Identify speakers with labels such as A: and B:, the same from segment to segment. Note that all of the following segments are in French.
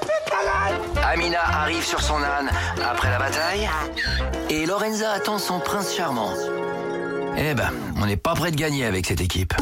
A: C'est malade.
B: Amina arrive sur son âne après la bataille. Et Lorenza attend son prince charmant. Eh ben, on n'est pas prêt de gagner avec cette équipe.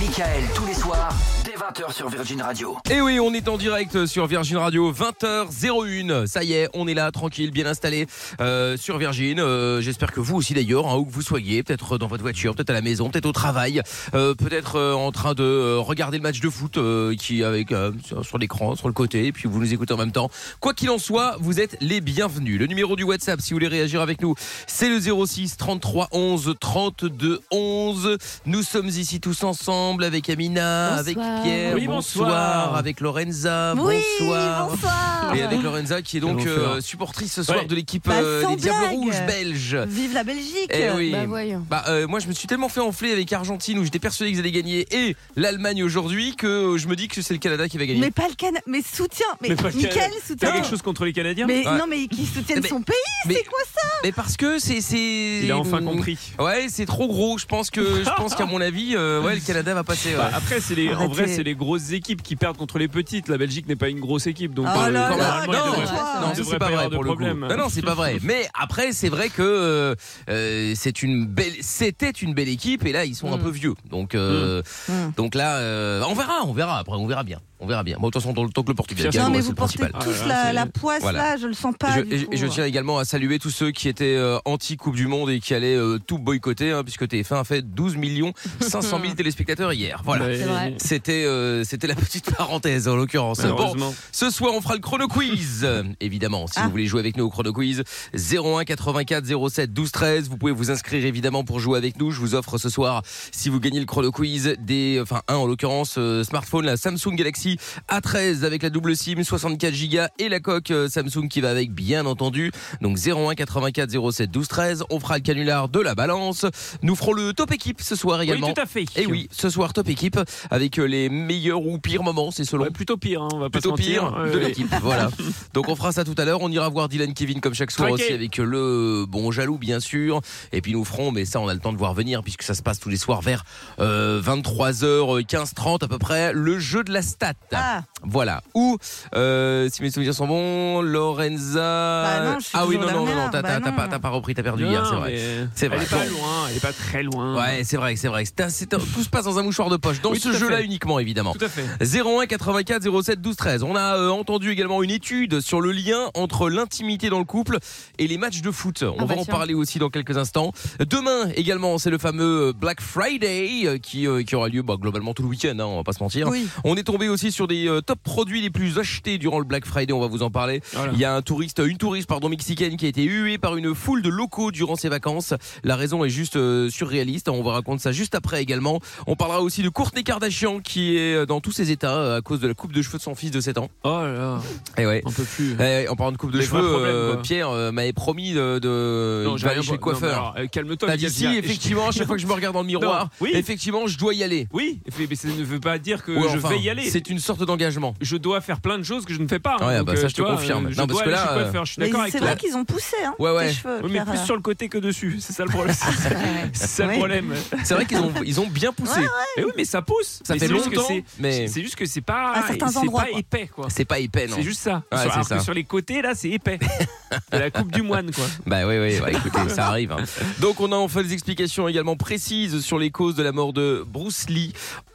B: Michael, tous les soirs, dès 20h sur Virgin Radio.
C: Et Eh oui, on est en direct sur Virgin Radio, 20h01. Ça y est, on est là, tranquille, bien installé euh, sur Virgin. Euh, J'espère que vous aussi d'ailleurs, hein, où que vous soyez, peut-être dans votre voiture, peut-être à la maison, peut-être au travail, euh, peut-être euh, en train de euh, regarder le match de foot euh, qui avec euh, sur sur l'écran, sur le côté, et puis vous nous écoutez en même temps. Quoi qu'il en soit, vous êtes les bienvenus. Le numéro du WhatsApp, si vous voulez réagir avec nous, c'est le 06 33 11 32 11. Nous sommes ici tous ensemble avec Amina,
D: Bonsoir.
C: avec Pierre,
E: Oui, bonsoir.
C: avec Lorenza,
D: Oui,
C: Euh, bonsoir.
D: bonsoir.
C: Et avec Lorenza qui est donc
E: Bonsoir.
C: euh, supportrice ce soir
E: Ouais.
C: de l'équipe
D: Bah,
C: euh,
D: sans
C: des Diables
D: blague.
C: Rouges belges.
D: Vive la Belgique.
C: Eh oui.
F: Bah voyons.
C: Bah, euh, moi je me suis tellement fait enfler avec Argentine où j'étais persuadé qu'ils allaient gagner et l'Allemagne aujourd'hui que je me dis que c'est le Canada qui va gagner.
D: Mais pas le Canada. Mais soutien. Mais,
E: Mais pas le
D: Mickaël
E: Canada.
D: soutien.
E: T'as quelque chose contre les Canadiens
D: Mais
C: Ouais.
D: non, mais qui soutiennent
C: Mais-
D: son pays.
C: mais-
D: C'est quoi ça
C: Mais parce que c'est c'est
E: Il a enfin compris.
C: mm. Ouais, c'est trop gros. Je pense que je pense qu'à mon avis, euh, ouais, le Canada va passer. ouais.
E: Bah, après, c'est les, en vrai,
D: Arrêtez.
E: c'est les grosses équipes qui perdent contre les petites. La Belgique n'est pas une grosse équipe, donc
D: Oh
E: euh,
D: là là,
E: normalement,
C: non,
E: il devrait-
D: calme-toi.
E: il
C: non, ça,
D: devrait
C: c'est
E: pas
C: pas
E: y
C: vrai
E: avoir de
C: pour le coup.
E: problème.
C: Non, non, c'est pas vrai. Mais après, c'est vrai que euh, euh, c'est une belle, c'était une belle équipe et là ils sont un
F: Mm.
C: peu vieux. Donc, euh,
D: Mm.
C: donc là, euh, on verra, on verra. Après, on verra bien, on verra bien. Bon, de toute façon, tant tant que le Portugal
E: Bien sûr.
C: gagne,
D: Non, mais
C: c'est
D: vous
C: le
D: portez
C: principal.
D: tous
E: Ah,
D: la,
E: c'est-
D: la poisse
C: Voilà.
D: là. Je le sens pas.
C: Et je,
D: du euh.
C: et je-
D: tout.
C: et je tiens également à saluer tous ceux qui étaient euh, anti-Coupe du Monde et qui allaient euh, tout boycotter, hein, puisque TF1 a fait 12 millions 500 000 téléspectateurs hier. Voilà.
E: Mais-
F: C'est vrai.
C: C'était euh, c'était la petite parenthèse en l'occurrence. Bon,
E: Malheureusement.
C: ce soir on fera le chrono quiz. Euh, Évidemment, si
D: Ah.
C: vous voulez jouer avec nous au chrono quiz 01 84 07 12 13, vous pouvez vous inscrire évidemment pour jouer avec nous. Je vous offre ce soir si vous gagnez le chrono quiz des enfin un en l'occurrence euh, smartphone la Samsung Galaxy A13 avec la double SIM 64 Go et la coque euh, Samsung qui va avec bien entendu. Donc 01 84 07 12 13, on fera le canular de la balance. Nous ferons le top équipe ce soir
E: Oui,
C: également.
E: tout à fait.
C: Et Eh oui, ce soir top équipe avec euh, les meilleurs ou pires moments, c'est selon.
E: Ouais, plutôt pire, hein, on va pas
C: Plutôt
E: se mentir.
C: pire
E: Ouais,
C: de
E: ouais.
C: l'équipe, voilà. Donc on fera ça tout à l'heure. On ira voir Dylan Kevin comme chaque soir
E: Traqué.
C: aussi avec euh, le bon jaloux bien sûr. Et puis nous ferons, mais ça on a le temps de voir venir puisque ça se passe tous les soirs vers euh, 23h15 30 à peu près. Le jeu de la stat,
D: Ah,
C: voilà. Ou euh, si mes souvenirs sont bons, Lorenza.
D: Bah non, je suis
C: ah oui non
D: toujours
C: non
D: la
C: non,
D: merde,
C: t'as
D: bah
C: t'as- t'as
D: non.
C: pas, t'as pas repris, t'as perdu
E: Non,
C: hier, c'est vrai.
E: mais
C: C'est vrai.
E: Elle est pas
C: Bon.
E: loin, elle est pas très loin.
C: Ouais, c'est vrai, c'est vrai. C'est un- c'est un- tout se passe dans un mouchoir de poche. Dans
E: Oui,
C: ce
E: tout à
C: jeu-là
E: fait.
C: uniquement, évidemment.
E: Tout à fait.
C: 01 84 07 12 13. On a euh, entendu également une étude sur le lien entre l'intimité dans le couple et les matchs de foot. On
F: Ah
C: va
F: bah
C: en
F: tiens.
C: parler aussi dans quelques instants. Demain également, c'est le fameux euh, Black Friday euh, qui, euh, qui aura lieu bah, globalement tout le week-end, hein, on va pas se mentir.
D: oui.
C: On est tombé aussi sur des euh, top produits les plus achetés durant le Black Friday, on va vous en parler.
E: Voilà.
C: Il y a un touriste, une touriste pardon mexicaine qui a été huée par une foule de locaux durant ses vacances. La raison est juste euh, surréaliste. On vous raconte ça juste après également. On parlera aussi de Courtney Kardashian qui est euh, dans tous ses états euh, à cause de la coupe de cheveux de son fils de 7 ans.
E: Oh là là,
C: Et ouais.
E: on peut plus.
C: Eh, en parlant de coupe de
E: Les vrais
C: cheveux,
E: problèmes,
C: euh,
E: quoi.
C: Pierre euh, m'avait promis de, de Euh,
E: Non,
C: il
E: je
C: va
E: vais
C: aller chez le coiffeur.
E: Calme-toi.
C: T'as
E: les
C: dit
E: gars,
C: si,
E: je-
C: effectivement, à chaque fois que je me regarde dans le miroir,
E: oui.
C: effectivement, je dois y aller.
E: Oui, mais ça ne veut pas dire que
C: Ouais,
E: je
C: enfin,
E: vais y aller.
C: C'est une sorte d'engagement.
E: je dois faire plein de choses que je ne fais pas.
C: Ouais,
E: Donc,
C: bah, ça, je
E: tu
C: te
E: vois,
C: confirme.
E: euh, Je
C: Non, parce
E: dois
C: que
E: aller
C: là,
E: chez le
C: euh,
E: coiffeur, je suis
D: Mais
E: d'accord avec
D: c'est
E: toi.
D: vrai qu'ils ont poussé. Hein,
C: Ouais, ouais. Ah,
D: Tes cheveux,
E: Oui, mais
D: Pierre.
E: plus sur le côté que dessus, c'est ça le problème. c'est ça le
D: Ouais.
E: problème.
C: C'est vrai qu'ils ont, ils ont bien poussé.
E: Mais Eh oui, mais ça pousse.
C: Ça
E: Mais
C: fait
E: c'est juste que
C: longtemps,
E: c'est-
C: mais-
E: c'est juste que c'est pas,
D: À certains
E: Ah, c'est
D: endroits,
E: pas
D: quoi.
E: épais quoi.
C: C'est pas épais, non
E: C'est juste ça.
C: Ouais,
E: sur,
C: c'est
E: alors
C: ça.
E: que sur les côtés là, c'est épais. c'est la coupe du moine quoi.
C: Bah oui, oui, bah, écoutez, ça arrive. hein. Donc on a enfin des explications également précises sur les causes de la mort de Bruce Lee.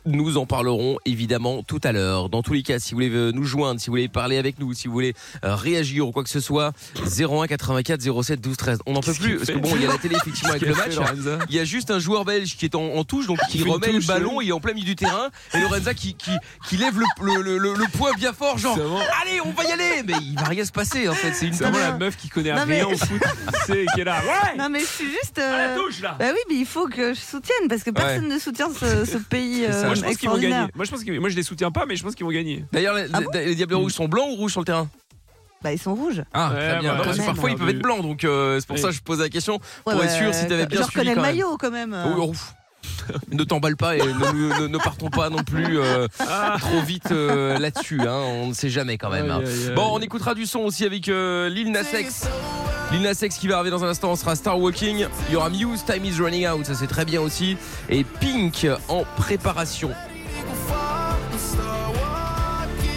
C: Nous en parlerons évidemment tout à l'heure. Dans tous les cas, si vous voulez euh, nous joindre, si vous voulez parler avec nous, si vous voulez euh, réagir ou quoi que ce soit, 01 84 07 12 13. On n'en peut
E: Qu'est-ce qu'il
C: plus, parce que
E: fait
C: bon, il y a la télé effectivement avec le match. Il y a juste un joueur belge qui est en, en touche, donc qui
E: Ah, fait une
C: remet le
E: touche,
C: ballon, il est en plein milieu du terrain, et Lorenza qui, qui, qui lève le, le, le- le- le poing bien fort, genre,
E: C'est vraiment-
C: allez, on va y aller Mais il va rien se passer, en fait, c'est une
E: C'est vraiment
D: Non,
E: la
D: mais-
E: meuf qui connaît
D: Non, mais-
E: rien au foot, tu sais, qui est là. Ouais,
D: Non, mais je suis juste.
E: à la
D: euh,
E: touche là.
D: Bah oui, mais il faut que je soutienne parce que personne ne soutient ce, ce pays euh,
E: Moi je pense qu'ils vont
D: extraordinaire. Ah
E: gagner. Ah Moi je pense qu'ils- moi je les soutiens pas, mais je pense qu'ils vont gagner.
C: D'ailleurs, les, les Diables Rouges sont blancs ou rouges sur le terrain
D: Bah, ils sont rouges.
C: Ah,
E: Ouais,
C: très bien.
E: bah,
C: Non, parce que
D: quand
C: parfois,
D: même.
C: ils peuvent être blancs, donc euh, c'est pour
E: Oui.
C: ça que je pose la question.
D: Ouais,
C: Pour
D: bah,
C: être sûr, si t'avais bien
D: je
C: suivi
D: reconnais
C: quand
D: le
C: même.
D: maillot hein. quand même. euh.
C: Oh, ouf. ne t'emballe pas et ne, ne- ne- ne partons pas non plus euh, trop vite euh, là-dessus. hein. On ne sait jamais quand même. hein.
E: Ah. Aïe, aïe, aïe.
C: Bon, on écoutera du son aussi avec euh, Lil Nas X. Lil Nas X qui va arriver dans un instant, on sera Star Walking. Il y aura Muse, Time is Running Out, ça c'est très bien aussi. Et Pink en préparation.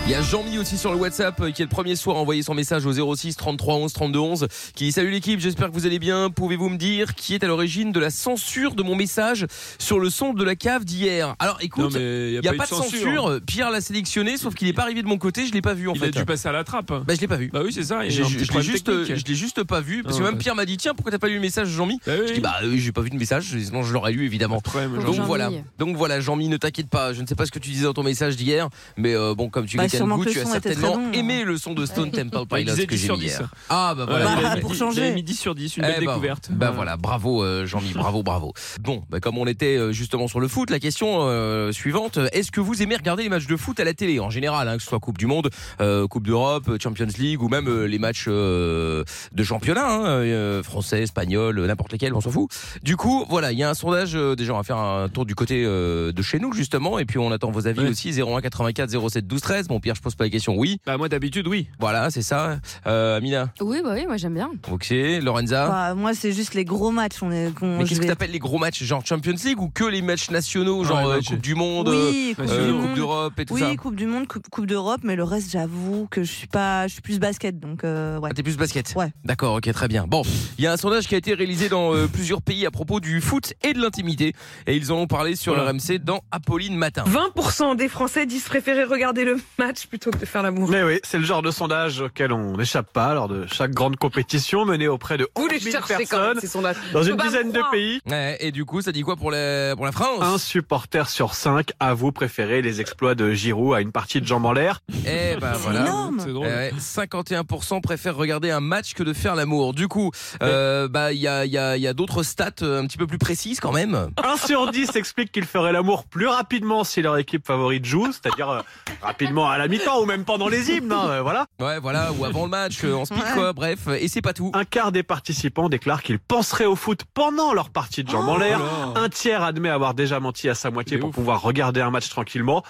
C: Il y a Jean-Mi aussi sur le WhatsApp euh, qui est le premier soir à envoyer son message au 06 33 11 32 11 qui dit Salut l'équipe, j'espère que vous allez bien. Pouvez-vous me dire qui est à l'origine de la censure de mon message sur le son de la cave d'hier Alors écoute,
E: Non, mais
C: il n'y a, pas de censure. Pierre l'a sélectionné, sauf qu'il n'est pas arrivé de mon côté, je l'ai pas vu en
E: Il
C: fait.
E: a dû passer à la trappe.
C: Bah, je l'ai pas vu.
E: Bah oui, c'est ça. il y a
C: J'ai-
E: un
C: je
E: petit
C: je l'ai
E: problème
C: juste, euh,
E: technique.
C: je l'ai juste pas vu parce que
E: Ah,
C: même
E: ouais.
C: Pierre m'a dit tiens pourquoi t'as pas lu le message Jean-Mi
E: Bah oui,
C: Je dis bah euh, j'ai pas vu de message sinon je l'aurais lu évidemment.
E: problème,
F: Pauvre
E: genre.
C: Donc
F: Jean-Mi.
C: voilà, donc voilà Jean-Mi, ne t'inquiète pas, je ne sais pas ce que tu disais dans ton message d'hier, mais euh, bon comme tu
D: Bah,
C: gagnes un
D: sûrement
C: goût,
D: que le
C: tu as
D: son était très
C: certainement
D: bon, hein.
C: aimé le son de Stone Temple
E: Bah, Il
C: Pilots
E: disait
C: que
E: 10
C: j'ai
E: sur
C: mis
E: 10.
C: hier. Ah bah voilà.
E: Voilà, il
D: Bah,
E: a
D: pour
E: mis-
D: changer.
E: il a mis 10 sur 10, une
C: Eh
E: belle
C: bah,
E: découverte.
C: Bah voilà, bravo euh, Jean-Mi, bravo, bravo. Bon, bah, comme on était euh, justement sur le foot, la question euh, suivante euh, est-ce que vous aimez regarder les matchs de foot à la télé en général, hein, que ce soit Coupe du Monde, euh, Coupe d'Europe, euh, Champions League ou même euh, les matchs euh, de championnat, hein, euh, français, espagnol, euh, n'importe lesquels, on s'en fout. Du coup, voilà, il y a un sondage. euh, déjà, on va faire un tour du côté euh, de chez nous justement, et puis on attend vos avis
E: Ouais.
C: aussi 01 84 07 12 13. Bon, Pierre, je pose pas la question. Oui,
E: Bah moi d'habitude, oui.
C: voilà, c'est ça. Euh, Amina,
F: Oui, bah oui, moi j'aime bien.
C: ok, Lorenza.
D: Bah, moi, c'est juste les gros matchs. On est, qu'on-
C: Hein Mais
D: je
C: qu'est-ce que
D: vais-
C: t'appelles les gros matchs Genre Champions League ou que les matchs nationaux,
E: Ah,
C: genre
E: les
C: euh,
E: matchs-
C: Coupe du Monde,
D: Oui,
E: euh,
D: Coupe
C: euh,
D: du
C: Coupe
D: Monde.
C: d'Europe et tout
D: oui,
C: ça
D: Coupe du Monde, Coupe, Coupe d'Europe, mais le reste, j'avoue que je suis pas, je suis plus basket, donc euh, ouais.
C: Ah, T'es plus basket
D: Ouais.
C: D'accord, ok, très bien. Bon, il y a un sondage qui a été réalisé dans euh, plusieurs pays à propos du foot et de l'intimité. Et ils en ont parlé sur
E: Voilà.
C: RMC dans Apolline Matin.
G: 20% des Français disent préférer regarder le match plutôt que de faire l'amour.
H: Mais oui, c'est le genre de sondage auquel on n'échappe pas lors de chaque grande compétition menée auprès de
G: Vous les
H: 11 000
G: cherchez quand même,
H: personnes
G: ces sondages.
H: dans
G: Je
H: une
G: peux pas vous
H: dizaine de
G: croire.
H: pays.
C: Ouais, et du coup, ça dit quoi pour la, pour la France
H: Un supporter sur cinq avoue préférer les exploits de Giroud à une partie de jambes en l'air.
C: Eh ben
D: C'est
C: voilà.
D: énorme.
E: C'est drôle.
C: Euh, ouais, 51% préfèrent regarder un match que de faire l'amour. Du coup, euh, bah il y a, il y a- il y a d'autres stats euh, un petit peu plus précises quand même.
H: Un sur dix explique qu'ils feraient l'amour plus rapidement si leur équipe favorite joue, c'est-à-dire euh, rapidement à la mi-temps ou même pendant les hymnes. hein, euh, voilà.
C: Ouais, voilà, ou avant le match, euh, en speed
D: Ouais.
C: quoi, bref, et c'est pas tout.
H: Un quart des participants déclarent qu'ils penseraient au foot pendant leur partie de jambes
C: Oh
H: en l'air. Un tiers admet avoir déjà menti à sa moitié
E: Mais
H: pour
E: ouf.
H: pouvoir regarder un match tranquillement.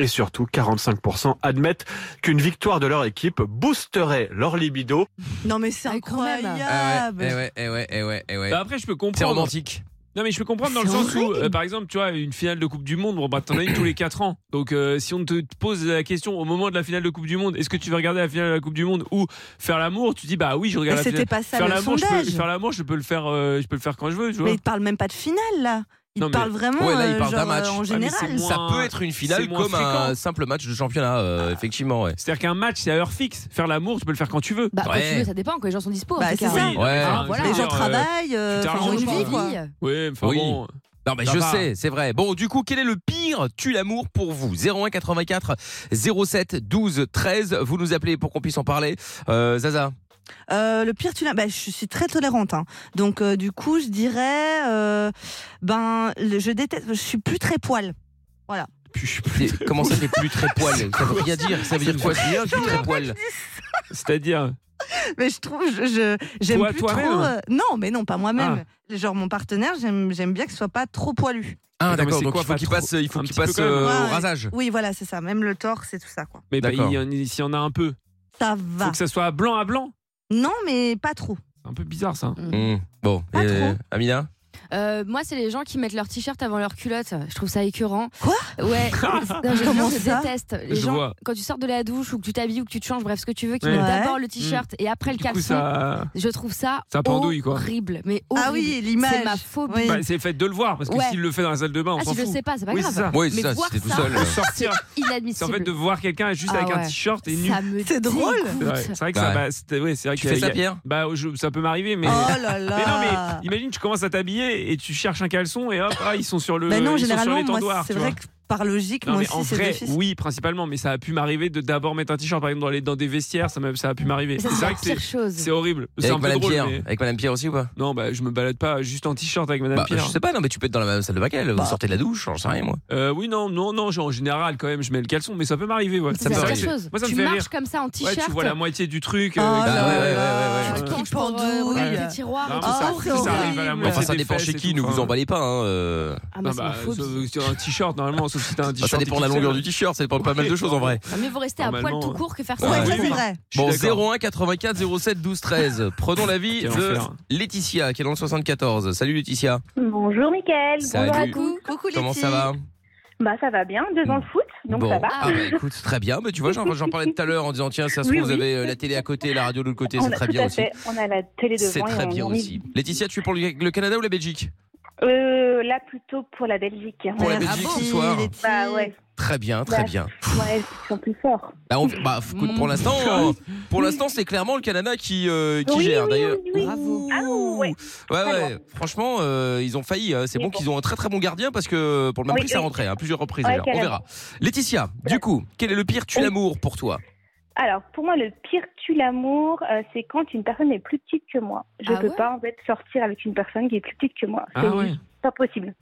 H: Et surtout, 45% admettent qu'une victoire de leur équipe boosterait leur libido.
D: Non, mais c'est
F: Ah, quand même.
C: Ah ouais,
D: incroyable.
C: eh ouais, eh ouais, eh ouais, eh ouais.
E: Bah, après je peux
C: C'est
E: comprendre.
C: romantique.
E: Non mais je peux comprendre dans le
D: C'est
E: sens où euh, par exemple, tu vois, une finale de Coupe du monde, bon bah t'en as une tous les 4 ans. Donc euh, si on te pose la question au moment de la finale de Coupe du monde, est-ce que tu veux regarder la finale de la Coupe du monde ou faire l'amour, tu dis bah oui, je regarde
D: Mais
E: la finale.
D: c'était pas ça
E: Faire
D: le
E: l'amour, je peux
D: sondage.
E: faire l'amour, je peux le faire euh, je peux le faire quand je veux, tu vois.
D: Mais ils parlent même pas de finale là. Ils
E: Non, mais-
D: parlent vraiment
C: Ouais, là, ils
D: euh,
C: parlent d'un
D: genre,
C: match.
D: euh,
C: Ah,
D: en
C: mais
D: général.
E: c'est moins-
C: Ça peut être une finale
E: c'est moins
C: comme un
E: fréquent.
C: simple match de championnat, euh, effectivement, ouais.
E: C'est-à-dire qu'un match c'est à heure fixe. Faire l'amour, tu peux le faire quand tu veux.
F: Bah, quand
C: Ouais.
F: tu veux, ça dépend, quand les gens sont dispo. en
D: Bah,
F: tout
D: c'est
F: cas.
D: ça.
E: Oui,
C: Ouais.
E: enfin,
F: Ah, voilà.
E: je
D: Les
E: veux
D: gens
E: dire, euh,
D: travaillent, euh,
E: t'arranges
D: enfin, ont une
E: pas.
D: vie quoi.
E: Oui, enfin
C: Oui.
E: bon.
C: Non, mais
E: Ça
C: je
E: va.
C: sais, c'est vrai. Bon, du coup, quel est le pire tue l'amour pour vous 01 84 07 12 13. Vous nous appelez pour qu'on puisse en parler. Euh, Zaza.
D: Euh, le pire, tu l'as. Bah, je suis très tolérante, hein. donc euh, du coup, je dirais, euh, ben, le- je déteste. Je suis plus très poil.
C: T'es- Comment ça, t'es plus très poil Ça veut rien dire. Ça veut dire quoi Je suis très poil.
E: C'est-à-dire
D: Mais je trouve, je, je- j'aime
E: Toi-
D: plus
E: toi-même Ah.
D: trop. euh, non, mais non, pas moi-même. Genre mon partenaire, j'aime, j'aime bien que ce soit pas trop poilu.
C: Ah,
E: Mais
C: d'accord.
E: c'est
C: Donc,
E: quoi,
C: il faut
E: pas
C: qu'il
E: trop-
C: passe, il faut
E: un
C: qu'il
E: petit peu
C: passe
E: quand même. hein.
C: euh, au
D: Ouais.
C: rasage.
D: Oui, voilà, c'est ça. Même le torse et tout ça, quoi.
E: Mais bah,
C: D'accord.
E: il y en- s'il y en a un peu,
D: Ça
E: faut
D: va.
E: que ça soit blanc à blanc.
D: Non, mais pas trop.
E: C'est un peu bizarre ça.
C: Hmm. Bon,
D: Pas
C: Euh,
D: trop.
C: Amina
F: Mm. Euh, moi, c'est les gens qui mettent leur t-shirt avant leur culotte. Je trouve ça écœurant.
D: Quoi
F: Ouais. Non, je,
D: Comment
F: jure, je
D: ça
F: déteste. Les
E: Je
F: gens,
E: vois.
F: quand tu sors de la douche ou que tu t'habilles ou que tu te changes, bref, ce que tu veux, qui
E: Ouais.
F: mettent
D: Ouais.
F: d'abord le t-shirt et après le
E: Du coup,
F: caleçon.
E: ça.
F: Je trouve ça,
E: Ça pendouille, quoi.
F: horrible. Mais
D: Ah
F: horrible.
D: oui, l'image.
F: C'est ma phobie.
D: Oui.
E: Bah, c'est le fait de le voir, parce que
F: Ouais.
E: s'il le fait dans la salle de bain, on
F: Ah,
E: s'en
F: si je
E: fout.
F: le sais pas, c'est pas
E: Oui, c'est
F: grave.
E: ça.
C: Oui, c'est
F: Mais
C: ça, si
F: voir
C: t'es tout
F: ça,
C: seul. euh,
E: Sortir. C'est en
F: Inadmissible.
E: fait de voir quelqu'un juste
F: Ah
E: avec un
F: ouais.
E: t-shirt et nu.
F: ça me
D: C'est drôle.
F: dégoûte.
E: C'est vrai. C'est vrai que ça.
C: Ouais.
E: bah, c'était- ouais, c'est vrai
C: Tu
E: que
C: fais
E: ça-
C: ça, Pierre
E: Bah, je- ça peut m'arriver, mais.
D: Oh là là.
E: Mais non, mais imagine, tu commences à t'habiller et tu cherches un caleçon et hop, ah, ils sont sur le.
D: Bah non,
E: ils sont sur
D: généralement, moi,
E: l'étendoir,
D: c'est
E: tu
D: vrai
E: vois.
D: que par logique,
E: Non,
D: moi
E: mais en
D: aussi, c'est
E: vrai,
D: défi.
E: oui, principalement, mais ça a pu m'arriver de d'abord mettre un t-shirt, par exemple, dans, les, dans des vestiaires, ça, m'a- ça a pu m'arriver.
F: Ça,
E: C'est
F: c'est
E: vrai
F: la
E: que c'est,
F: pire chose.
E: c'est horrible.
C: Et
E: C'est un
C: avec
E: peu
C: Madame
E: drôle.
C: Pierre.
E: mais-
C: Avec Madame Pierre aussi ou pas
E: Non, bah, je me balade pas juste en t-shirt avec Madame
C: bah,
E: Pierre.
C: Je sais pas, non, mais tu peux être dans la même salle de bain qu'elle.
D: Bah.
C: Vous sortez de la douche, j'en sais rien, moi.
E: Euh, oui, non, non, non, j'ai- en général, quand même, je mets le caleçon, mais ça peut m'arriver. ouais.
F: C'est
C: me
F: la
C: fait
F: pire
C: rire.
F: chose.
E: Moi, ça me
F: Tu
E: fait
F: marches
E: rire.
F: comme ça en
E: Ouais,
F: t-shirt.
E: tu vois la moitié du truc.
D: Oh
E: euh,
D: là
E: qui-
C: Bah ouais,
D: là
C: ouais,
D: là.
C: ouais,
D: Tu
C: ouais,
D: te
E: ouais.
D: penches
F: Pour, euh,
D: pour
F: rouler
D: douille.
F: le petit tiroir.
E: Non,
F: et
E: mais
F: tout.
E: ça,
D: Oh,
E: ça
D: c'est
E: arrive à la
D: horrible.
E: moitié
C: Enfin, ça
E: des
C: dépend
E: fesses
C: chez
E: et
C: qui,
E: tout,
C: ne vous
E: enfin.
C: emballez pas. Hein, euh.
F: Ah,
E: Non,
F: moi, c'est ma
E: bah,
F: phobie.
E: ça- c'est un t-shirt normalement, sauf si t'as un
C: Bah,
E: t-shirt.
C: ça dépend de la longueur du t-shirt, ça dépend de pas mal de choses en vrai.
F: Ah, Mieux vous rester à poil
E: Normalement,
F: tout
E: euh,
F: court que faire ça.
D: Ouais,
C: Ouais.
D: ça,
E: Oui,
D: c'est
E: oui.
D: vrai.
C: Ah Bon, 01 84 07 12 13. Prenons l'avis
E: Quel
C: de
E: enfer.
C: Laetitia qui est dans le 74. Salut Laetitia.
I: Bonjour Mickaël, bonjour à
C: Salut.
I: tous.
F: Coucou.
D: Coucou les
C: Comment
D: filles.
C: ça va
I: Bah ça va bien, deux ans de foot, donc
C: bon.
I: ça va.
C: Ah bah, écoute, très bien. Mais tu vois, j'en j'en parlais tout à l'heure en disant tiens, ça se
I: Oui,
C: trouve, vous
I: oui.
C: avez euh, la télé à côté, la radio de l'autre côté,
I: On
C: c'est
I: a-
C: très
I: tout
C: bien
I: à
C: aussi.
I: fait. On a la télé devant.
C: C'est
I: et
C: très
I: on-
C: bien
I: on
C: aussi. Laetitia, tu es pour le le Canada ou la Belgique
I: est- Euh, là plutôt pour la Belgique.
C: Pour la
D: Merci,
C: Belgique ce soir.
D: les filles.
I: Bah ouais,
C: Très bien, très
I: Bah.
C: bien.
I: ouais, ils sont plus forts.
C: Là, on- bah, écoute,
I: Mm.
C: pour l'instant, euh, pour l'instant, c'est clairement le Canada qui, euh, qui
I: Oui,
C: gère.
I: oui,
C: D'ailleurs,
I: oui, oui.
C: Ouh.
I: Ah ouais.
C: Ouais,
I: Alors.
C: ouais. Franchement, euh, ils ont failli. hein. C'est
I: Mais
C: bon
I: bon.
C: qu'ils ont un très très bon gardien parce que pour le même
I: Oui,
C: prix, ça
I: oui.
C: rentrait à plusieurs reprises.
I: Ouais,
C: déjà. On
I: carrément.
C: verra. Laetitia, du coup, quel est le pire tue
I: Oui.
C: l'amour pour toi
I: Alors pour moi le pire tue l'amour, euh, c'est quand une personne est plus petite que moi. Je
F: Ah
I: peux
F: ouais
I: pas en fait sortir avec une personne qui est plus petite que moi. C'est
E: Ah ouais.
I: pas possible.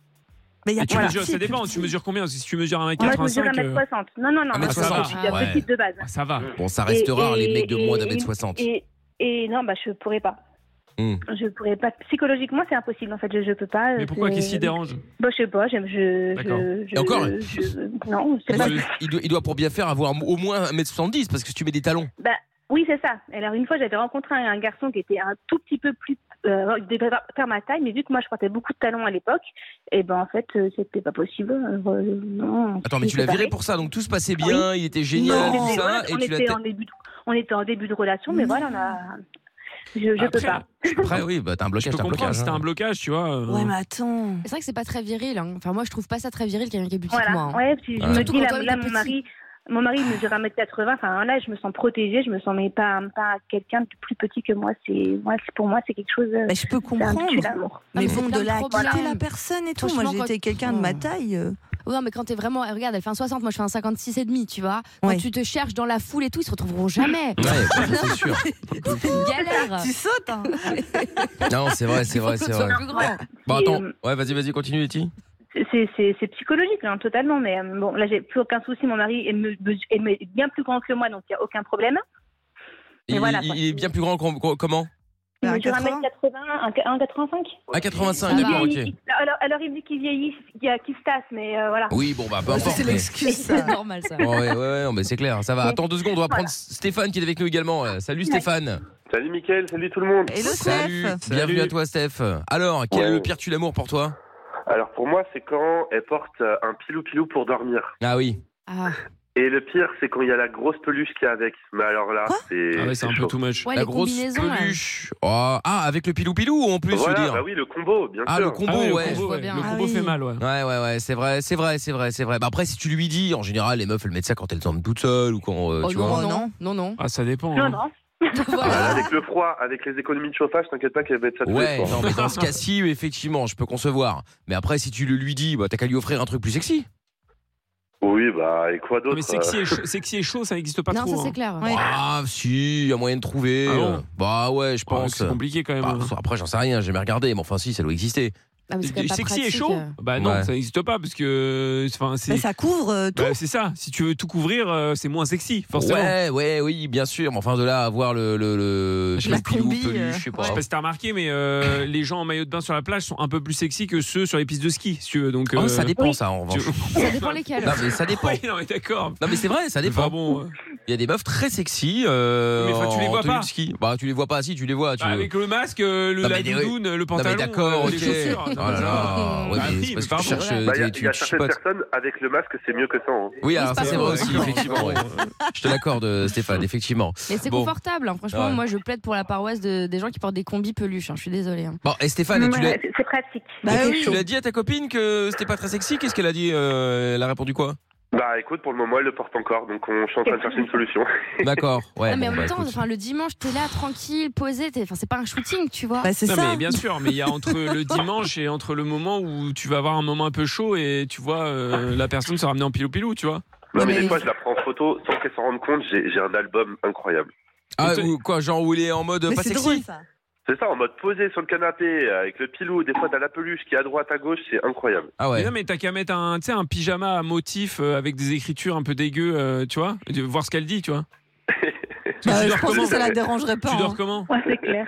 D: Mais il y a
E: Et tu
D: pas
E: mesures,
D: parti,
E: ça
D: plus
E: dépend, tu
D: petit.
E: mesures combien Parce que Si tu mesures
I: Moi je mesure
E: 1m85, euh,
I: 1m60. Non non non,
C: Ah, mais
I: non,
E: ça
I: non,
E: va.
I: je suis bien
C: Ouais. Mm.
I: petite de base.
E: ah, ça va.
C: Bon, ça reste
I: Et-
C: rare les
I: et-
C: mecs de
I: et-
C: moins
I: et-
C: d'un mètre soixante.
I: Et, et non, bah, je pourrais pas.
C: Hmm.
I: Je pourrais pas. Psychologiquement, c'est impossible. En fait, je, je peux pas.
E: Mais
I: euh,
E: pourquoi
I: c'est-
E: Qu'est-ce qui dérange
I: bah, Je sais pas. j'aime- Je,
E: D'accord.
I: je, je,
C: Et encore
I: je- Non, c'est
C: Il,
I: pas.
C: doit- il doit- il doit pour bien faire avoir au moins 1m70 parce que si tu mets des talons.
I: Bah, oui, c'est ça. Alors, une fois, j'avais rencontré un, un garçon qui était un tout petit peu plus. Euh, de par par ma taille, mais vu que moi je portais beaucoup de talons à l'époque, et ben en fait euh, c'était pas possible. Alors, euh, non,
C: Attends, mais
I: on s'est
C: tu l'as viré
I: séparés.
C: pour ça, donc tout se passait bien, il était génial,
I: Non,
C: tout ça,
I: voilà,
C: et
I: on,
C: tu l'as. Hmm.
I: était en début de- on était en début de relation, mais voilà, on a... je, je peux
E: Après,
I: pas.
C: Après, oui, bah t'as un
E: Je
C: blocage,
E: peux
C: t'as un
E: comprendre,
C: blocage.
E: c'était
C: hein.
E: un blocage, tu vois. euh,
D: Ouais, mais attends.
F: C'est vrai que c'est pas très viril. hein. Enfin, moi, je trouve pas ça très viril quelqu'un qui est plus petit que
I: Voilà,
F: moi. hein.
I: ouais, puis je
C: Ouais.
I: me
F: Surtout
I: dis,
F: quand
I: là,
F: on est
I: là,
F: petit.
I: mon mari, mon mari il mesure 1m80, enfin là, je me sens protégée, je me sens mais pas, pas quelqu'un de plus petit que moi. C'est, moi, c'est- pour moi, c'est quelque chose. euh,
D: Bah, je peux
I: c'est un
D: comprendre.
I: tue l'amour.
D: Mais
F: Ah, mais
D: bon,
F: c'est
D: de
F: plein de
D: là à
F: problèmes.
D: quitter la personne et tout. Moi,
F: Franchement,
D: j'étais
F: quand-
D: quelqu'un de ma
F: Oh.
D: taille. euh,
F: Ouais, non, mais quand t'es vraiment. eh, Regarde, elle fait un 60, moi je fais un 56 et demi, tu vois. Quand
D: Ouais.
F: tu te cherches dans la foule et tout, ils se retrouveront jamais.
C: Ouais, c'est sûr.
F: C'est une galère.
D: Tu sautes, hein.
C: Non, Ah, c'est vrai, c'est vrai,
F: Faut que
C: c'est
F: tu
C: vrai.
F: sois plus grand.
C: Bon,
I: Et,
C: attends,
I: euh,
C: ouais, vas-y, vas-y, continue, Letty.
I: C'est, c'est, c'est psychologique, hein, totalement. Mais euh, bon, là, j'ai plus aucun souci. Mon mari est, me- me- est me- bien plus grand que moi, donc il n'y a aucun problème. Mais
C: Il,
I: voilà,
C: il-
I: quoi.
C: il est bien plus grand qu'on- qu'on- comment
I: Il
D: Un
I: mesure
D: 80.
I: 1m80, un- 1m85.
C: À 85,
F: Ça
C: d'accord,
F: va.
C: ok.
I: Il- alors, alors, il me dit qu'il vieillit, qu'il y a- qu'il se tasse, mais euh, voilà.
C: Oui, bon, bah, peu importe.
D: C'est
C: mais-
D: l'excuse, ça.
F: C'est normal ça.
C: Bon, ouais, ouais, ouais, non, mais c'est clair, ça va. Attends deux secondes, on va
I: Voilà.
C: prendre Stéphane qui est avec nous également. Euh, Salut Stéphane.
A: Salut Mickaël, salut tout le monde.
D: Hello,
C: Salut.
D: Steph.
C: Bienvenue
E: Salut.
C: à toi, Steph. Alors, quel est
A: Ouais.
C: le pire tu l'amour pour toi
A: Alors pour moi, c'est quand elle porte euh, un pilou-pilou pour dormir.
C: Ah oui.
F: Ah.
A: Et le pire, c'est quand il y a la grosse peluche qui est avec. Mais alors là,
D: Quoi
A: c'est.
E: Ah ouais, c'est un peu
A: chaud.
E: too much.
F: Ouais,
C: La
F: les
C: grosse
F: combinaisons. là.
C: peluche. Oh, Ah, avec le pilou-pilou en plus, je veux
A: Voilà,
C: dire.
A: bah oui, le combo, bien
C: Ah,
A: sûr.
C: le combo,
E: Ah ouais,
C: ouais.
E: Le combo,
F: vois
E: ouais.
F: bien.
E: Le
D: Ah
E: combo
D: oui.
E: fait mal, ouais.
C: Ouais, ouais, ouais, c'est vrai, c'est vrai, c'est vrai, c'est vrai. Bah après, si tu lui dis, en général, les meufs, elles mettent ça quand elles dorment toutes seules ou quand, euh,
F: Oh
C: tu vois.
F: non,
D: vois.
F: non, non, non.
E: Ah, ça dépend.
I: Non,
E: hein.
I: non.
A: Ah, là,
F: Voilà.
A: avec le froid, avec les économies de chauffage, t'inquiète pas qu'elle va être satisfaite.
C: Ouais, non, mais dans ce cas-ci, effectivement, je peux concevoir. Mais après, si tu le lui dis, bah, t'as qu'à lui offrir un truc plus sexy.
A: Oui, bah, et quoi
E: Non,
A: d'autre
E: mais sexy et, chaud, sexy et chaud, ça n'existe pas
F: Non,
E: trop.
F: ça c'est
E: hein.
F: clair.
D: Ouais.
C: Ah, si, il y a moyen de trouver.
E: Ah bon
C: bah ouais, je
E: Ah,
C: pense.
E: C'est compliqué quand même.
C: Bah,
E: hein.
C: après, j'en sais rien, j'ai jamais regardé, mais enfin, si, ça doit exister.
F: Ah, mais c'est quand même pas
E: Sexy et
F: pratique,
E: chaud
F: euh.
E: Bah non,
C: Ouais.
E: ça n'existe pas parce que. Enfin,
D: Mais
E: c'est.
D: ça couvre euh, tout.
E: Bah, c'est ça. Si tu veux tout couvrir, euh, c'est moins sexy, forcément.
C: Ouais, ouais, oui, bien sûr. Mais enfin, de là à avoir le. le, le
E: Je
C: le
D: la
C: pilou,
D: combi,
C: peluche,
D: euh,
C: je sais
E: Je
C: pas.
E: sais pas si t'as remarqué, mais euh, les gens en maillot de bain sur la plage sont un peu plus sexy que ceux sur les pistes de ski, si tu veux. Donc,
C: Ah,
E: euh,
C: ça dépend,
I: Oui.
C: ça, en
E: tu-
C: revanche.
F: Ça dépend lesquels.
C: Non, mais ça dépend.
E: Ouais, non, mais d'accord.
C: Non, mais c'est vrai, ça dépend.
E: Enfin, bon, euh,
C: Il y a des meufs très sexy. Euh,
E: Mais enfin, tu les
C: en
E: vois
C: tenue
E: pas.
C: de ski. Bah, tu les vois pas, si, tu les vois. Tu...
E: bah, avec le masque, euh, le,
C: Non,
E: la
C: mais des-
E: doudoune, le
C: non,
E: pantalon,
C: mais d'accord,
E: euh,
C: ok.
E: les chaussures.
C: Oh
E: Non,
C: là
E: mais-
C: là. Ouais,
E: Bah,
C: mais
E: oui,
C: c'est parce que
E: mais
C: tu
E: pardon.
C: cherches. euh,
A: Bah, Il y a,
C: tu-
A: il y a
C: tu
A: certaines
C: chipotes.
A: personnes, avec le masque, c'est mieux que ça. hein.
C: Oui, alors
F: Oui,
C: ça,
F: c'est
C: c'est
F: pas
C: vrai
F: faux,
C: aussi,
E: d'accord.
C: effectivement. ouais. Je te l'accorde, euh, Stéphane, effectivement.
F: Mais c'est
C: Bon.
F: confortable, hein. franchement.
C: Ouais.
F: Moi, je plaide pour la paroisse de- des gens qui portent des combis peluches. hein. Je suis désolée. hein.
C: Bon, et Stéphane, et tu l'as-
I: Ouais, c'est- c'est pratique.
D: Bah
C: et
D: oui.
C: tu l'as dit à ta copine que c'était pas très sexy Qu'est-ce qu'elle a dit euh, Elle a répondu quoi
A: Bah écoute, pour le moment, elle le porte encore, donc on, je suis en train de chercher une solution.
C: D'accord. Ouais,
F: Ah, mais
C: bon,
F: en
C: bah,
F: même temps,
C: écoute.
F: enfin, le dimanche, t'es là, tranquille, posé. t'es- Enfin, c'est pas un shooting, tu vois.
D: Bah, c'est
E: Non,
D: ça.
E: mais bien sûr, mais il y a entre le dimanche et entre le moment où tu vas avoir un moment un peu chaud et tu vois euh, la personne se ramener en pilou-pilou, tu vois.
A: Non, mais
D: Mais- euh,
A: des fois, je la prends en photo sans qu'elle s'en rende compte. J'ai j'ai un album incroyable.
C: Ah, ou quoi, genre où il est en mode
D: Mais
C: pas
D: c'est
C: sexy
D: drôle ça.
A: C'est ça, en mode posé sur le canapé, avec le pilou. Des fois, t'as la peluche qui est à droite, à gauche, c'est incroyable.
C: Ah
E: Mais
C: ouais.
E: non, mais t'as qu'à mettre un, tu sais, un pyjama à motif euh, avec des écritures un peu dégueu, euh, tu vois, et de voir ce qu'elle dit, tu vois. Tu
D: Bah,
E: dors
D: je pense
E: comment
D: que ça la dérangerait pas.
E: Tu
D: hein.
E: dors comment
I: Ouais, c'est clair.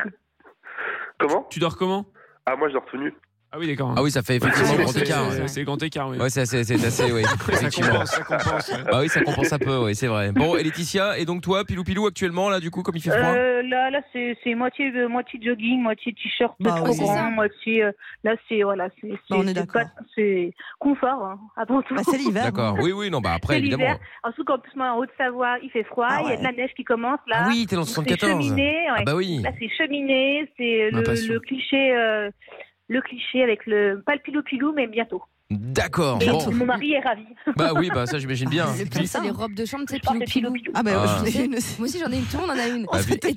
A: Comment
E: Tu dors comment
A: Ah, moi, je dors tout nu.
E: Ah oui, d'accord.
C: Ah oui, ça fait effectivement
E: C'est-
C: grand
E: c'est-
C: écart.
E: c'est-
C: ouais.
E: C'est grand écart, oui.
C: Ouais, c'est assez, c'est assez, ouais. Effectivement.
E: ça compense. ouais.
C: Ah oui, ça compense un peu, oui, c'est vrai. Bon, et Laetitia, et donc toi, pilou pilou actuellement, là, du coup, comme il fait froid
I: Euh, là, là, c'est c'est moitié, euh, moitié jogging, moitié t-shirt pas
D: Bah
I: trop
D: oui, Bah,
F: c'est
I: grand,
F: ça.
I: moitié. euh, là, c'est voilà, c'est c'est-
D: on est
I: c'est
D: d'accord.
I: pas- C'est confort hein, avant tout.
D: Bah, c'est l'hiver.
C: D'accord. Oui, oui, non, bah après,
I: C'est l'hiver.
C: évidemment.
I: En tout cas, en plus, moi, en Haute-Savoie, il fait froid,
D: Ah
I: il y a
D: ouais.
I: de la neige qui commence là.
C: Ah oui, t'es dans le
I: Donc, c'est
C: 74.
I: cheminée, ouais.
C: Ah bah oui. Ah,
I: Là, c'est cheminée, c'est le,
E: Impatient.
I: le cliché. euh, le cliché avec le. Pas le pilou-pilou, mais bientôt.
C: D'accord.
I: Et
C: Bon.
I: mon mari est ravi.
C: Bah oui, bah ça, j'imagine bien. Bah,
F: Le pire, c'est les robes de chambre, tu sais,
I: Je porte le
F: pilou-pilou.
I: pilou-pilou.
D: Ah bah
C: Ah.
D: j'en ai une aussi.
F: Moi aussi, j'en ai une, tout le monde en a une.
C: Ah, putain.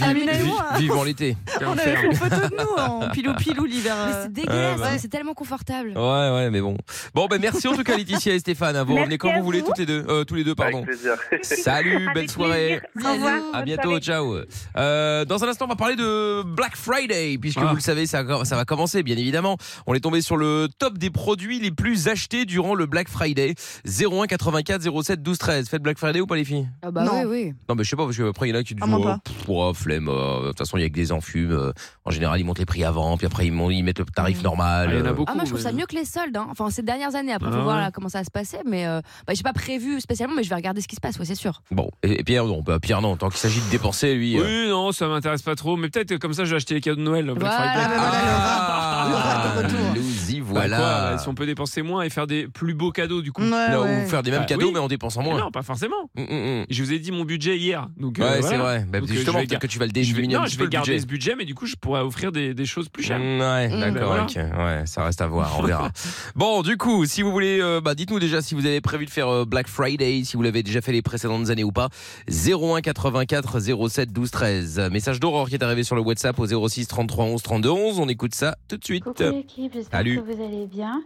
D: Amina et moi.
C: Vivant l'été.
E: Quel
D: On avait
E: enfer.
D: fait une photo de nous en pilou-pilou l'hiver.
F: Mais
D: euh.
F: c'est dégueulasse,
C: Ah, bah.
F: mais c'est tellement confortable.
C: Ouais, ouais, mais bon. Bon, ben merci en tout cas, Laetitia et Stéphane. hein. Vous
I: Merci
C: revenez quand
I: à
C: vous voulez,
I: vous.
C: toutes les deux, euh, tous les deux, pardon.
A: Avec plaisir.
C: Salut, belle
I: Avec
C: soirée.
I: plaisir. Au revoir.
C: À
I: Bonne
C: bientôt,
I: soirée.
C: ciao. Euh, dans un instant, on va parler de Black Friday, puisque
E: Ah.
C: vous le savez, ça, ça va commencer, bien évidemment. On est tombé sur le top des produits les plus achetés durant le Black Friday. 01 84 07 12 13. Faites Black Friday ou pas, les filles
F: Ah bah
D: Non.
F: oui, oui.
C: Non, mais je sais pas, parce qu'après, il y en a qui disent
D: Ah, moi
C: oh,
D: pas.
C: pff, oh, flemme. euh, De toute façon, il y a que des enfumes. euh, En général, ils montent les prix avant, puis après, ils, mon- ils mettent le tarif
I: Mmh.
F: Mm.
C: normal.
E: Ah, Il y en a
C: euh.
E: beaucoup.
F: Ah moi je trouve
E: mais-
F: ça mieux que les soldes. hein. Enfin ces dernières années. Après
E: Ah
F: faut voir
E: ouais.
F: là, comment ça va se passer. Mais euh, bah, j'ai pas prévu spécialement, mais je vais regarder ce qui se passe. Ouais c'est sûr.
C: Bon, et, et Pierre, non, bah, Pierre, non, tant qu'il s'agit de dépenser, lui. euh,
E: Oui, non, ça m'intéresse pas trop. Mais peut-être que comme ça, je vais acheter les cadeaux de Noël. Black
F: Voilà,
E: Friday.
F: voilà,
D: ah, bah, voilà. le
C: Ah,
D: rat de retour.
C: nous y
E: Bah,
C: voilà.
E: quoi, bah, si on peut dépenser moins et faire des plus beaux cadeaux, du coup.
D: Ouais,
C: Là,
D: ouais.
C: Ou faire des mêmes
E: Bah,
C: cadeaux,
E: oui.
C: mais en dépensant
E: Mais
C: moins.
E: Non, pas forcément.
C: Mm, mm, mm.
E: Je vous ai dit mon budget hier. Donc, euh,
C: Ouais, c'est
E: voilà.
C: vrai. Bah,
E: Donc, euh,
C: justement,
E: je vais
C: peut-être que tu vas le
E: Je vais,
C: diminuer un
E: non,
C: petit
E: je
C: peu
E: vais
C: le
E: garder
C: budget.
E: ce budget, mais du coup, je pourrais offrir des, des choses plus chères.
C: Mm, ouais,
F: Mm.
C: d'accord,
E: Bah,
C: ok. Ouais, ça reste à voir, on verra. bon, du coup, si vous voulez, euh, bah, dites-nous déjà si vous avez prévu de faire euh, Black Friday, si vous l'avez déjà fait les précédentes années ou pas. 01 84 07 12 13. Message d'Aurore qui est arrivé sur le WhatsApp au 06 33 11 32 11. On écoute ça tout de suite.
J: Coucou l'équipe, j'espère
C: Salut.
J: que vous allez bien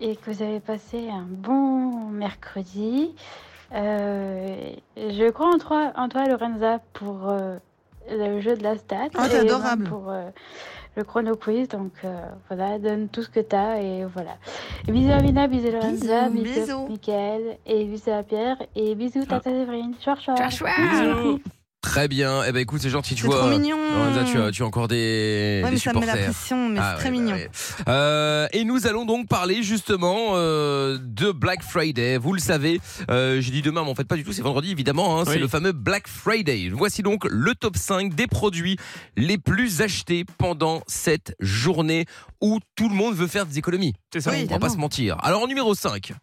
J: et que vous avez passé un bon mercredi. Euh, je crois en toi, en toi Lorenza, pour euh, le jeu de la stat.
D: Oh, t'es
J: et
D: adorable.
J: même Pour euh, le chrono quiz, donc euh, voilà, donne tout ce que t'as et voilà. Bisous Amina, bisous Lorenza,
D: Bisous,
J: bisous,
D: bisous.
J: Mickaël et bisous à Pierre et bisous
C: Ah.
J: Tata Séverine. Ciao, ciao.
E: Bisous.
C: Très bien. Eh ben, écoute, c'est gentil, tu
D: C'est
C: vois.
D: trop mignon.
C: Lorenza, tu as, tu as encore des,
D: Ouais,
C: des
D: mais ça me met la
C: supporters.
D: pression, mais
C: Ah
D: c'est très
C: ouais, bah
D: mignon.
C: ouais. Euh, et nous allons donc parler justement euh, de Black Friday. Vous le savez, euh, j'ai dit demain, mais en fait pas du tout, c'est vendredi évidemment, hein, c'est
E: Oui.
C: le fameux Black Friday. Voici donc le top 5 des produits les plus achetés pendant cette journée où tout le monde veut faire des économies.
E: C'est ça.
C: on va pas
F: évidemment.
C: se mentir. Alors en numéro 5,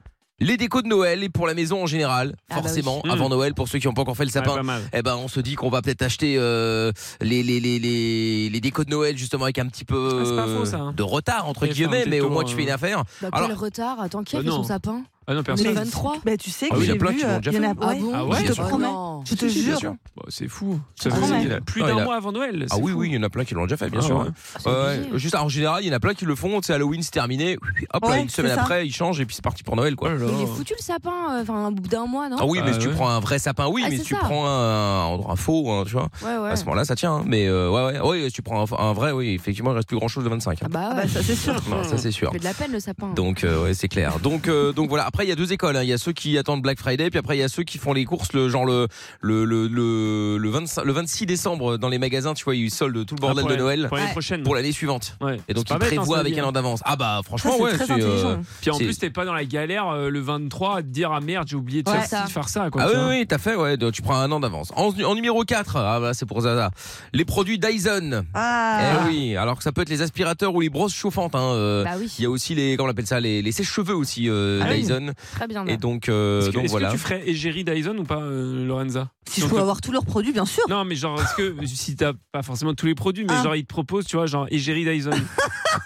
C: les décos de Noël et pour la maison en général,
F: Ah bah oui.
C: forcément,
E: Mmh.
C: avant Noël, pour ceux qui n'ont pas encore fait le
E: Ouais,
C: sapin,
E: pas mal.
C: eh ben on se dit qu'on va peut-être acheter euh, les, les, les, les, les décos de Noël justement avec un petit peu
E: Ah, c'est pas faux,
C: euh,
E: ça, hein.
C: de retard entre
E: Ouais, faire un
C: guillemets
E: petit
C: mais au
E: tour,
C: moins tu fais une
E: euh.
C: affaire
F: Bah,
C: Alors-
F: quel retard Attends qui a
E: Bah,
F: fait
E: non.
F: son sapin
E: Ah non,
F: On est
E: personne.
D: Mais-
F: 23.
D: Bah, tu sais
C: Ah
D: que
C: oui, il y a
D: j'ai
C: plein
D: vu.
C: qui l'ont
D: euh,
C: déjà
D: il y en a-
C: fait.
D: ouais,
E: Ah
D: je
E: ouais,
D: te
E: bien sûr.
D: promets.
F: Non.
D: Je te
C: Oui, bien
D: jure.
C: sûr.
E: Bah, c'est fou.
D: te
E: Ça fait
D: promets.
E: c'est- plus
C: Ah,
E: d'un
C: il a-
E: mois avant Noël.
C: ah
E: c'est
C: oui
E: fou.
C: oui il y en a plein qui l'ont déjà fait bien
E: Ah
C: sûr
E: ouais.
C: hein.
F: Ah, c'est
C: Ouais,
F: obligé.
C: juste en général il y en a plein qui le font c'est Halloween c'est terminé hop là,
D: Ouais,
C: une semaine
D: c'est ça.
C: après ils changent et puis c'est parti pour Noël quoi
E: Oh là
F: Mais il est
E: là.
F: foutu le sapin. euh, Enfin au bout d'un mois non
C: ah oui mais
E: Ah
C: si tu
E: ouais.
C: prends un vrai sapin oui
F: Ah,
C: mais
F: c'est
C: si tu
F: ça.
C: prends un, un faux hein, tu vois
F: Ouais ouais.
C: à ce moment là ça tient hein. mais euh, ouais ouais ouais si tu prends un, un vrai oui effectivement il reste plus grand chose de 25
F: Ah
C: hein.
D: Ah
F: bah
D: bah,
F: ouais.
D: ça, c'est sûr.
C: Non, ça c'est sûr
F: Ça fait de la peine le sapin.
C: Donc euh, ouais, c'est clair. Donc euh, donc voilà. Après il y a deux écoles. hein. Il y a ceux qui attendent Black Friday, puis après il y a ceux qui font les courses le genre le le le le, le 25 le 26 décembre dans les magasins. Tu vois, ils soldent tout le bordel
E: Ah, pour
C: de
E: la-
C: Noël
E: Pour l'année
F: Ouais.
E: prochaine.
C: pour l'année suivante.
E: Ouais.
C: Et donc
E: C'est
C: ils
E: pas bête, hein,
C: prévoient
E: ça,
C: avec
E: dire.
C: un an d'avance. Ah bah
D: Ça,
C: franchement
D: c'est
C: ouais.
D: très
C: c'est, euh,
D: intelligent.
E: Puis en
C: C'est-
E: plus, t'es pas dans la galère euh, le 23 à te dire ah merde, j'ai oublié de
F: Ouais,
E: faire ci,
F: ça.
E: de faire ça. Quoi,
C: Ah
E: tu
C: oui,
E: vois.
C: oui, t'as fait, ouais, donc tu prends un an d'avance. En, en numéro 4, ah bah c'est pour Zaza, les produits Dyson.
D: Ah.
C: Eh oui, alors que ça peut être les aspirateurs ou les brosses chauffantes. Hein, euh,
F: Bah oui.
C: Il y a aussi les, comment on appelle ça, les, les sèche-cheveux aussi, euh,
E: Ah oui.
C: Dyson.
F: Très bien.
C: Et
F: bah.
C: donc, euh,
E: Est-ce que,
C: donc
E: est-ce que
C: voilà.
E: tu ferais égérie Dyson ou pas, euh, Lorenza
D: Si je pouvais avoir tous leurs produits, bien sûr.
E: Non, mais genre, est-ce que si t'as pas forcément tous les produits, mais
D: Ah.
E: genre, ils te proposent, tu vois, genre égérie Dyson.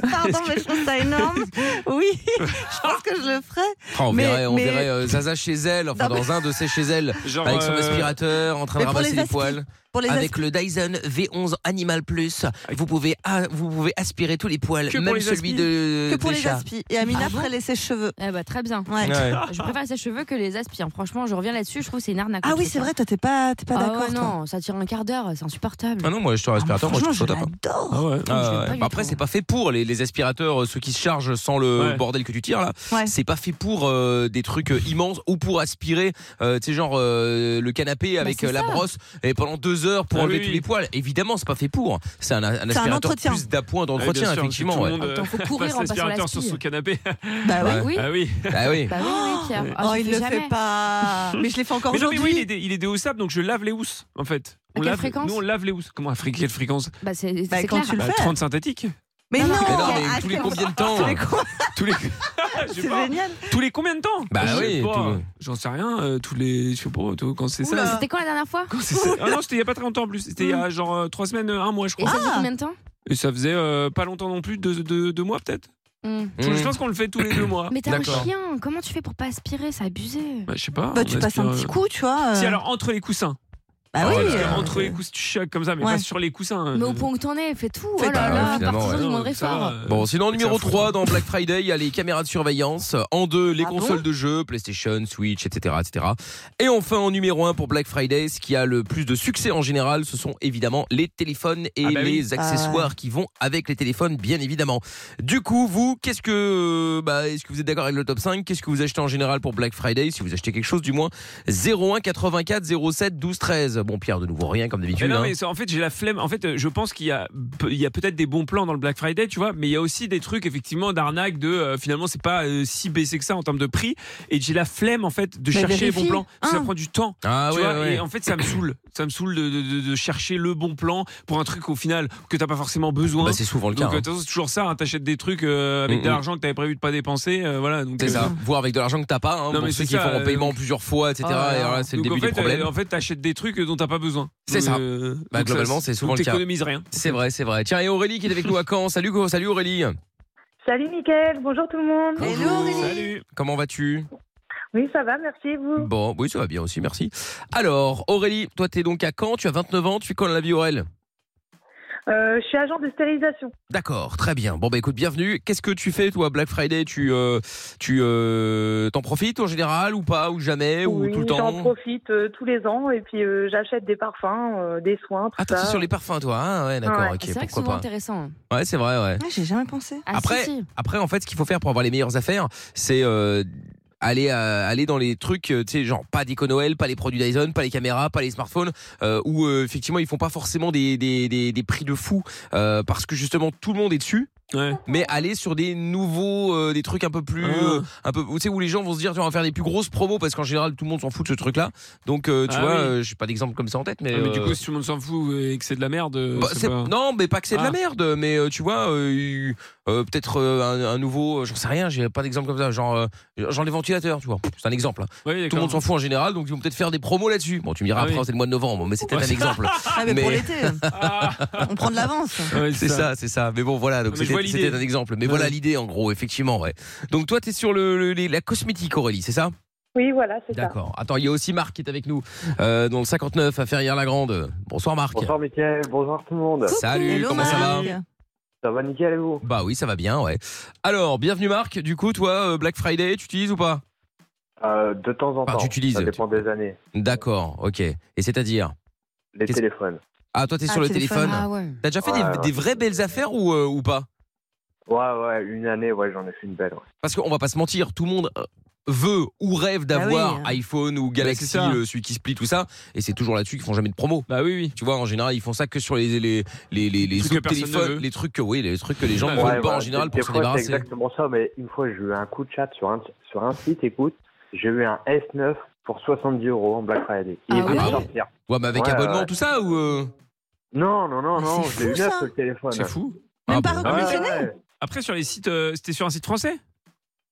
D: Pardon, mais je trouve ça énorme. Oui, je
E: Ah.
D: pense que je le ferai.
C: Ah, on
D: Mais-
C: verrait, on
D: mais-
C: verrait, euh, Zaza chez elle, enfin
D: Non, mais-
C: dans un de ses chez elle,
E: Genre,
C: avec son
E: euh,
C: aspirateur, en train de
D: Mais pour
C: ramasser
D: les
C: les,
D: aspi-
C: poils. Ah,
D: pour les
C: avec le Dyson V11 Animal Plus, vous pouvez, ah, vous pouvez aspirer tous les poils,
E: Que pour
C: même
E: les
C: celui
E: aspi-
C: de
D: Que pour
C: des
D: les
C: chats.
D: aspis. Et Amina
F: Ah bon
D: ferait les sèches-cheveux.
F: Eh bah, très bien.
D: Ouais.
C: Ouais.
F: Je préfère ses cheveux que les aspires. Franchement, je reviens là-dessus, je trouve que c'est une arnaque.
D: Ah
F: le
D: oui,
F: truc,
D: c'est
F: hein.
D: vrai, toi, t'es pas, t'es pas
F: Ah
D: d'accord.
F: ouais,
D: toi.
F: non, ça tire un quart d'heure, c'est insupportable.
C: Ah non, moi je suis un
D: Ah,
C: aspirateur, moi je
D: franchement,
C: trouve ça
D: je
C: top.
D: l'adore.
C: hein.
E: Ah ouais.
C: Ah
F: je l'aime
C: ouais.
F: pas du
C: Bah Après,
F: tout.
C: c'est pas fait pour les, les aspirateurs, euh, ceux qui se chargent sans le
E: Ouais.
C: bordel que tu tires là.
D: Ouais.
C: C'est pas fait pour euh, des trucs euh, immenses ou pour aspirer, euh, tu sais, genre euh, le canapé avec
F: Bah, c'est
C: euh, la
F: ça.
C: brosse et pendant deux heures pour
E: Ah
C: enlever
E: oui,
C: tous
E: oui.
C: les poils. Évidemment, c'est pas fait pour. C'est un, un aspirateur
D: entretien.
C: plus d'appoint
E: Ouais, Eh, bien
C: d'entretien,
E: sûr,
C: effectivement.
E: tout le
C: ouais.
E: monde,
F: En même temps,
E: euh,
F: faut courir
E: passe
F: en passant
E: l'aspirateur
F: la
E: sur
F: spille.
E: son canapé.
D: Bah oui.
C: Ouais.
F: Oui,
E: Ah oui.
C: Ah oui.
F: bah oui, oui, Pierre. Ah,
D: Oh,
F: je
D: il
F: fais
D: le
F: jamais.
D: fait pas. Mais je l'ai fait encore
E: Mais non, mais oui, il est,
D: aujourd'hui.
E: dé- il est déhaussable, donc je lave les housses, en fait.
F: À quelle
E: lave-
F: fréquence
E: Nous, on lave les housses. Comment, à fré- quelle fréquence
F: Bah, c'est
D: Bah,
F: c'est
D: quand
F: clair.
D: tu le
E: bah,
D: fais.
E: 30 synthétiques.
D: Mais non,
C: Mais non, mais
D: arrête,
C: tous les
D: c'est-
C: combien de temps
D: tous les combien-
E: Tous les. Ah, Je sais
D: C'est
E: pas.
D: génial.
E: Tous les combien de temps
C: Bah
E: Je sais
C: oui,
E: pas.
C: tout-
E: J'en sais rien. euh, tous les. Je sais pas, tout- quand c'est
D: Oula. Hmm.
E: ça.
F: C'était quand la dernière fois
E: Quand c'est ça. Ah non, c'était il y a pas très longtemps en plus. C'était il y a genre 3 semaines, euh, un mois, je
F: Et
E: crois.
F: ça fait
D: Ah.
F: combien de temps
E: Et ça faisait euh, pas longtemps non plus, deux, deux- deux mois peut-être.
F: Hmm.
E: Je
C: Mm.
E: pense qu'on le fait tous les deux mois.
F: Mais t'as un
C: D'accord.
F: chien, comment tu fais pour pas aspirer C'est abusé.
E: Bah, je sais pas.
D: Bah,
E: on
D: tu passes
E: aspire,
D: un petit
E: euh,
D: coup, tu vois. euh.
E: Si alors entre les coussins,
D: Bah oui.
C: Oh là
E: Parce que
D: euh,
E: entre les coussins, tu chocs comme ça, mais
D: Ouais.
E: pas sur les coussins.
F: Mais au
E: euh,
F: point où t'en es, fais tout. Oh
D: Fais
F: là
D: tout.
C: Ouais,
F: là,
C: bah finalement,
F: partisan
C: ouais.
F: du
E: non,
F: monde
E: ça
F: fort.
E: va, euh,
C: Bon, sinon,
E: c'est un
C: numéro
E: fou,
C: 3, dans Black Friday, il y a les caméras de surveillance. En 2, les
D: Ah
C: consoles de jeux, PlayStation, Switch, etc., etc. Et enfin, en numéro 1 pour Black Friday, ce qui a le plus de succès en général, ce sont évidemment les téléphones et
E: Ah bah oui.
C: les accessoires qui vont avec les téléphones, bien évidemment. Du coup, vous, qu'est-ce que, bah, est-ce que vous êtes d'accord avec le top 5? Qu'est-ce que vous achetez en général pour Black Friday? Si vous achetez quelque chose, du moins, 01 84 07 12 13. Bon, Pierre, de nouveau, rien, comme
E: Mais
C: d'habitude.
E: Eh non,
C: hein.
E: mais ça, en fait, j'ai la flemme. En fait, euh, je pense qu'il y a, peu- il y a peut-être des bons plans dans le Black Friday, tu vois, mais il y a aussi des trucs, effectivement, d'arnaque, de euh, finalement, c'est pas euh, si baissé que ça en termes de prix. Et j'ai la flemme, en fait, de
D: Bah,
F: Mais
E: chercher les
F: vérifie.
E: bons plans. parce que
F: Hein.
E: Ça prend du temps.
C: Ah
E: tu
C: ouais,
E: vois,
C: ouais.
E: Et en fait, ça me saoule. Ça me saoule de, de- de- de chercher le bon plan pour un truc, au final, que t'as pas forcément besoin.
C: Bah, c'est souvent le cas.
E: donc, euh,
C: hein.
E: de toute façon, c'est toujours ça. hein, T'achètes des trucs euh, avec
C: Mm,
E: de
C: mm.
E: l'argent que t'avais prévu de pas dépenser. euh, voilà. Donc,
C: C'est
E: euh,
C: ça, voire avec de l'argent que t'as pas, hein,
E: Non,
C: pour
E: mais
C: ceux
E: c'est
C: qui
E: ça,
C: font en
E: euh,
C: paiement plusieurs fois, etc.
F: Ah,
C: et alors là, c'est le
E: donc,
C: début
E: en fait,
C: du problème.
E: euh, en fait, t'achètes des trucs dont t'as pas besoin.
C: C'est ça.
E: euh,
C: Bah,
E: donc, ça,
C: globalement, c'est souvent
E: donc
C: le cas.
E: T'économises rien.
C: C'est vrai, c'est vrai. Tiens, et Aurélie qui est avec nous à Caen. Salut, Go- salut Aurélie.
I: Salut Mickaël, bonjour tout le monde.
D: Hello,
C: Bonjour.
D: Aurélie.
E: Salut.
C: Comment vas-tu
I: Oui, ça va, merci et vous.
C: Bon, oui, ça va bien aussi, merci. Alors, Aurélie, toi, t'es donc à Caen, tu as 29 ans, tu es quand la vie Aurélie
I: Euh, je suis agent de stérilisation.
C: D'accord, très bien. Bon, bah écoute, bienvenue. Qu'est-ce que tu fais, toi, Black Friday Tu euh, tu euh, t'en profites en général ou pas Ou jamais Ou
I: oui,
C: tout le
I: j'en
C: temps
I: profite euh, tous les ans et puis euh, j'achète des parfums, euh, des soins, tout
C: Ah, t'es
I: ça.
C: sur les parfums, toi Ah, ouais, d'accord,
I: Ouais.
C: ok,
F: C'est vrai que c'est
C: pourquoi
F: souvent
C: pas.
F: intéressant.
C: Ouais, c'est vrai, ouais.
D: Ah, J'ai jamais pensé.
F: Ah, si,
C: Après-
F: si.
C: Après, en fait, ce qu'il faut faire pour avoir les meilleures affaires, c'est euh, aller à- aller dans les trucs, euh, tu sais, genre pas déco Noël, pas les produits Dyson, pas les caméras, pas les smartphones, euh, où euh, effectivement ils font pas forcément des des, des, des prix de fou euh, parce que justement tout le monde est dessus.
E: Ouais.
C: Mais aller sur des nouveaux, euh, des trucs un peu plus,
E: Ah.
C: euh, un peu, tu sais, où les gens vont se dire, tu vas faire des plus grosses promos parce qu'en général tout le monde s'en fout de ce truc-là. Donc, euh, tu
E: Ah
C: vois,
E: oui.
C: euh, j'ai pas d'exemple comme ça en tête, mais,
E: Ah, mais du
C: euh,
E: coup, si tout le monde s'en fout et que c'est de la merde, euh,
C: bah,
E: c'est
C: c'est-
E: pas-
C: Non, mais pas que c'est de la
E: Ah.
C: merde, mais euh, tu vois, euh, euh, peut-être euh, un, un nouveau, euh, j'en sais rien, j'ai pas d'exemple comme ça, genre, euh, genre les ventilateurs, tu vois, c'est un exemple. hein.
E: Ouais,
C: Tout
E: d'accord.
C: le monde s'en fout en général, donc ils vont peut-être faire des promos là-dessus. Bon, tu me diras
E: Ah
C: après,
E: oui.
C: c'est le mois de novembre, mais c'est peut-être
E: Ouais.
C: un exemple.
D: Ah, mais, pour
C: Mais-
D: l'été,
E: Ah,
D: on prend de l'avance.
E: ouais, Ah,
C: C'est ça, c'est ça. Mais bon, voilà, donc
E: Mais je vois
C: c'était
E: l'idée.
C: c'était un exemple. Mais voilà
E: Ouais.
C: l'idée, en gros, effectivement, ouais. Donc toi, t'es sur le, le- les- la cosmétique, Aurélie, c'est ça
I: Oui, voilà, c'est ça.
C: D'accord. Attends, il y a aussi Marc qui est avec nous, euh, dans le 59 à Ferrières-la-Grande. Bonsoir Marc.
K: Bonsoir Mickaël, Eh, bonjour tout le monde.
C: Salut,
D: Hello,
C: comment ça va
D: Marc.
K: Ça va nickel et vous
C: Bah oui, ça va bien, ouais. Alors, bienvenue Marc. Du coup, toi, euh, Black Friday, tu utilises ou pas
K: Euh, De temps en
C: Ah,
K: temps,
C: tu utilises,
K: ça dépend des années.
C: D'accord, ok. Et c'est-à-dire
K: Les
C: Qu'est-ce-
K: téléphones.
C: Ah, toi, t'es
D: Ah,
C: sur le
D: téléphone.
C: téléphone.
F: Ah ouais.
C: T'as déjà fait
K: Ouais,
C: des,
K: ouais.
C: des vraies belles affaires ou, euh, ou pas
K: Ouais, ouais, une année, ouais, j'en ai fait une belle. ouais.
C: Parce qu'on va pas se mentir, tout le monde euh, veut ou rêve d'avoir
D: Bah oui.
C: iPhone ou
E: Bah, c'est
C: Galaxy,
E: ça.
C: euh, celui qui se plie, tout ça. Et c'est toujours là-dessus qu'ils font jamais de promo.
E: Bah oui, oui.
C: Tu vois, en général, ils font ça que sur les les les les, les
E: Trucs
C: autres
E: que personne ne
C: téléphones,
E: veut.
C: les trucs que oui, les trucs que les gens
E: Ouais,
C: ne
K: Ouais,
C: veulent pas
K: voilà,
C: en
K: des-
C: général pour
K: des
C: s'en
K: fois,
C: débarrasser.
K: C'est exactement ça, mais une fois, j'ai eu un coup de chat sur un, sur un site, écoute, j'ai eu un S9 pour 70 euros en Black Friday. Il
F: Ah
K: est venu
C: ouais
K: sortir.
C: Ouais, mais avec
K: Ouais,
C: abonnement,
K: ouais.
C: tout ça ou euh,
K: Non, non, non,
D: Mais
K: non,
D: c'est
K: j'ai eu
D: fou, ça.
K: neuf le téléphone.
E: C'est fou.
C: ah
D: Même
C: bon.
D: pas
K: Ouais,
D: reconditionné
K: ouais,
E: Après, sur les sites, euh, c'était sur un site français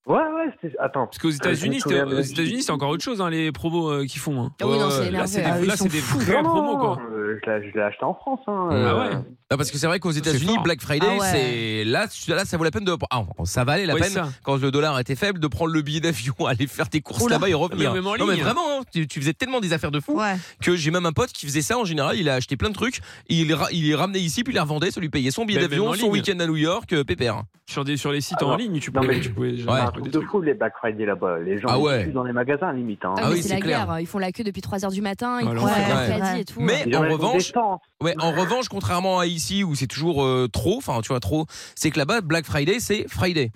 K: ouais, ouais, ouais, c'était. Attends.
E: Parce qu'aux États-Unis, c'était- aux États-Unis, c'est encore autre chose, hein, les promos euh, qu'ils font. hein.
K: Ah oui, non, c'est
E: Ouais, Là,
K: énervé.
E: c'est des,
K: Ah, ils
E: là,
K: sont
E: c'est des
K: fous.
E: vrais
K: Non,
E: promos, quoi.
K: Euh, Je l'ai- je l'ai acheté en France. Hein.
C: Ah
K: euh,
C: ouais. Non, parce que c'est vrai qu'aux États-Unis, Black Friday,
K: Ah ouais.
C: c'est là, tu- là, ça vaut la peine de. Ah, ça valait la
E: Ouais,
C: peine
E: ça.
C: quand le dollar était faible de prendre le billet d'avion, aller faire tes courses
E: Oula.
C: là-bas et revenir.
E: Mais Ah bah, même en
C: non mais
E: ligne.
C: vraiment, hein, tu, tu faisais tellement des affaires de fou que j'ai même un pote qui faisait ça en général. Il a acheté plein de trucs, il les ra- il les ramenait ici, puis il les revendait, ça lui payait son billet
E: Mais même en
C: d'avion, son
E: ligne.
C: week-end à New York, euh, pépère.
E: Sur, des, sur les sites en
K: alors,
E: ligne, tu
K: Ah non,
E: pouvais.
K: mais
E: tu pouvais-
K: C'est un truc de fou les Black Friday là-bas. Les gens
C: Ah ouais.
K: ils tuent dans les magasins limite. Hein.
F: Ah, mais c'est la guerre. Ils font la queue depuis 3 heures du matin, ils
C: Ah, Ouais,
F: courent
C: c'est
F: avec
C: vrai.
F: la caddie et tout.
C: Mais
D: hein.
K: Ils
C: en
K: répondent
C: revanche,
K: des temps.
C: ouais, en revanche, contrairement à ici où c'est toujours euh, trop, enfin tu vois trop, c'est que là-bas Black Friday c'est Friday.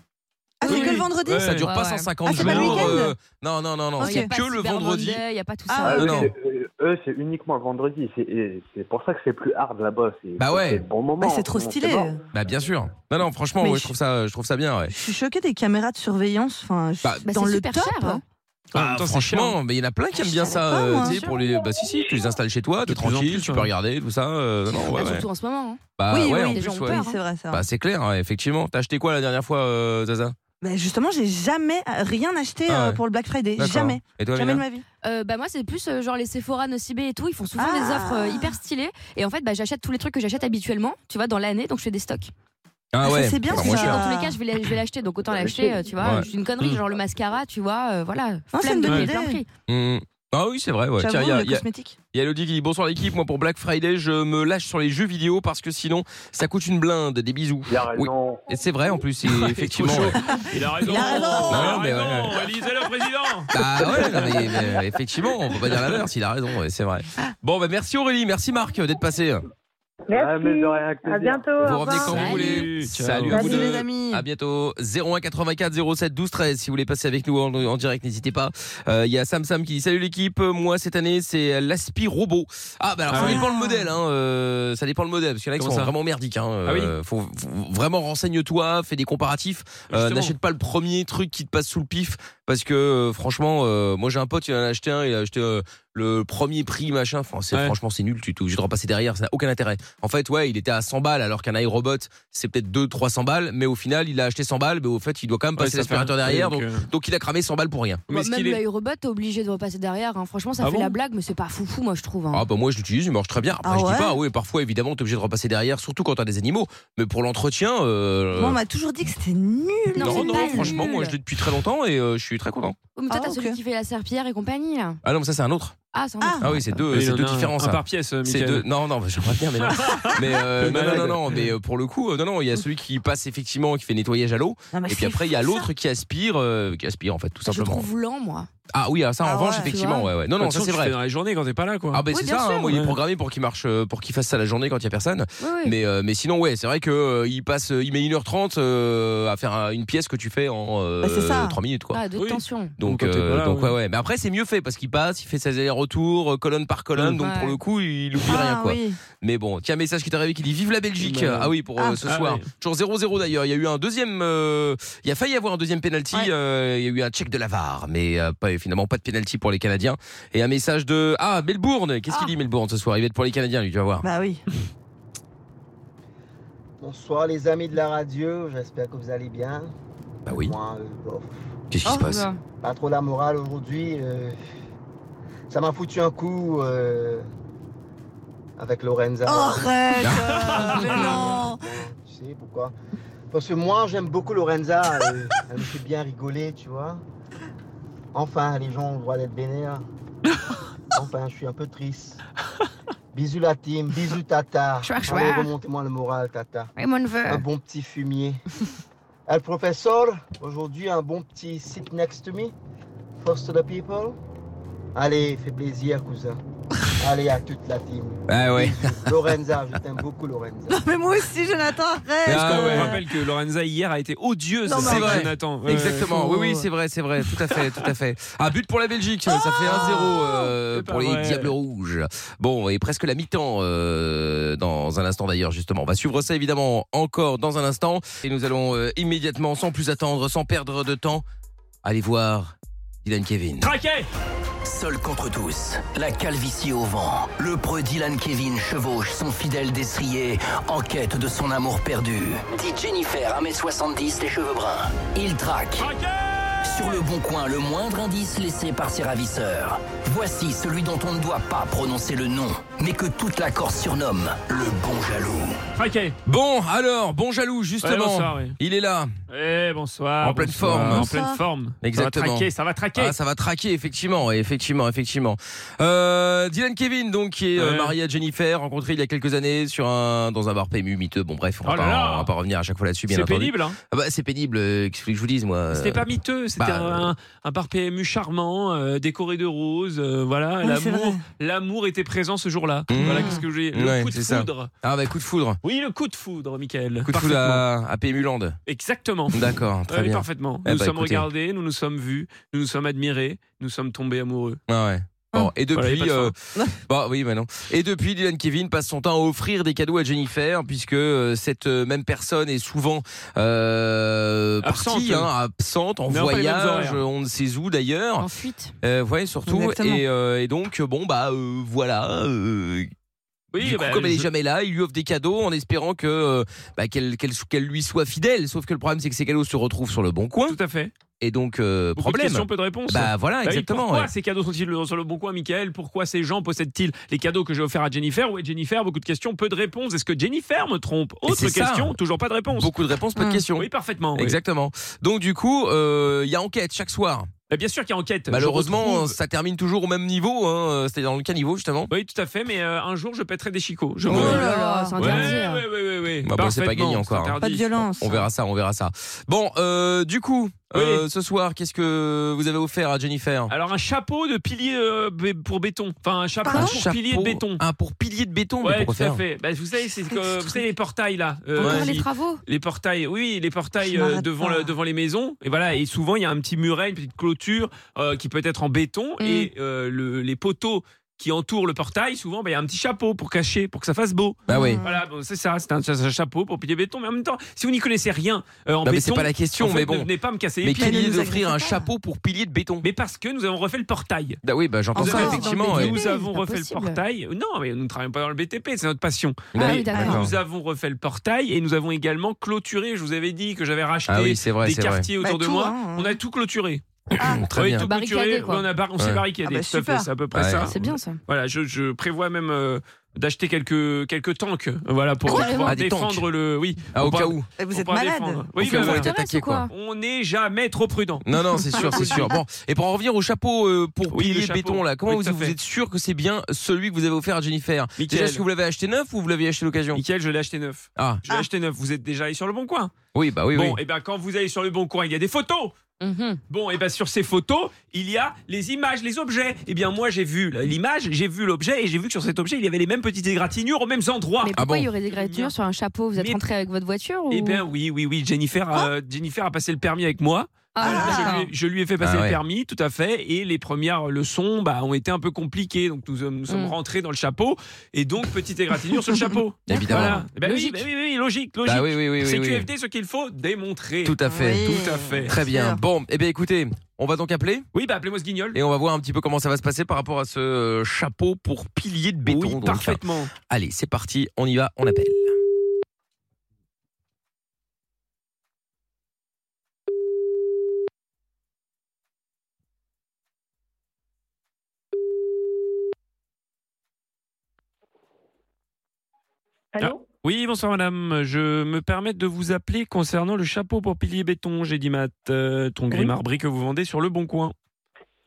D: Ah, c'est que le vendredi
C: Ça dure pas 150
D: Ah, c'est
C: jours.
D: pas le week-end
C: euh, non non non non,
F: Non, il y a
C: c'est
F: pas
C: que
F: de
C: le
F: Cyber
C: vendredi.
F: Monday, Il n'y a pas tout
K: Ah,
F: ça.
K: eux,
C: non.
K: c'est- euh, eux, c'est uniquement le vendredi. C'est- et C'est pour ça que c'est plus hard là-bas. C'est
C: Bah ouais.
K: c'est le bon moment. Bon, bon.
C: Bah bien sûr. Non non, franchement,
D: Mais
C: ouais,
D: je-
C: je trouve ça, je trouve ça bien. ouais.
D: Je suis choquée des caméras de surveillance. Enfin, je-
C: Bah,
D: dans
F: c'est
D: le
F: super
D: top.
F: cher, hein.
C: Ah, franchement, mais il y en a plein qui aiment bien ça.
D: pas,
C: euh,
D: moi.
C: tu sais, pour les, bah si si, tu les installes chez toi, t'es
E: plus en
C: tranquille,
E: plus,
C: tu
E: ouais.
C: peux regarder tout ça. euh, non,
F: Bah,
C: ouais, ouais.
F: Surtout en ce moment. hein.
C: Bah
D: oui,
C: ouais,
D: oui,
C: en
D: les
C: plus,
D: gens ont
C: ouais.
D: peur. C'est vrai, c'est vrai.
C: Bah c'est clair, ouais, effectivement. T'as acheté quoi la dernière fois, euh, Zaza
D: Bah, justement, j'ai jamais euh, rien acheté
C: Ah
D: euh,
C: ouais.
D: pour le Black Friday.
C: D'accord.
D: Jamais.
C: Et toi,
D: jamais de
C: Amina
D: ma vie.
F: Euh, bah moi c'est plus euh, genre les Sephora, Nocibé et tout, ils font souvent des
D: Ah.
F: offres euh, hyper stylées et en fait bah j'achète tous les trucs que j'achète habituellement, tu vois dans l'année donc je fais des stocks.
C: Ah ouais.
D: c'est bien,
C: bah,
D: c'est
C: moins
D: ça.
C: cher.
F: Dans tous les cas, je vais l'a- je vais l'acheter donc autant l'acheter, euh, tu vois,
C: Ouais.
F: c'est une connerie
C: Mm.
F: genre le mascara, tu vois, euh, voilà,
D: c'est
F: flemme
D: une
F: de
D: bonne
F: payer
D: idée.
F: plein prix.
C: Mmh. Ah oui, c'est vrai. Ouais.
D: J'avoue,
C: Tiens, il y a-
D: le
C: il y a-
D: cosmétique.
C: il y a Elodie qui dit bonsoir l'équipe. Moi pour Black Friday, je me lâche sur les jeux vidéo parce que sinon ça coûte une blinde. Des bisous. Oui. Et c'est vrai en plus, c'est- effectivement. ouais.
E: Il a raison.
D: Il a raison.
C: Non, mais ouais.
E: Réalisez le président.
C: Bah ouais, non, mais, mais, effectivement, on peut pas dire la merde, il a raison, ouais, c'est vrai. Bon, bah merci Aurélie, merci Marc euh, d'être passé.
K: Ah, mais de rien, avec
I: À
K: plaisir.
I: bientôt.
C: Vous
I: au
C: revenez quand
I: revoir.
C: vous voulez.
E: ciao.
C: Salut à vous
D: Salut,
C: deux.
D: les amis.
C: À bientôt. 01 84 07 12 13. Si vous voulez passer avec nous en, en direct, n'hésitez pas. Euh, Il y a Sam Sam qui dit Salut l'équipe. Moi cette année c'est l'aspi robot. Ah bah alors
E: Ah
C: ça
E: oui.
C: dépend le modèle. Hein, euh, ça dépend le modèle parce qu'il y en a qui
E: Comment
C: sont
E: ça
C: vraiment merdiques. Hein,
E: Ah oui.
C: euh, faut, faut- vraiment renseigne-toi, fais des comparatifs. Euh,
E: Justement.
C: N'achète pas le premier truc qui te passe sous le pif parce que euh, franchement, euh, moi j'ai un pote il en a acheté un, il a acheté euh, le premier prix machin. Enfin c'est
E: Ouais.
C: franchement c'est nul du tout. J'ai de repasser derrière, ça n'a aucun intérêt. En fait ouais, il était à 100 balles alors qu'un iRobot c'est peut-être 2 300 balles, mais au final il a acheté 100 balles, mais au fait il doit quand même
E: Ouais,
C: passer
E: ça fait
C: l'aspirateur
E: un-
C: derrière,
E: donc,
C: donc,
E: euh,
C: donc il a cramé 100 balles pour rien.
E: Mais ce
F: Même
E: qu'il est.
F: l'œil robot, t'es obligé de repasser derrière. hein. Franchement, ça
E: Ah
F: fait
E: bon
F: la blague, mais c'est pas foufou. Moi, je trouve. hein.
C: Ah bah moi je l'utilise, il marche très bien. Après
D: Ah
C: je
D: ouais
C: dis pas, oui parfois évidemment t'es obligé de repasser derrière, surtout quand t'as des animaux. Mais pour l'entretien, euh,
D: Moi, on m'a toujours dit que c'était nul.
F: Non,
C: non
F: c'est
C: non,
F: pas
C: franchement
F: nul.
C: moi je l'ai depuis très longtemps et euh, je suis très content.
F: Oh, mais toi,
D: Ah,
F: t'as celui
D: ok.
F: qui fait la serpillière et compagnie. Là.
C: Ah non mais ça c'est un autre.
F: Ah, c'est un
D: Ah.
F: autre.
C: Ah oui c'est deux,
E: Il
C: c'est
E: en
C: deux
E: a un-
C: différents.
E: Un
C: ça.
E: par pièce, euh,
C: C'est
E: Mickaël.
C: deux. Non, non, bah, j'aimerais bien, mais non. Mais euh,
E: Le
C: non, non,
E: malade.
C: non, non, mais euh, pour le coup, euh, non, non, il y a celui qui passe effectivement, qui fait nettoyage à l'eau,
D: Non, mais
C: et puis
D: c'est
C: après il y a
D: fou, ça.
C: l'autre qui aspire, euh, qui aspire en fait tout
F: Je le
C: simplement.
F: trouve lent, moi.
C: Ah oui, ah, ça en
D: Ah
C: revanche
D: ouais, tu
C: effectivement,
F: vois.
C: ouais, ouais. Non,
E: De
C: non,
E: toute
C: ça
E: façon,
C: c'est
E: tu
C: vrai.
E: fais dans les journées quand t'es pas là, quoi.
C: Ah ben
F: Oui,
C: c'est
F: bien
C: ça, hein,
F: sûr.
C: moi il est
E: Ouais.
C: programmé pour qu'il marche, euh, pour qu'il fasse ça la journée quand il y a personne.
F: Oui, oui.
C: Mais euh, mais sinon ouais, c'est vrai que euh, il passe, euh, il met 1h30 euh, à faire un- une pièce que tu fais en euh,
D: Bah, c'est ça.
C: 3 minutes quoi.
F: Ah, de
E: Oui.
F: tension.
C: Donc,
E: Donc, quand t'es
C: euh,
E: pas là,
C: donc ouais.
E: ouais.
C: ouais mais après c'est mieux fait parce qu'il passe, il fait ses allers-retours euh, colonne par colonne
E: Mm.
C: donc pour
F: Ouais.
C: le coup il oublie
D: Ah,
C: rien quoi.
D: oui.
C: Mais bon tiens message qui t'arrive qui dit vive la Belgique
E: Mais-
C: ah oui pour euh,
D: Ah.
C: ce
E: Ah
C: soir
E: ouais.
C: toujours 0-0 d'ailleurs il y a eu un deuxième euh, il y a failli y avoir un deuxième penalty
D: Ouais.
C: euh, il y a eu un check de la VAR mais euh, pas finalement pas de penalty pour les Canadiens et un message de ah Melbourne qu'est-ce qu'il dit Melbourne ce soir il va être pour les Canadiens lui tu vas voir
D: Bah oui.
L: Bonsoir les amis de la radio, j'espère que vous allez bien.
C: bah oui
L: Moi, euh, bof,
C: qu'est-ce qui se
F: Oh,
C: passe
F: bah.
L: pas trop la morale aujourd'hui. euh, ça m'a foutu un coup euh, avec Lorenza.
D: Oh, arrête euh, Mais non
L: Tu sais pourquoi Parce que moi, j'aime beaucoup Lorenza. euh, elle me fait bien rigoler, tu vois. Enfin, les gens ont le droit d'être vénères. Enfin, je suis un peu triste. Bisous la team, bisous Tata.
F: Chouard, chouard.
L: Allez, remontez-moi le moral, Tata.
F: Oui, mon neveu.
L: Un bon petit fumier. Ah, Le professeur, aujourd'hui, un bon petit sit next to me. First to the people. Allez, fais plaisir, cousin. Allez, à toute la team.
C: ah ouais
L: Lorenza, je t'aime beaucoup, Lorenza.
D: Non, mais moi aussi, Jonathan, arrête
E: Parce qu'on
C: Ah ouais.
E: rappelle que Lorenza hier a été odieuse
D: Non, mais
E: avec
C: arrête.
E: Jonathan. Ouais.
C: Exactement,
D: ouais.
C: oui, oui,
K: Oh.
C: c'est vrai, c'est vrai, tout à fait, tout à fait. Ah, but pour la Belgique, ça fait 1-0 euh,
E: Ah, C'est pas
C: pour les
E: vrai.
C: Diables Rouges. Bon, et presque la mi-temps euh, dans un instant d'ailleurs, justement. On va suivre ça évidemment encore dans un instant. Et nous allons euh, immédiatement, sans plus attendre, sans perdre de temps, aller voir Dylan Kevin.
E: Traqué
B: Seul contre tous, la calvitie au vent, le preux Dylan Kevin chevauche son fidèle destrier en quête de son amour perdu. Dit Jennifer, 1m70, les cheveux bruns. Il traque,
E: Traqué
B: sur le bon coin le moindre indice laissé par ses ravisseurs. Voici celui dont on ne doit pas prononcer le nom, mais que toute la Corse surnomme le bon jaloux.
E: Ok.
C: Bon, alors, bon jaloux,
E: Ouais,
C: justement.
E: bonsoir, oui.
C: Il est là.
E: Eh, bonsoir.
C: en pleine
E: bonsoir,
C: forme.
E: En pleine forme.
C: Exactement.
E: Ça va traquer, ça va traquer.
C: Ah, ça va traquer, effectivement, ouais, effectivement, effectivement. Euh, Dylan Kevin, donc, qui est euh,
E: Ouais.
C: marié à Jennifer, rencontré il y a quelques années sur un, dans un bar PMU miteux. Bon, bref, on va,
E: Oh là
C: pas,
E: là.
C: on va pas revenir à chaque fois là-dessus, bien
E: C'est
C: entendu.
E: pénible, hein.
C: Ah bah, c'est pénible, euh, qu'est-ce que je vous dise, moi.
E: C'était
C: euh,
E: pas miteux, c'était
C: bah,
E: un, un bar PMU charmant, euh, décoré de roses, euh, voilà,
C: Oui, c'est
E: l'amour, l'amour était présent ce jour-là.
C: Mmh.
E: Voilà, qu'est-ce que j'ai, le
C: Ouais,
E: coup de
C: c'est ça.
E: foudre.
C: Ah, bah, coup de foudre.
E: Oui, le coup de foudre, Michael.
C: Coup de foudre à, à PMU Land.
E: Exactement.
C: D'accord, très
E: Oui,
C: bien.
E: parfaitement.
C: Eh
E: Nous nous
C: bah,
E: sommes
C: écoutez.
E: regardés, nous nous sommes vus, nous nous sommes admirés, nous sommes tombés amoureux.
C: Ah ouais. Bon, et
E: Voilà,
C: depuis,
E: il y a pas de
C: euh, bah oui, maintenant. Et depuis, Dylan Kevin passe son temps à offrir des cadeaux à Jennifer, puisque euh, cette euh, même personne est souvent euh, partie,
E: Absente.
C: hein, absente, en
E: Mais on pas les mêmes
C: voyage,
E: horaires.
C: euh, on ne sait où d'ailleurs. En
F: fuite.
C: Euh, ouais, surtout.
E: Exactement.
C: Et, euh, et donc, bon, bah euh, voilà. euh,
E: Oui,
C: du coup,
E: bah,
C: comme elle est
E: je-
C: jamais là, il lui offre des cadeaux en espérant que euh, bah, qu'elle qu'elle qu'elle lui soit fidèle. Sauf que le problème, c'est que ces cadeaux se retrouvent sur le bon coin.
E: Tout à fait.
C: Et donc euh,
E: Beaucoup
C: problème.
E: De questions, peu de réponses.
C: Bah voilà,
E: oui,
C: exactement.
E: Pourquoi
C: ouais.
E: ces cadeaux sont-ils sur le bon coin, Michael Pourquoi ces gens possèdent-ils les cadeaux que j'ai offerts à Jennifer Ouais, Jennifer, beaucoup de questions, peu de réponses. Est-ce que Jennifer me trompe Autre
C: c'est ça.
E: question, toujours pas de réponse.
C: Beaucoup de réponses, pas
D: Mmh.
C: de questions.
E: Oui, parfaitement. oui.
C: Exactement. Donc du coup, euh, il y a enquête chaque soir.
E: Bah, bien sûr qu'il y a enquête. Je
C: Malheureusement, euh,
E: retrouve-
C: ça termine toujours au même niveau, hein, euh, c'est-à-dire dans le cas niveau justement.
E: Oui, tout à fait, mais euh, un jour je pèterai des chicots. Je
C: Oh
E: me-
C: là
D: là, c'est interdit,
E: Ouais,
D: hein.
E: ouais, ouais, ouais, ouais.
C: Bah bon, c'est pas
E: Parfaitement,
C: gagné encore.
E: c'est
C: hein.
E: interdit.
C: On verra ça, on verra ça. Bon, euh, du coup,
E: Oui.
C: euh, ce soir, qu'est-ce que vous avez offert à Jennifer
E: Alors un chapeau de pilier euh, bé- pour béton. Enfin un chapeau
C: Un
E: pour pilier de
C: chapeau-
E: béton.
C: Ah, pour pilier de béton, mais
E: Ouais, tout
C: pourquoi
E: à
C: faire
E: fait. Bah, vous savez, c'est que- vous savez les portails là. euh,
F: Encore
E: qui-
F: les travaux
E: les portails, oui, les portails
F: Je
E: euh,
F: m'arrête
E: devant, le- devant les maisons. Et voilà, et souvent il y a un petit muret, une petite clôture euh, qui peut être en béton et euh, le- les poteaux qui entourent le portail, souvent bah, il y a un petit chapeau pour cacher, pour que ça fasse beau.
C: Bah oui.
E: Voilà, bon, c'est ça, c'est un, c'est un chapeau pour pilier béton. Mais en même temps, si vous n'y connaissez rien euh, en
C: Non, mais
E: béton,
C: c'est pas la question,
E: en fait,
C: mais bon.
E: ne venez pas me casser les
C: Mais
E: pieds.
C: quelle idée d'offrir un chapeau pour pilier de béton
E: Mais parce que nous avons refait le portail.
C: Bah oui, bah j'entends
E: Nous
C: ça
E: avons-
C: effectivement.
E: Nous
C: ouais.
E: avons
C: c'est pas
E: refait
C: possible.
E: le portail. Non, mais nous ne travaillons pas dans le BTP, c'est notre passion.
C: Ah
E: Mais
C: oui, d'accord.
E: nous avons refait le portail et nous avons également clôturé. Je vous avais dit que j'avais racheté
C: Ah oui, c'est vrai,
E: des
C: c'est vrai.
E: quartiers autour
C: Bah,
E: de
C: tout,
E: moi.
C: hein.
E: On a tout clôturé.
C: Très
E: Oui,
C: bien.
E: tout clôturé.
F: Barricadé, quoi.
E: on a bar- on s'est
C: Ouais.
E: barricadé.
F: Ah bah,
E: tout à fait,
F: super.
E: c'est à peu près
C: Ouais.
E: ça.
F: C'est bien, ça.
E: Voilà, je, je prévois même euh, d'acheter quelques quelques tanks. euh, Voilà pour
C: Quoi
E: pouvoir
C: Ah, des
E: défendre
C: tanks.
E: le. Oui.
C: Ah, au
E: pour
C: cas
E: pouvoir-
C: où.
D: Et vous
E: pour
D: êtes
E: pouvoir
D: malade.
E: défendre.
C: Au cas
E: Oui,
C: où
E: bah,
C: vous êtes
E: voilà.
C: attaqué, quoi.
E: On n'est jamais trop prudent.
C: Non, non, c'est sûr, c'est sûr. Bon, et pour en revenir au chapeau euh, pour
E: Oui, le
C: pilier de
E: chapeau.
C: béton, là, comment
E: Oui,
C: vous,
E: tout à
C: vous
E: fait.
C: êtes sûr que c'est bien celui que vous avez offert à Jennifer Déjà,
E: Mickaël.
C: est-ce que vous l'avez acheté neuf ou vous l'avez acheté l'occasion
E: Michael, je l'ai acheté neuf.
C: Ah,
E: Je l'ai acheté neuf. Vous êtes déjà allé sur le bon coin.
C: oui, bah oui,
E: bon,
C: oui.
E: et bien quand vous allez sur le bon coin, il y a des photos.
F: Mhm.
E: Bon, et bien sur ces photos, il y a les images, les objets. Et bien moi, j'ai vu l'image, j'ai vu l'objet, et j'ai vu que sur cet objet, il y avait les mêmes petites égratignures aux mêmes endroits.
C: Ah
F: Mais pourquoi il y aurait Oh. des gratures sur un chapeau Vous êtes rentré avec votre voiture ou...
E: Eh bien oui, oui, oui, Jennifer, euh, Jennifer a passé le permis avec moi.
F: Ah,
E: Voilà, je, lui ai, je lui ai fait passer
C: Ah ouais.
E: le permis, tout à fait, et les premières leçons bah, ont été un peu compliquées, donc nous, sommes- nous sommes
F: Mm.
E: rentrés dans le chapeau, et donc petite égratignure sur le chapeau.
C: Évidemment.
E: Voilà. Eh ben oui,
F: Logique.
E: ben oui, oui, logique, logique.
C: Bah oui, oui, oui, oui,
E: C'est
C: oui.
E: QFD ce qu'il faut démontrer.
C: Tout à fait.
E: Oui. Tout à fait.
C: Très bien. Bon, eh bien écoutez, on va donc appeler
E: Oui, bah appelez-moi ce guignol.
C: et on va voir un petit peu comment ça va se passer par rapport à ce euh, chapeau pour pilier de béton.
E: Oui,
C: donc.
E: parfaitement.
C: Allez, c'est parti, on y va, on appelle.
E: Ah, oui, bonsoir madame. Je me permets de vous appeler concernant le chapeau pour pilier béton, j'ai dit Matt, euh, ton gris
M: Oui.
E: marbris que vous vendez sur le Bon Coin.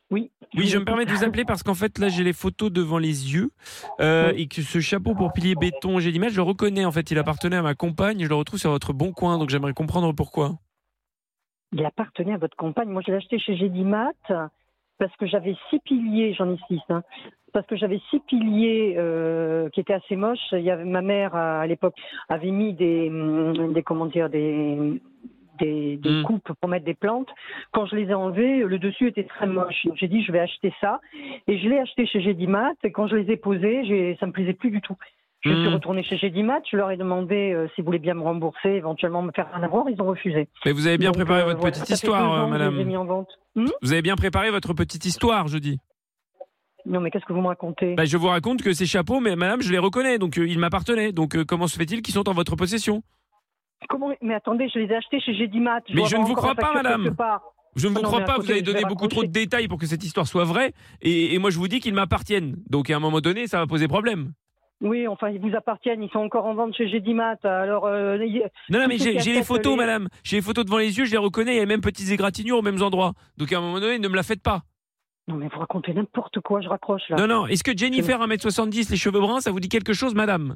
M: Oui.
E: Oui, je me permets de vous appeler parce qu'en fait, là, j'ai les photos devant les yeux euh, et que ce chapeau pour pilier béton, j'ai l'image, je le reconnais. En fait, il appartenait à ma compagne. Je le retrouve sur votre bon coin, donc j'aimerais comprendre pourquoi.
M: Il appartenait à votre compagne. Moi, je l'ai acheté chez Gédimat parce que j'avais six piliers, j'en ai six, hein, parce que j'avais six piliers euh, qui étaient assez moches. Il y avait, ma mère, à l'époque, avait mis des, hum, des comment dire, des, des, des coupes pour mettre des plantes. Quand je les ai enlevées, le dessus était très moche. Donc, j'ai dit, je vais acheter ça. Et je l'ai acheté chez Gédimat. Et quand je les ai posés, j'ai- ça me plaisait plus du tout. Je suis
E: Mhm.
M: retournée chez Gédimat. Je leur ai demandé euh, s'ils voulaient bien me rembourser, éventuellement me faire un avoir. Ils ont refusé.
E: Mais vous avez bien
M: Donc,
E: préparé
M: euh,
E: votre
M: voilà,
E: petite
M: ça fait deux
E: histoire,
M: ans
E: euh,
M: que je les ai mis
E: madame.
M: en vente. Hmm
E: Vous avez bien préparé votre petite histoire, je dis.
M: Non, mais qu'est-ce que vous me racontez
E: Bah, je vous raconte que ces chapeaux, mais madame, je les reconnais, donc euh, ils m'appartenaient. Donc euh, comment se fait-il qu'ils sont en votre possession
M: Comment Mais attendez, je les ai achetés chez Gédimat.
E: Mais
M: dois
E: je
M: avoir
E: ne vous crois
M: encore la
E: pas,
M: facture
E: madame.
M: quelque part.
E: Je ne vous
M: Ah non,
E: crois
M: mais à
E: pas,
M: côté,
E: vous avez
M: je vais
E: donné beaucoup trop de détails pour que cette histoire soit vraie, et, et moi je vous dis qu'ils m'appartiennent. Donc à un moment donné, ça va poser problème.
M: Oui, enfin, ils vous appartiennent, ils sont encore en vente chez Gédimat. Alors, euh, y-
E: Non, non,
M: tous
E: mais
M: ceux
E: j'ai
M: qui
E: j'ai les
M: achètent
E: photos,
M: les-
E: madame. J'ai les photos devant les yeux, je les reconnais, il y a les mêmes petites égratignures aux mêmes endroits. Donc à un moment donné, ne me la faites pas.
M: Non, mais vous racontez n'importe quoi, je raccroche là.
E: Non, non. Est-ce que Jennifer, 1m70, les cheveux bruns, ça vous dit quelque chose, madame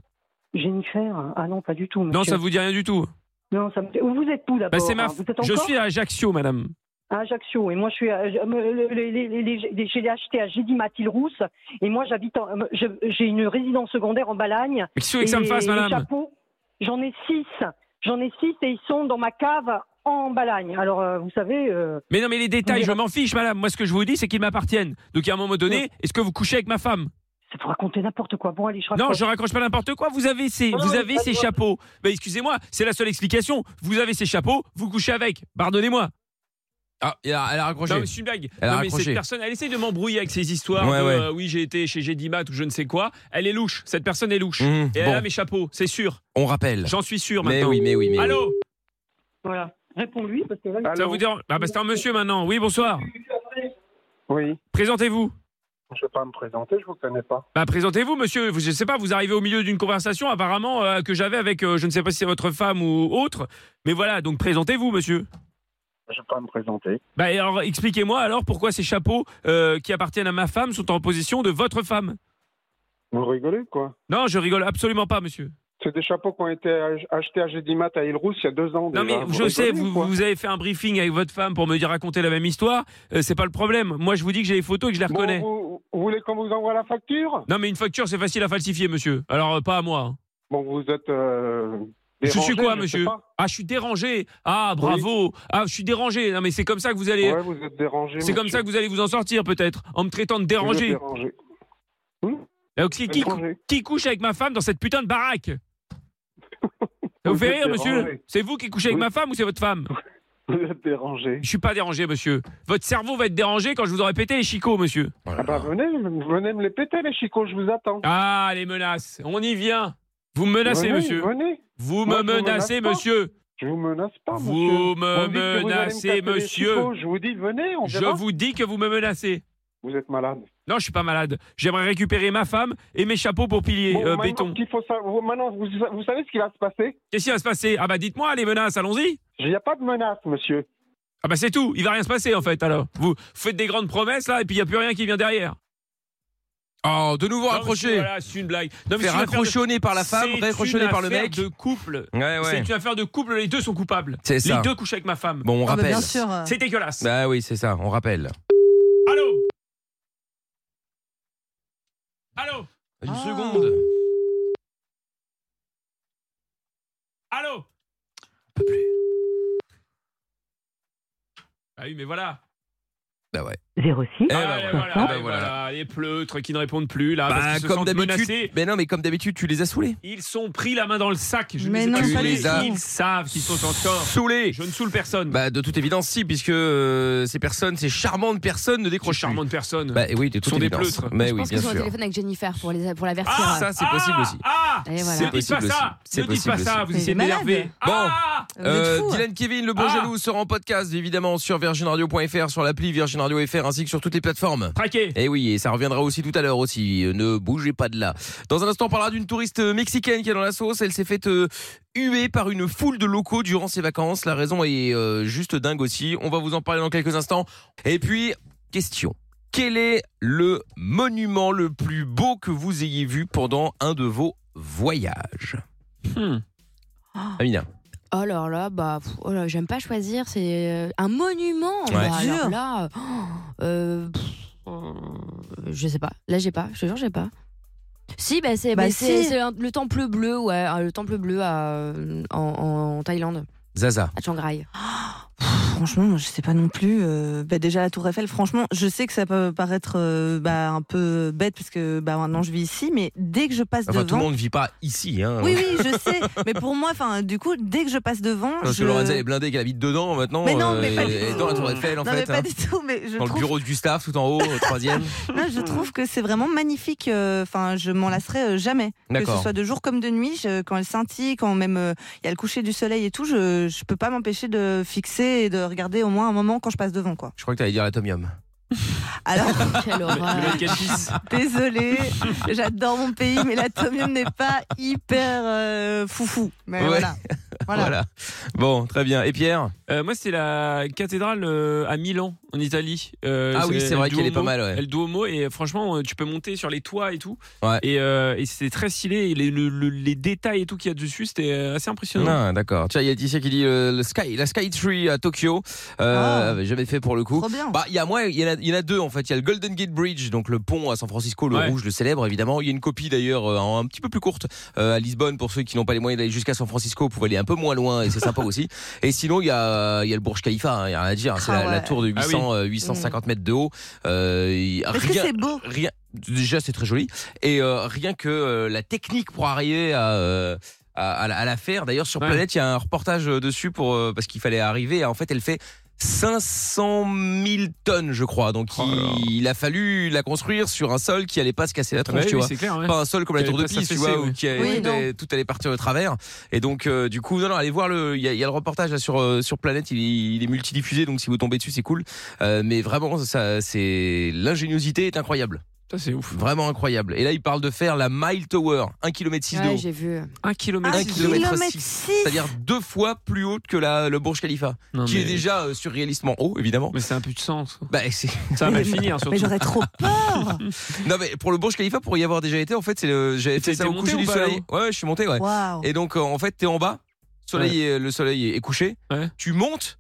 M: Jennifer Ah non, pas du tout.
E: Non,
M: monsieur.
E: ça vous dit rien du tout.
M: Non, ça me... Vous êtes où
E: Bah,
M: d'abord
E: c'est ma.
M: hein Vous êtes
E: Je
M: encore
E: suis à Ajaccio, madame.
M: à Ajaccio et moi je suis à- je- me- le- les- les- les- les- les- je l'ai acheté à Gédimatil Rousse et moi j'habite en- euh, je- j'ai une résidence secondaire en Balagne.
E: Mais qu'est-ce que vous voulez que ça me
M: Et
E: fasse,
M: les
E: madame
M: chapeaux, J'en ai six, j'en ai six et ils sont dans ma cave en Balagne. Alors euh, vous savez, euh,
E: Mais non, mais les détails, je m'en fiche, madame. Moi, ce que je vous dis, c'est qu'ils m'appartiennent. Donc, à un moment donné, est-ce que vous couchez avec ma femme
M: ça vous raconter n'importe quoi. Bon allez, je raconte.
E: Non, je raccroche pas n'importe quoi. Vous avez ces,
M: Non, non,
E: vous
M: mais
E: avez
M: pas
E: ces
M: de-
E: chapeaux. Bah, excusez-moi, c'est la seule explication. Vous avez ces chapeaux, vous couchez avec. Pardonnez-moi.
C: Ah, elle a, elle a raccroché.
E: Non, mais c'est une blague.
C: Elle a
E: non, mais
C: raccroché.
E: cette personne, elle essaye de m'embrouiller avec ces histoires.
C: Ouais,
E: de,
C: ouais.
E: euh, oui, j'ai été chez Gédimat ou je ne sais quoi. Elle est louche. Cette personne est louche.
C: Mmh,
E: Et elle
C: bon.
E: a mes chapeaux, c'est sûr.
C: On rappelle.
E: J'en suis sûr
C: Mais
E: maintenant.
C: oui, mais oui, mais
E: Allô
M: Voilà, réponds-lui parce que là. il-
E: Ça vous dérange Ah, bah, c'est un monsieur maintenant. Oui, bonsoir.
N: Oui.
E: Présentez-vous.
N: Je ne vais pas me présenter, je vous connais pas.
E: Bah, présentez-vous, monsieur. Vous- Je sais pas, vous arrivez au milieu d'une conversation apparemment euh, que j'avais avec, euh, je ne sais pas si c'est votre femme ou autre. Mais voilà, donc présentez-vous, monsieur.
N: Je ne vais pas me présenter.
E: Bah, et alors, expliquez-moi alors pourquoi ces chapeaux euh, qui appartiennent à ma femme sont en possession de votre femme.
N: Vous rigolez, quoi
E: Non, je rigole absolument pas, monsieur.
N: C'est des chapeaux qui ont été ach- achetés à Gédimat à Ilrousse il y a deux ans. déjà.
E: Non mais
N: Bah, Vous
E: je
N: rigolez
E: sais,
N: ou
E: vous,
N: quoi
E: vous avez fait un briefing avec votre femme pour me dire raconter la même histoire. Euh, c'est pas le problème. Moi, je vous dis que j'ai les photos et que je les
N: Bon,
E: reconnais.
N: vous, vous voulez qu'on vous envoie la facture
E: Non mais une facture, c'est facile à falsifier, monsieur. Alors euh, pas à moi. hein.
N: Bon, vous êtes. euh,
E: je
N: dérangé,
E: suis quoi,
N: je sais
E: monsieur
N: pas.
E: Ah, je suis dérangé. Ah, bravo. Ah, je suis dérangé. Non mais c'est comme ça que vous allez.
N: Ouais, vous êtes dérangé.
E: c'est comme
N: monsieur.
E: ça que vous allez vous en sortir peut-être en me traitant
N: Vous
E: de
N: êtes
E: dérangé.
N: dérangé.
E: Alors, qui, qui-
N: Dérangé.
E: qui couche avec ma femme dans cette putain de baraque Ça vous
N: Vous
E: fait
N: êtes
E: rire, monsieur
N: dérangé.
E: C'est vous qui couchez avec
N: Oui.
E: ma femme ou c'est votre femme
N: Vous êtes dérangé.
E: Je suis pas dérangé, monsieur. Votre cerveau va être dérangé quand je vous aurai pété les chicots, monsieur.
N: Ah bah, venez, venez me les péter, les chicots, je vous attends.
E: Ah, les menaces. On y vient. Vous me menacez,
N: Venez,
E: monsieur.
N: venez.
E: Vous
N: Moi,
E: me
N: je vous
E: menacez,
N: menace pas.
E: monsieur.
N: Je vous menace pas,
E: Vous
N: monsieur.
E: me
N: On dit que vous allez
E: menacez,
N: taper les
E: monsieur.
N: chicots, Je vous dis, venez, on
E: Je
N: verra.
E: vous dis que vous me menacez.
N: Vous êtes malade.
E: Non, je suis pas malade. J'aimerais récupérer ma femme et mes chapeaux pour pilier
N: Bon,
E: euh,
N: maintenant,
E: béton.
N: ce qu'il faut savoir- vous- maintenant, vous, vous savez ce qui va se passer
E: Qu'est-ce qui va se passer Ah bah dites-moi les menaces, allons-y.
N: Il n'y a pas de menace, monsieur.
E: Ah bah c'est tout, il va rien se passer en fait alors. Vous faites des grandes promesses là et puis il n'y a plus rien qui vient derrière.
C: Oh, de nouveau
E: Non, mais
C: raccroché.
E: c'est- voilà, c'est une blague. Non, mais
C: Fait
E: c'est une affaire de-
C: raccrochonner par la femme,
E: C'est
C: raccrochonner
E: une
C: par le
E: affaire
C: mec.
E: de couple.
C: Ouais, ouais.
E: C'est une affaire de couple, les deux sont coupables.
C: C'est ça.
E: Les deux couchent avec ma femme.
C: Bon,
F: Ah, bah,
C: on rappelle.
F: euh.
E: C'est dégueulasse.
C: Bah oui, c'est ça, on rappelle.
E: Allô Allô
C: Une seconde.
E: Allô Ah oui, mais voilà.
C: Bah ouais.
M: 06
E: Eh ben voilà,
C: Ah,
E: ben
C: ben
E: voilà.
C: voilà.
E: les pleutres qui ne répondent plus là.
C: Bah,
E: parce qu'ils se
C: comme
E: sentent menacés.
C: d'habitude. Mais non, mais comme d'habitude, tu les as saoulés.
E: Ils sont pris la main dans le sac. Je ne
C: Mais
E: les ai pas
C: non,
E: saoulés.
C: pas du tout.
E: Ils savent qu'ils sont en tort.
C: Saoulés.
E: Je ne saoule personne.
C: Bah de toute évidence si puisque euh, ces personnes, ces charmantes personnes ne décrochent
E: charmantes personnes.
C: Bah oui, de toute
E: sont des
C: évidence.
E: pleutres.
C: Mais
F: Je
C: Eh oui,
F: pense
C: bien
F: qu'ils sont au
C: sûr.
F: téléphone avec Jennifer pour, les, pour l'avertir.
E: Ah,
C: ça c'est possible aussi.
E: Ah
F: Et voilà.
C: C'est
E: Ne dites pas
C: possible
E: ça.
C: aussi. C'est
E: Ne dites
C: possible
E: pas ça.
C: aussi.
E: Vous essayez de
C: Mais
E: m'énerver.
C: Bon,
E: Ah Vous êtes
C: euh,
E: fous, hein.
C: Dylan Kevin, le bon
E: Ah
C: jaloux sera en podcast évidemment sur virginradio.fr, sur l'appli Virgin Radio FR ainsi que sur toutes les plateformes.
E: Traqué.
C: Et oui, et ça reviendra aussi tout à l'heure aussi. Euh, Ne bougez pas de là. Dans un instant, on parlera d'une touriste euh, mexicaine qui est dans la sauce. Elle s'est faite euh, huer par une foule de locaux durant ses vacances. La raison est euh, juste dingue aussi. On va vous en parler dans quelques instants. Et puis, question. Quel est le monument le plus beau que vous ayez vu pendant un de vos voyages
E: Hmm.
D: Ah.
C: Amina.
F: Oh là là, bah, pff, oh là, j'aime pas choisir. C'est euh, un monument.
C: Ouais.
F: Bah,
C: Dur.
F: alors là, oh, euh, pff, euh, je sais pas. Là, j'ai pas. Je te jure, j'ai pas. Si, bah, c'est
D: Bah,
F: bah, c'est-
D: si.
F: c'est un- le temple bleu, ouais, euh, le temple bleu à, euh, en, en Thaïlande,
C: Zaza.
F: à Chiang Rai.
D: Franchement, moi, je sais pas non plus. euh, bah, déjà la Tour Eiffel, franchement, je sais que ça peut paraître euh, bah, un peu bête parce que bah, maintenant je vis ici, mais dès que je passe
C: Enfin,
D: devant,
C: tout le monde ne vit pas ici. Hein.
D: oui oui, je sais. mais pour moi, enfin, du coup, dès que je passe devant,
C: Parce
D: je...
C: que Lorenza est blindée qu'elle habite dedans maintenant.
D: Mais non, mais
C: euh,
D: pas
C: elle
D: du
C: est
D: tout.
C: dans la Tour Eiffel en
D: non
C: fait.
D: mais pas
C: hein.
D: du tout, mais je
C: dans
D: trouve
C: le bureau de Gustave tout en haut, au troisième.
D: Non, je trouve que c'est vraiment magnifique. euh, Enfin, je m'en lasserai euh, jamais. Que
C: D'accord.
D: ce soit de jour comme de nuit, je- quand elle scintille, quand même euh, il y a le coucher du soleil et tout, je je peux pas m'empêcher de fixer m'écouter et de regarder au moins un moment quand je passe devant, quoi.
C: Je crois que t'allais dire l'atomium.
D: Alors,
F: Quelle horreur.
D: désolé, j'adore mon pays, mais l'atomium n'est pas hyper euh, foufou. Mais
C: Ouais.
D: voilà.
C: Voilà. Bon, très bien. Et Pierre
E: Euh, moi, c'était la cathédrale euh, à Milan, en Italie. Euh,
C: Ah oui, c'est vrai
E: El
C: qu'elle est
E: Duomo.
C: pas mal, ouais.
E: El Duomo, et euh, franchement, euh, tu peux monter sur les toits et tout.
C: Ouais.
E: Et, euh, et c'était très stylé. Et les, le- le- les détails et tout qu'il y a dessus, c'était euh, assez impressionnant.
C: Ah, d'accord. Tiens, il y a Laetitia qui dit euh, le Sky, la Sky Tree à Tokyo. Euh, Jamais fait pour le coup.
E: Ah. Trop bien.
C: Bah, il y a moi, il y, en a- il y en a deux en fait. Il y a le Golden Gate Bridge, donc le pont à San Francisco, le
E: Ouais.
C: rouge, le célèbre évidemment. Il y a une copie d'ailleurs euh, en- un petit peu plus courte euh, à Lisbonne pour ceux qui n'ont pas les moyens d'aller jusqu'à San Francisco. Vous pouvez aller un peu moins loin et c'est sympa aussi. Et sinon, il y a, euh, il y a le Burj Khalifa. hein, Il y a rien à dire. C'est
E: Ah
C: la, la
E: ouais.
C: tour de
E: Ah oui.
C: 800, euh, 850 mètres de haut. Euh, il-
D: Est-ce que
C: rien-
D: c'est beau
C: rien déjà c'est très joli et euh, rien que euh, la technique pour arriver à euh, à, à la- à la faire d'ailleurs sur planète il y a un reportage euh, dessus pour euh, parce qu'il fallait arriver en fait elle fait 500 000 tonnes je crois donc
E: Oh
C: il, il a fallu la construire sur un sol qui allait pas se casser la tronche
E: bah
C: tu
E: oui,
C: vois
E: c'est clair, ouais.
C: pas un sol comme la
E: Qui
C: tour
E: allait
C: de
E: pas
C: Pise tu
E: s'affaisser,
C: vois où
E: oui.
C: qui a-
E: Oui,
C: tout,
E: non.
C: allait, tout allait partir de travers et donc euh, du coup non non allez voir le il y, a- il y a le reportage là, sur euh, sur planète il, est- il est multidiffusé donc si vous tombez dessus c'est cool Euh, mais vraiment ça c'est l'ingéniosité est incroyable
E: Ça, c'est ouf.
C: Vraiment incroyable. Et là, il parle de faire la Mile Tower, 1,6 km de haut.
F: j'ai vu.
E: Un kilomètre.
C: Un
E: six de-
C: kilomètre six. C'est-à-dire deux fois plus haute que la, le Burj Khalifa,
E: Non,
C: qui
E: mais-
C: est déjà euh, surréalistement haut, évidemment.
E: Mais c'est un peu de sens.
C: Bah, c'est...
E: Ça va mal finir, surtout. Mais j'aurais trop
D: peur.
C: non, mais pour le Burj Khalifa, pour y avoir déjà été, en fait, c'est le... j'avais fait
E: T'as
C: ça
E: été
C: au coucher
E: monté
C: du
E: ou pas,
C: soleil. Ouais, je suis monté, ouais.
E: Waouh.
C: Et donc, euh, en fait, t'es en bas, soleil
E: Ouais.
C: est- le soleil est couché, tu montes,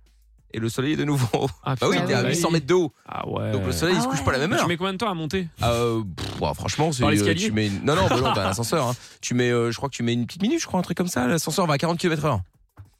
C: et le soleil est de nouveau en haut. bah oui,
E: Ah, putain,
C: t'es à
E: oui.
C: 800 mètres de haut.
E: Ah ouais.
C: Donc le soleil, il se couche pas à la même heure.
E: Tu mets combien de temps à monter
C: Euh, pff, ouais, franchement, c'est
E: Par
C: euh,
E: l'escalier
C: tu mets non non, bah non t'as un ascenseur. hein. Tu mets, euh, je crois que tu mets une petite minute, je crois un truc comme ça. L'ascenseur va à 40 km/h.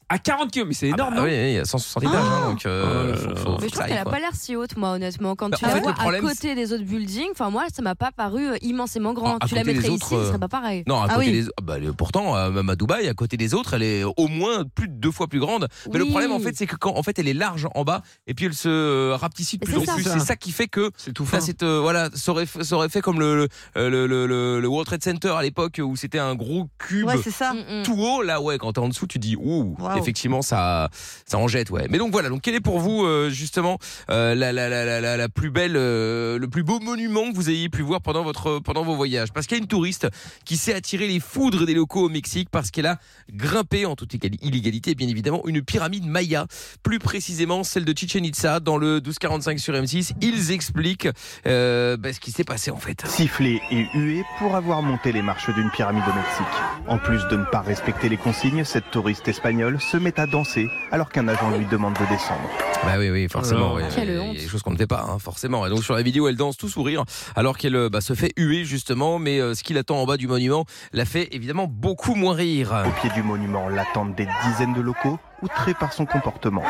E: À 40 km, mais c'est
C: énorme. oui, Ah bah oui, il y a 160 étages,
F: Ah.
C: hein, donc euh, faut- faut- faut
F: Mais je
C: que ça
F: trouve qu'elle
C: aille,
F: a
C: quoi.
F: pas l'air si haute, moi, honnêtement. Quand
C: Bah,
F: tu
C: en
F: la
C: fait,
F: vois
C: le problème, Ah,
F: à côté des autres buildings, enfin, moi, ça m'a pas paru euh, immensément grand.
C: À
F: tu la
C: côté des
F: mettrais
C: autres,
F: ici, ce
C: euh,
F: serait pas pareil.
C: Non, à côté des- ah, bah, le- pourtant, euh, même à Dubaï, à côté des autres, elle est au moins plus de deux fois plus grande. Mais le
F: Oui.
C: problème, en fait, c'est que quand, en fait, elle est large en bas, et puis elle se euh, rapetissit de
F: Mais
C: plus en
F: c'est
C: plus.
F: ça.
C: C'est ça qui fait que ça, c'est, euh, voilà, ça aurait, f- ça aurait fait comme le le, le, le- le- le World Trade Center à l'époque où c'était un gros cube.
D: Ouais, c'est ça.
F: Mm,
C: Tout haut, là, ouais, quand t'es en dessous, tu dis, ouh,
D: Mm. Waouh.
C: effectivement, ça, ça en jette, ouais. Mais donc voilà, donc quelle est pour vous, euh, justement, euh, la, la, la, la- la, la plus belle, euh, le plus beau monument que vous ayez pu voir pendant, votre, pendant vos voyages Parce qu'il y a une touriste qui s'est attirée les foudres des locaux au Mexique parce qu'elle a grimpé, en toute égali- illégalité, bien évidemment, une pyramide Maya, plus précisément celle de Chichen Itza, dans le 1245 sur M6. Ils expliquent euh, bah, ce qui s'est passé, en fait.
O: Sifflé et hué pour avoir monté les marches d'une pyramide au Mexique. En plus de ne pas respecter les consignes, cette touriste espagnole se met à danser alors qu'un agent lui demande de descendre.
C: Bah oui, oui, forcément.
O: Oh là
C: oui,
O: là.
C: oui,
O: Quelle
C: il y a des choses qu'on ne fait pas, hein, forcément. Et donc sur la vidéo, elle danse tout sourire, alors qu'elle euh, bah, se fait huer justement. Mais euh, ce qui l'attend en bas du monument la fait évidemment beaucoup moins rire.
O: Au pied du monument l'attendent des dizaines de locaux, outrés par son comportement.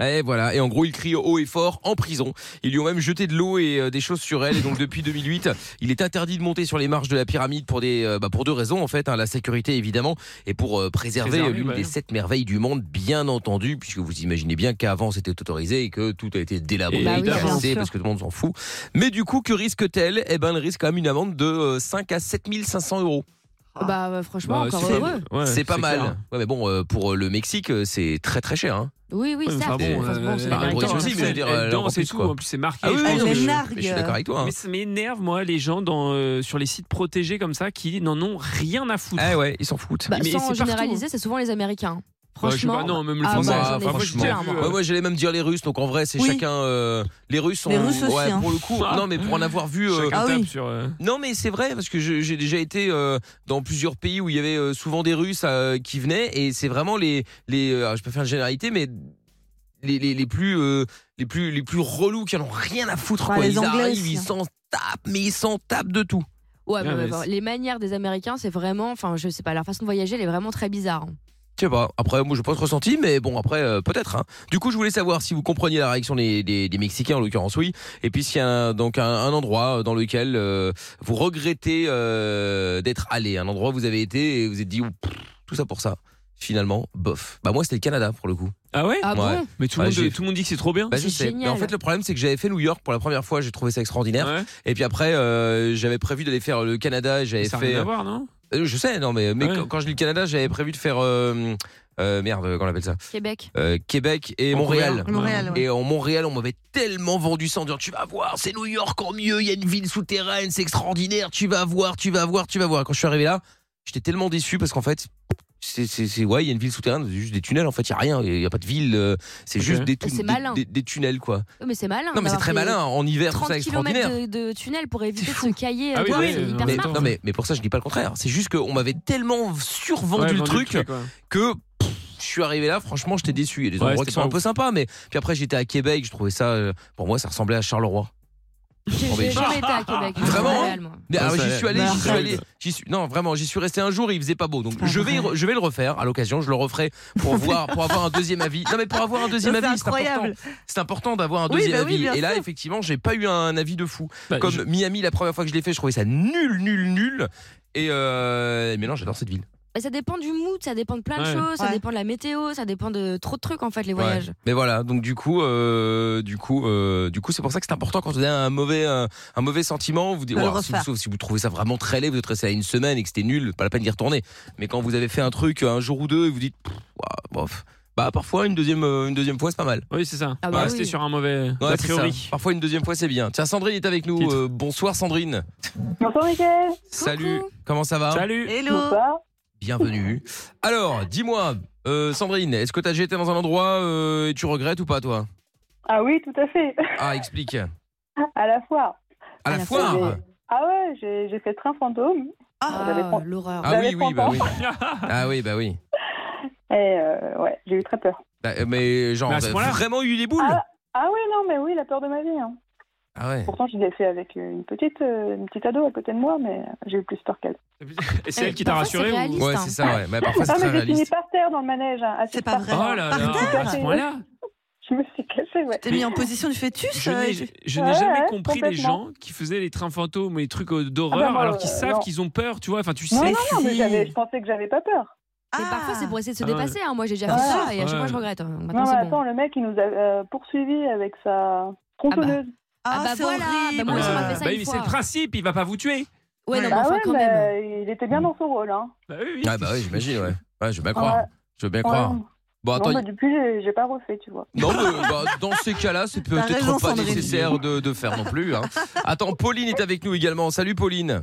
C: Et Eh, voilà. Et en gros, il crie haut et fort en prison. Ils lui ont même jeté de l'eau et euh, des choses sur elle. Et donc depuis 2008, il est interdit de monter sur les marches de la pyramide pour des, euh, bah, pour deux raisons en fait. hein. la sécurité évidemment et pour euh, préserver
E: Préserver,
C: l'une
E: ouais.
C: des sept merveilles du monde, bien entendu, puisque vous imaginez bien qu'avant c'était autorisé et que tout a été délabré,
E: Et bah oui, bien
C: cassé,
E: sûr.
C: parce que tout le monde s'en fout. Mais du coup, que risque-t-elle Eh ben, elle risque quand même une amende de euh, 5 à 7 500 euros.
F: Bah, bah, franchement,
C: Bah,
F: encore
C: c'est-
F: heureux.
C: ouais, c'est pas
E: c'est
C: mal.
E: clair.
C: Ouais, mais bon, euh, pour le Mexique, euh, c'est très très cher. Hein.
F: Oui, oui,
C: Ouais, mais
F: certes.
C: enfin, bon,
F: Enfin,
C: euh,
F: bon, c'est
C: bah,
F: la
C: pour
F: vérité.
C: les aussi, mais je veux dire, euh,
E: Elle
C: là, encore
E: danse et
C: plus,
E: tout,
C: quoi.
E: en plus c'est marqué.
C: Ah oui,
E: je
C: oui,
E: pense
C: non,
E: que
C: mais
E: je-
C: je- mais je suis d'accord avec toi, hein.
E: Mais ça m'énerve, moi, les gens dans, euh, sur les sites protégés comme ça qui n'en ont rien à foutre.
C: Ah ouais, ils s'en foutent.
F: Bah,
E: mais
F: sans
E: c'est
C: hein.
E: partout. hein.
F: généraliser, c'est souvent les Américains.
E: Ouais, je sais
F: Franchement.
E: pas, non, même le
F: Ah,
E: français.
F: bah, j'en ai
E: Enfin,
F: vu.
E: moi, j'ai déjà vu, euh,
C: Ouais, moi j'allais même dire les Russes, donc en vrai c'est
F: Oui.
C: chacun. euh, les Russes sont.
E: Les Russes aussi,
C: ouais,
E: hein.
C: pour le coup,
E: Ah.
C: non mais pour en avoir vu. euh,
F: Ah
E: Chacun tape sur. euh,
C: Non mais c'est vrai parce que je- j'ai déjà été euh, dans plusieurs pays où il y avait euh, souvent des Russes euh, qui venaient et c'est vraiment les les euh, alors, je peux faire une généralité mais les, les, les plus euh, les plus les plus relous qui en ont rien à foutre
F: Ah,
C: quoi.
F: les
C: ils
F: Anglais
C: arrivent
F: aussi,
C: ils
F: hein.
C: s'en tapent mais ils s'en tapent de tout.
F: Ouais, bah,
C: Ah,
F: bah,
C: mais
F: bah,
C: c'est-
F: les manières des Américains, c'est vraiment. Enfin, je sais pas, leur façon de voyager, elle est vraiment très bizarre. hein.
C: Je sais pas. Après, moi, je pas trop ressenti, mais bon, après, euh, peut-être. hein. Du coup, je voulais savoir si vous compreniez la réaction des, des- des Mexicains, en l'occurrence, oui. Et puis, s'il y a un, donc un, un endroit dans lequel euh, vous regrettez euh, d'être allé, un endroit où vous avez été et vous êtes dit, Ouh, pff, tout ça pour ça. Finalement, bof. Bah moi, c'était le Canada pour le coup.
E: Ah ouais
F: Ah bon
E: Mais tout le
C: Ouais,
E: monde
C: j'ai-
E: tout le monde dit que c'est trop bien.
C: Bah, je
E: C'est
C: sais. Mais
E: génial.
C: en fait, le problème, c'est que j'avais fait New York pour la première fois. J'ai trouvé ça extraordinaire. Et puis après, euh, j'avais prévu d'aller faire le Canada. et J'avais
E: Ça n'a
C: fait.
E: rien à voir, non
C: Euh, Je sais, non, mais, mais quand- quand je dis le Canada, j'avais prévu de faire euh, euh, merde, qu'on appelle ça
F: Québec.
C: Euh, Québec et Montréal.
F: Montréal, ouais.
C: Et en Montréal, on m'avait tellement vendu ça en disant tu vas voir, c'est New York en mieux, il y a une ville souterraine, c'est extraordinaire, tu vas voir, tu vas voir, tu vas voir. Quand je suis arrivé là, j'étais tellement déçu parce qu'en fait, c'est c'est- c'est- ouais, il y a une ville souterraine, c'est juste des tunnels en fait, il y a rien, il y a pas de ville, euh, c'est juste des, tu-
F: C'est
C: des-
F: malin.
C: des- des tunnels quoi.
F: Ouais, Mais c'est malin.
C: Non, mais c'est
F: d'avoir
C: très
F: fait
C: malin, en hiver, tout
F: 30
C: ça, extraordinaire.
F: km de, de tunnel pour éviter de se cailler.
C: Ah oui,
F: Ouais,
C: bah
F: c'est
C: oui,
F: hyper
C: mais,
F: smart.
C: non, mais, mais pour ça, je dis pas le contraire. C'est juste qu'on m'avait tellement survendu
E: Ouais,
C: le
E: vendu le
C: truc,
E: truc, ouais.
C: que pff, je suis arrivé là, franchement, j'étais déçu. Il y a des
E: Ouais,
C: endroits
E: c'était
C: qui sont
E: pas
C: un peu
E: ouf.
C: sympas, mais puis après, j'étais à Québec, je trouvais ça, euh, pour moi, ça ressemblait à Charleroi.
F: J'ai
C: En
F: j'ai
C: Belgique.
F: jamais été à Québec.
C: Ah, Vraiment
F: Montréal, moi.
C: Mais, ah,
E: Ouais, ça Bah,
C: j'y
E: a
C: suis allé,
E: l'air
C: j'y suis
E: dingue.
C: allé, j'y suis. Non, vraiment, j'y suis resté un jour. et Il faisait pas beau, donc je vais, y re- je vais le refaire à l'occasion. Je le referai pour voir, pour avoir un deuxième avis. Non, mais pour avoir un deuxième
E: C'est
C: avis, c'est important.
E: incroyable.
C: C'est important d'avoir un
E: Oui,
C: deuxième
E: bah oui, bien
C: avis. Et là,
E: sûr.
C: effectivement, j'ai pas eu un avis de fou. Comme Miami, la première fois que je l'ai fait, je trouvais ça nul, nul, nul. Et euh, mais non, j'adore cette ville.
F: Mais ça dépend du mood, ça dépend de plein de
C: Ouais.
F: choses, ça
C: Ouais.
F: dépend de la météo, ça dépend de trop de trucs en fait, les
C: Ouais.
F: voyages.
C: Mais voilà, donc du coup, euh, du coup, euh, du coup, c'est pour ça que c'est important quand vous avez un mauvais, euh, un mauvais sentiment, vous dites,
F: De le
C: Ouah, si, vous,
F: refaire.
C: si vous trouvez ça vraiment très laid, vous êtes resté à une semaine et que c'était nul, pas la peine d'y retourner. Mais quand vous avez fait un truc un jour ou deux, et vous dites, Pff, Ouah, bof. Bah parfois une deuxième, euh, une deuxième fois c'est pas mal.
E: Oui c'est ça.
C: Ah
F: bah
E: Pas rester sur un mauvais
C: Ouais,
E: a
C: c'est
E: priori.
C: ça. Parfois une deuxième fois c'est bien. Tiens Sandrine est avec nous. Euh, bonsoir Sandrine.
P: Bonsoir Mickaël
C: Salut. Comment ça va
P: Bonsoir.
C: Bienvenue. Alors dis-moi euh, Sandrine, est-ce que t'as déjà été dans un endroit euh, et tu regrettes ou pas toi
P: Ah oui, tout à fait.
C: Ah explique.
P: À la foire.
C: À la foire.
P: Ah ouais, j'ai j'ai fait le train fantôme. J'avais trente-
F: l'horreur.
C: Ah
P: j'avais
C: oui,
P: 30
C: oui, bah
P: ans.
C: oui. Ah oui, bah oui.
P: Et euh, ouais, j'ai eu très peur.
C: Bah, euh, mais genre,
E: Mais à ce
C: t'as
E: moment-là-
C: vraiment eu des boules
P: Ah, ah oui, non, mais oui, la peur de ma vie. hein.
C: Ah
E: Eh.
C: ouais.
P: Pourtant, je l'ai fait avec une petite, euh, une petite ado à côté de moi, mais j'ai eu plus peur qu'elle.
E: Et c'est elle qui t'a
C: parfois, c'est
E: rassuré
C: réaliste,
E: ou...
C: Ouais, hein. c'est ça, ouais. Mais parfois, c'est
P: Ah,
C: très
P: mais j'ai fini
C: réaliste.
P: par terre dans le manège. hein, assise par terre.
E: Oh là là, à ce moment-là.
P: Je me suis cachée, ouais.
D: T'es mis en position du fœtus
E: Je
D: euh,
E: n'ai,
D: je-
E: je n'ai
P: Ouais,
E: jamais
P: ouais,
E: compris les
P: complètement.
E: gens qui faisaient les trains fantômes et les trucs euh, d'horreur
P: Ah bah moi,
E: alors qu'ils
P: euh,
E: savent
P: non.
E: qu'ils ont peur, tu vois. Enfin, tu sais.
P: Non, non, non, mais j'avais- je pensais que j'avais pas peur.
F: Mais parfois c'est pour essayer de se
E: Ah ouais.
F: dépasser. hein. Moi j'ai déjà
E: Ah
F: fait
E: ouais.
F: ça et à chaque
E: Ouais.
F: fois je regrette. hein.
P: Non,
F: Maintenant
P: mais
F: c'est bon.
P: attends, le mec, il nous a euh, poursuivis avec sa tronçonneuse.
F: Ah, bah voilà, bah moi aussi on m'a fait ça
E: Bah oui,
F: une
E: mais c'est
F: fois.
E: le principe, il va pas vous tuer.
F: Ouais, non, mais
P: Bah
D: Ah
F: enfin
P: ouais,
F: quand
P: mais,
F: même.
P: euh, il était bien dans son rôle. Hein.
C: Ah bah oui, j'imagine, ouais. Ouais, je veux bien croire.
P: Ouais.
C: Je veux bien
P: Ouais.
C: croire. Bon, attends.
P: Non, mais depuis, j'ai- j'ai pas refait, tu vois.
C: Non, mais bah, dans ces cas-là, c'est
P: T'as
C: peut-être
P: raison,
C: pas
P: Sandrine.
C: nécessaire de, de faire non plus. hein. Attends, Pauline est avec nous également. Salut Pauline.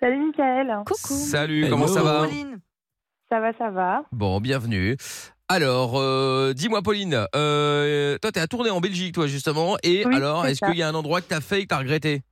Q: Salut Michael.
F: Coucou.
C: Salut, comment ça va
Q: Ça va, ça va.
C: Bon, bienvenue. Alors, euh, dis-moi Pauline, euh, toi t'es à tourner en Belgique, toi justement. Et
Q: Oui,
C: alors,
Q: c'est
C: est-ce
Q: ça.
C: qu'il y a un endroit que t'as fait et que t'as regretté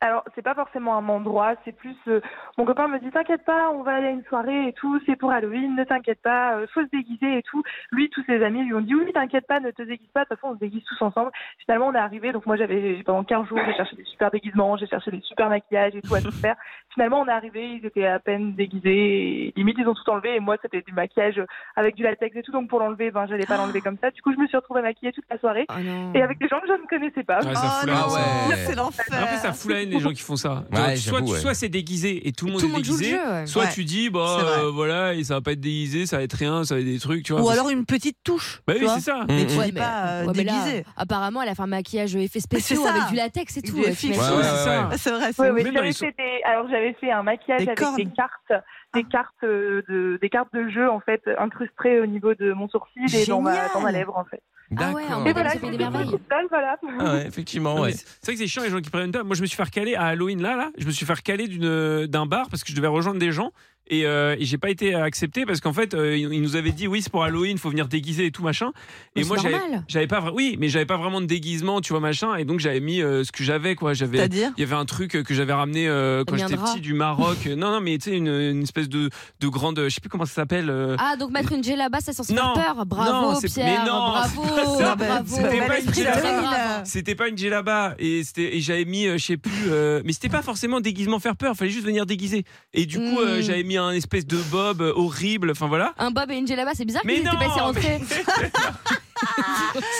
Q: Alors, c'est pas forcément un endroit, c'est plus. euh, mon copain me dit T'inquiète pas, on va aller à une soirée et tout, c'est pour Halloween, ne t'inquiète pas, euh, faut se déguiser et tout. Lui, tous ses amis lui ont dit Oui, t'inquiète pas, ne te déguise pas, de toute façon, on se déguise tous ensemble. Finalement, on est arrivé, donc moi, j'avais pendant 15 jours, j'ai cherché des super déguisements, j'ai cherché des super maquillages et tout à tout faire. Finalement, on est arrivé, ils étaient à peine déguisés, et limite, ils ont tout enlevé, et moi, c'était du maquillage avec du latex et tout, donc pour l'enlever, ben, j'allais pas l'enlever comme ça. Du coup, je me suis retrouvée maquillée toute la soirée, et avec des gens que je ne connaissais pas.
E: Ouais, ça fout la haine, ça. Après, ça fout la haine les gens qui font ça. Genre,
C: Ah Ouais,
E: soit
C: j'avoue,
E: tu-
C: ouais.
E: soit c'est déguisé et tout le monde
D: Tout
E: est
D: le monde joue le
E: déguisé.
D: jeu, ouais.
E: Soit
D: Ouais.
E: tu dis, bah
D: C'est vrai.
E: euh, voilà, et ça va pas être déguisé, ça va être rien, ça va être des trucs, tu vois.
D: Ou
E: parce-
D: alors une petite touche.
E: Bah
D: tu
E: oui,
D: vois.
E: c'est ça.
D: Mais tu
C: Mm,
E: Mhm.
D: dis pas euh,
F: Ouais, mais là,
D: déguisé.
F: apparemment, elle a fait un maquillage effet spéciaux
D: ça.
F: avec du latex et tout.
D: Des
F: ouais,
D: filles,
F: t'imagines.
D: ouais, ouais, ouais. Ah, C'est vrai, c'est
Q: Oui,
D: vrai.
Q: oui,
D: Même dans
Q: j'avais
D: les
Q: fait des- alors j'avais fait un maquillage
D: Des
Q: avec des
D: cornes. Ah.
Q: cartes, des cartes euh, de, des cartes de jeu en fait incrustées au niveau de mon sourcil et dans ma,
E: Génial.
Q: dans ma lèvre Ah en fait.
C: D'accord.
Q: Et voilà, j'ai des merveilles. bah, Voilà.
C: Ah ouais, effectivement,
E: Non, mais
C: ouais.
E: C'est c'est vrai que c'est chiant les gens qui prennent pas. Moi, je me suis fait recaler à Halloween là, là. Je me suis fait recaler d'une- d'un bar parce que je devais rejoindre des gens et, euh, et j'ai pas été accepté parce qu'en fait, euh, ils ils nous avaient dit oui, c'est pour Halloween, faut venir déguiser et tout machin. Et
F: Mais
E: moi,
F: c'est
E: j'avais-
F: normal.
E: j'avais pas, vra- oui, mais j'avais pas vraiment de déguisement, tu vois machin. Et donc j'avais mis euh, ce que j'avais quoi. J'avais,
F: C'est-à-dire
E: il y avait un truc euh, que j'avais ramené euh, quand
F: mis un
E: j'étais
F: drap.
E: petit du Maroc. non, non, mais tu sais une, une espèce de, de grande, je sais plus comment ça s'appelle. euh,
F: Ah, donc mettre une gel là-bas, ça s'en
E: non,
F: peur.
E: non,
F: Bravo,
E: c'est-
F: Pierre.
E: mais non,
F: bravo,
E: c'est pas ça.
F: bravo. Bah,
E: C'était pas
F: Bel
E: une
F: esprit
E: gel
F: d'Halloween,
E: là-bas.
F: là.
E: C'était pas une gel là-bas. Et, c'était- et j'avais mis, euh, je sais plus, euh, mais c'était pas forcément déguisement faire peur, fallait juste venir déguiser. Et du coup, euh,
F: Mm.
E: j'avais mis un espèce de bob euh, horrible, enfin voilà.
F: Un Bob et une gel là-bas, c'est bizarre
E: Mais
F: qu'ils étaient
E: non,
F: passés rentrés.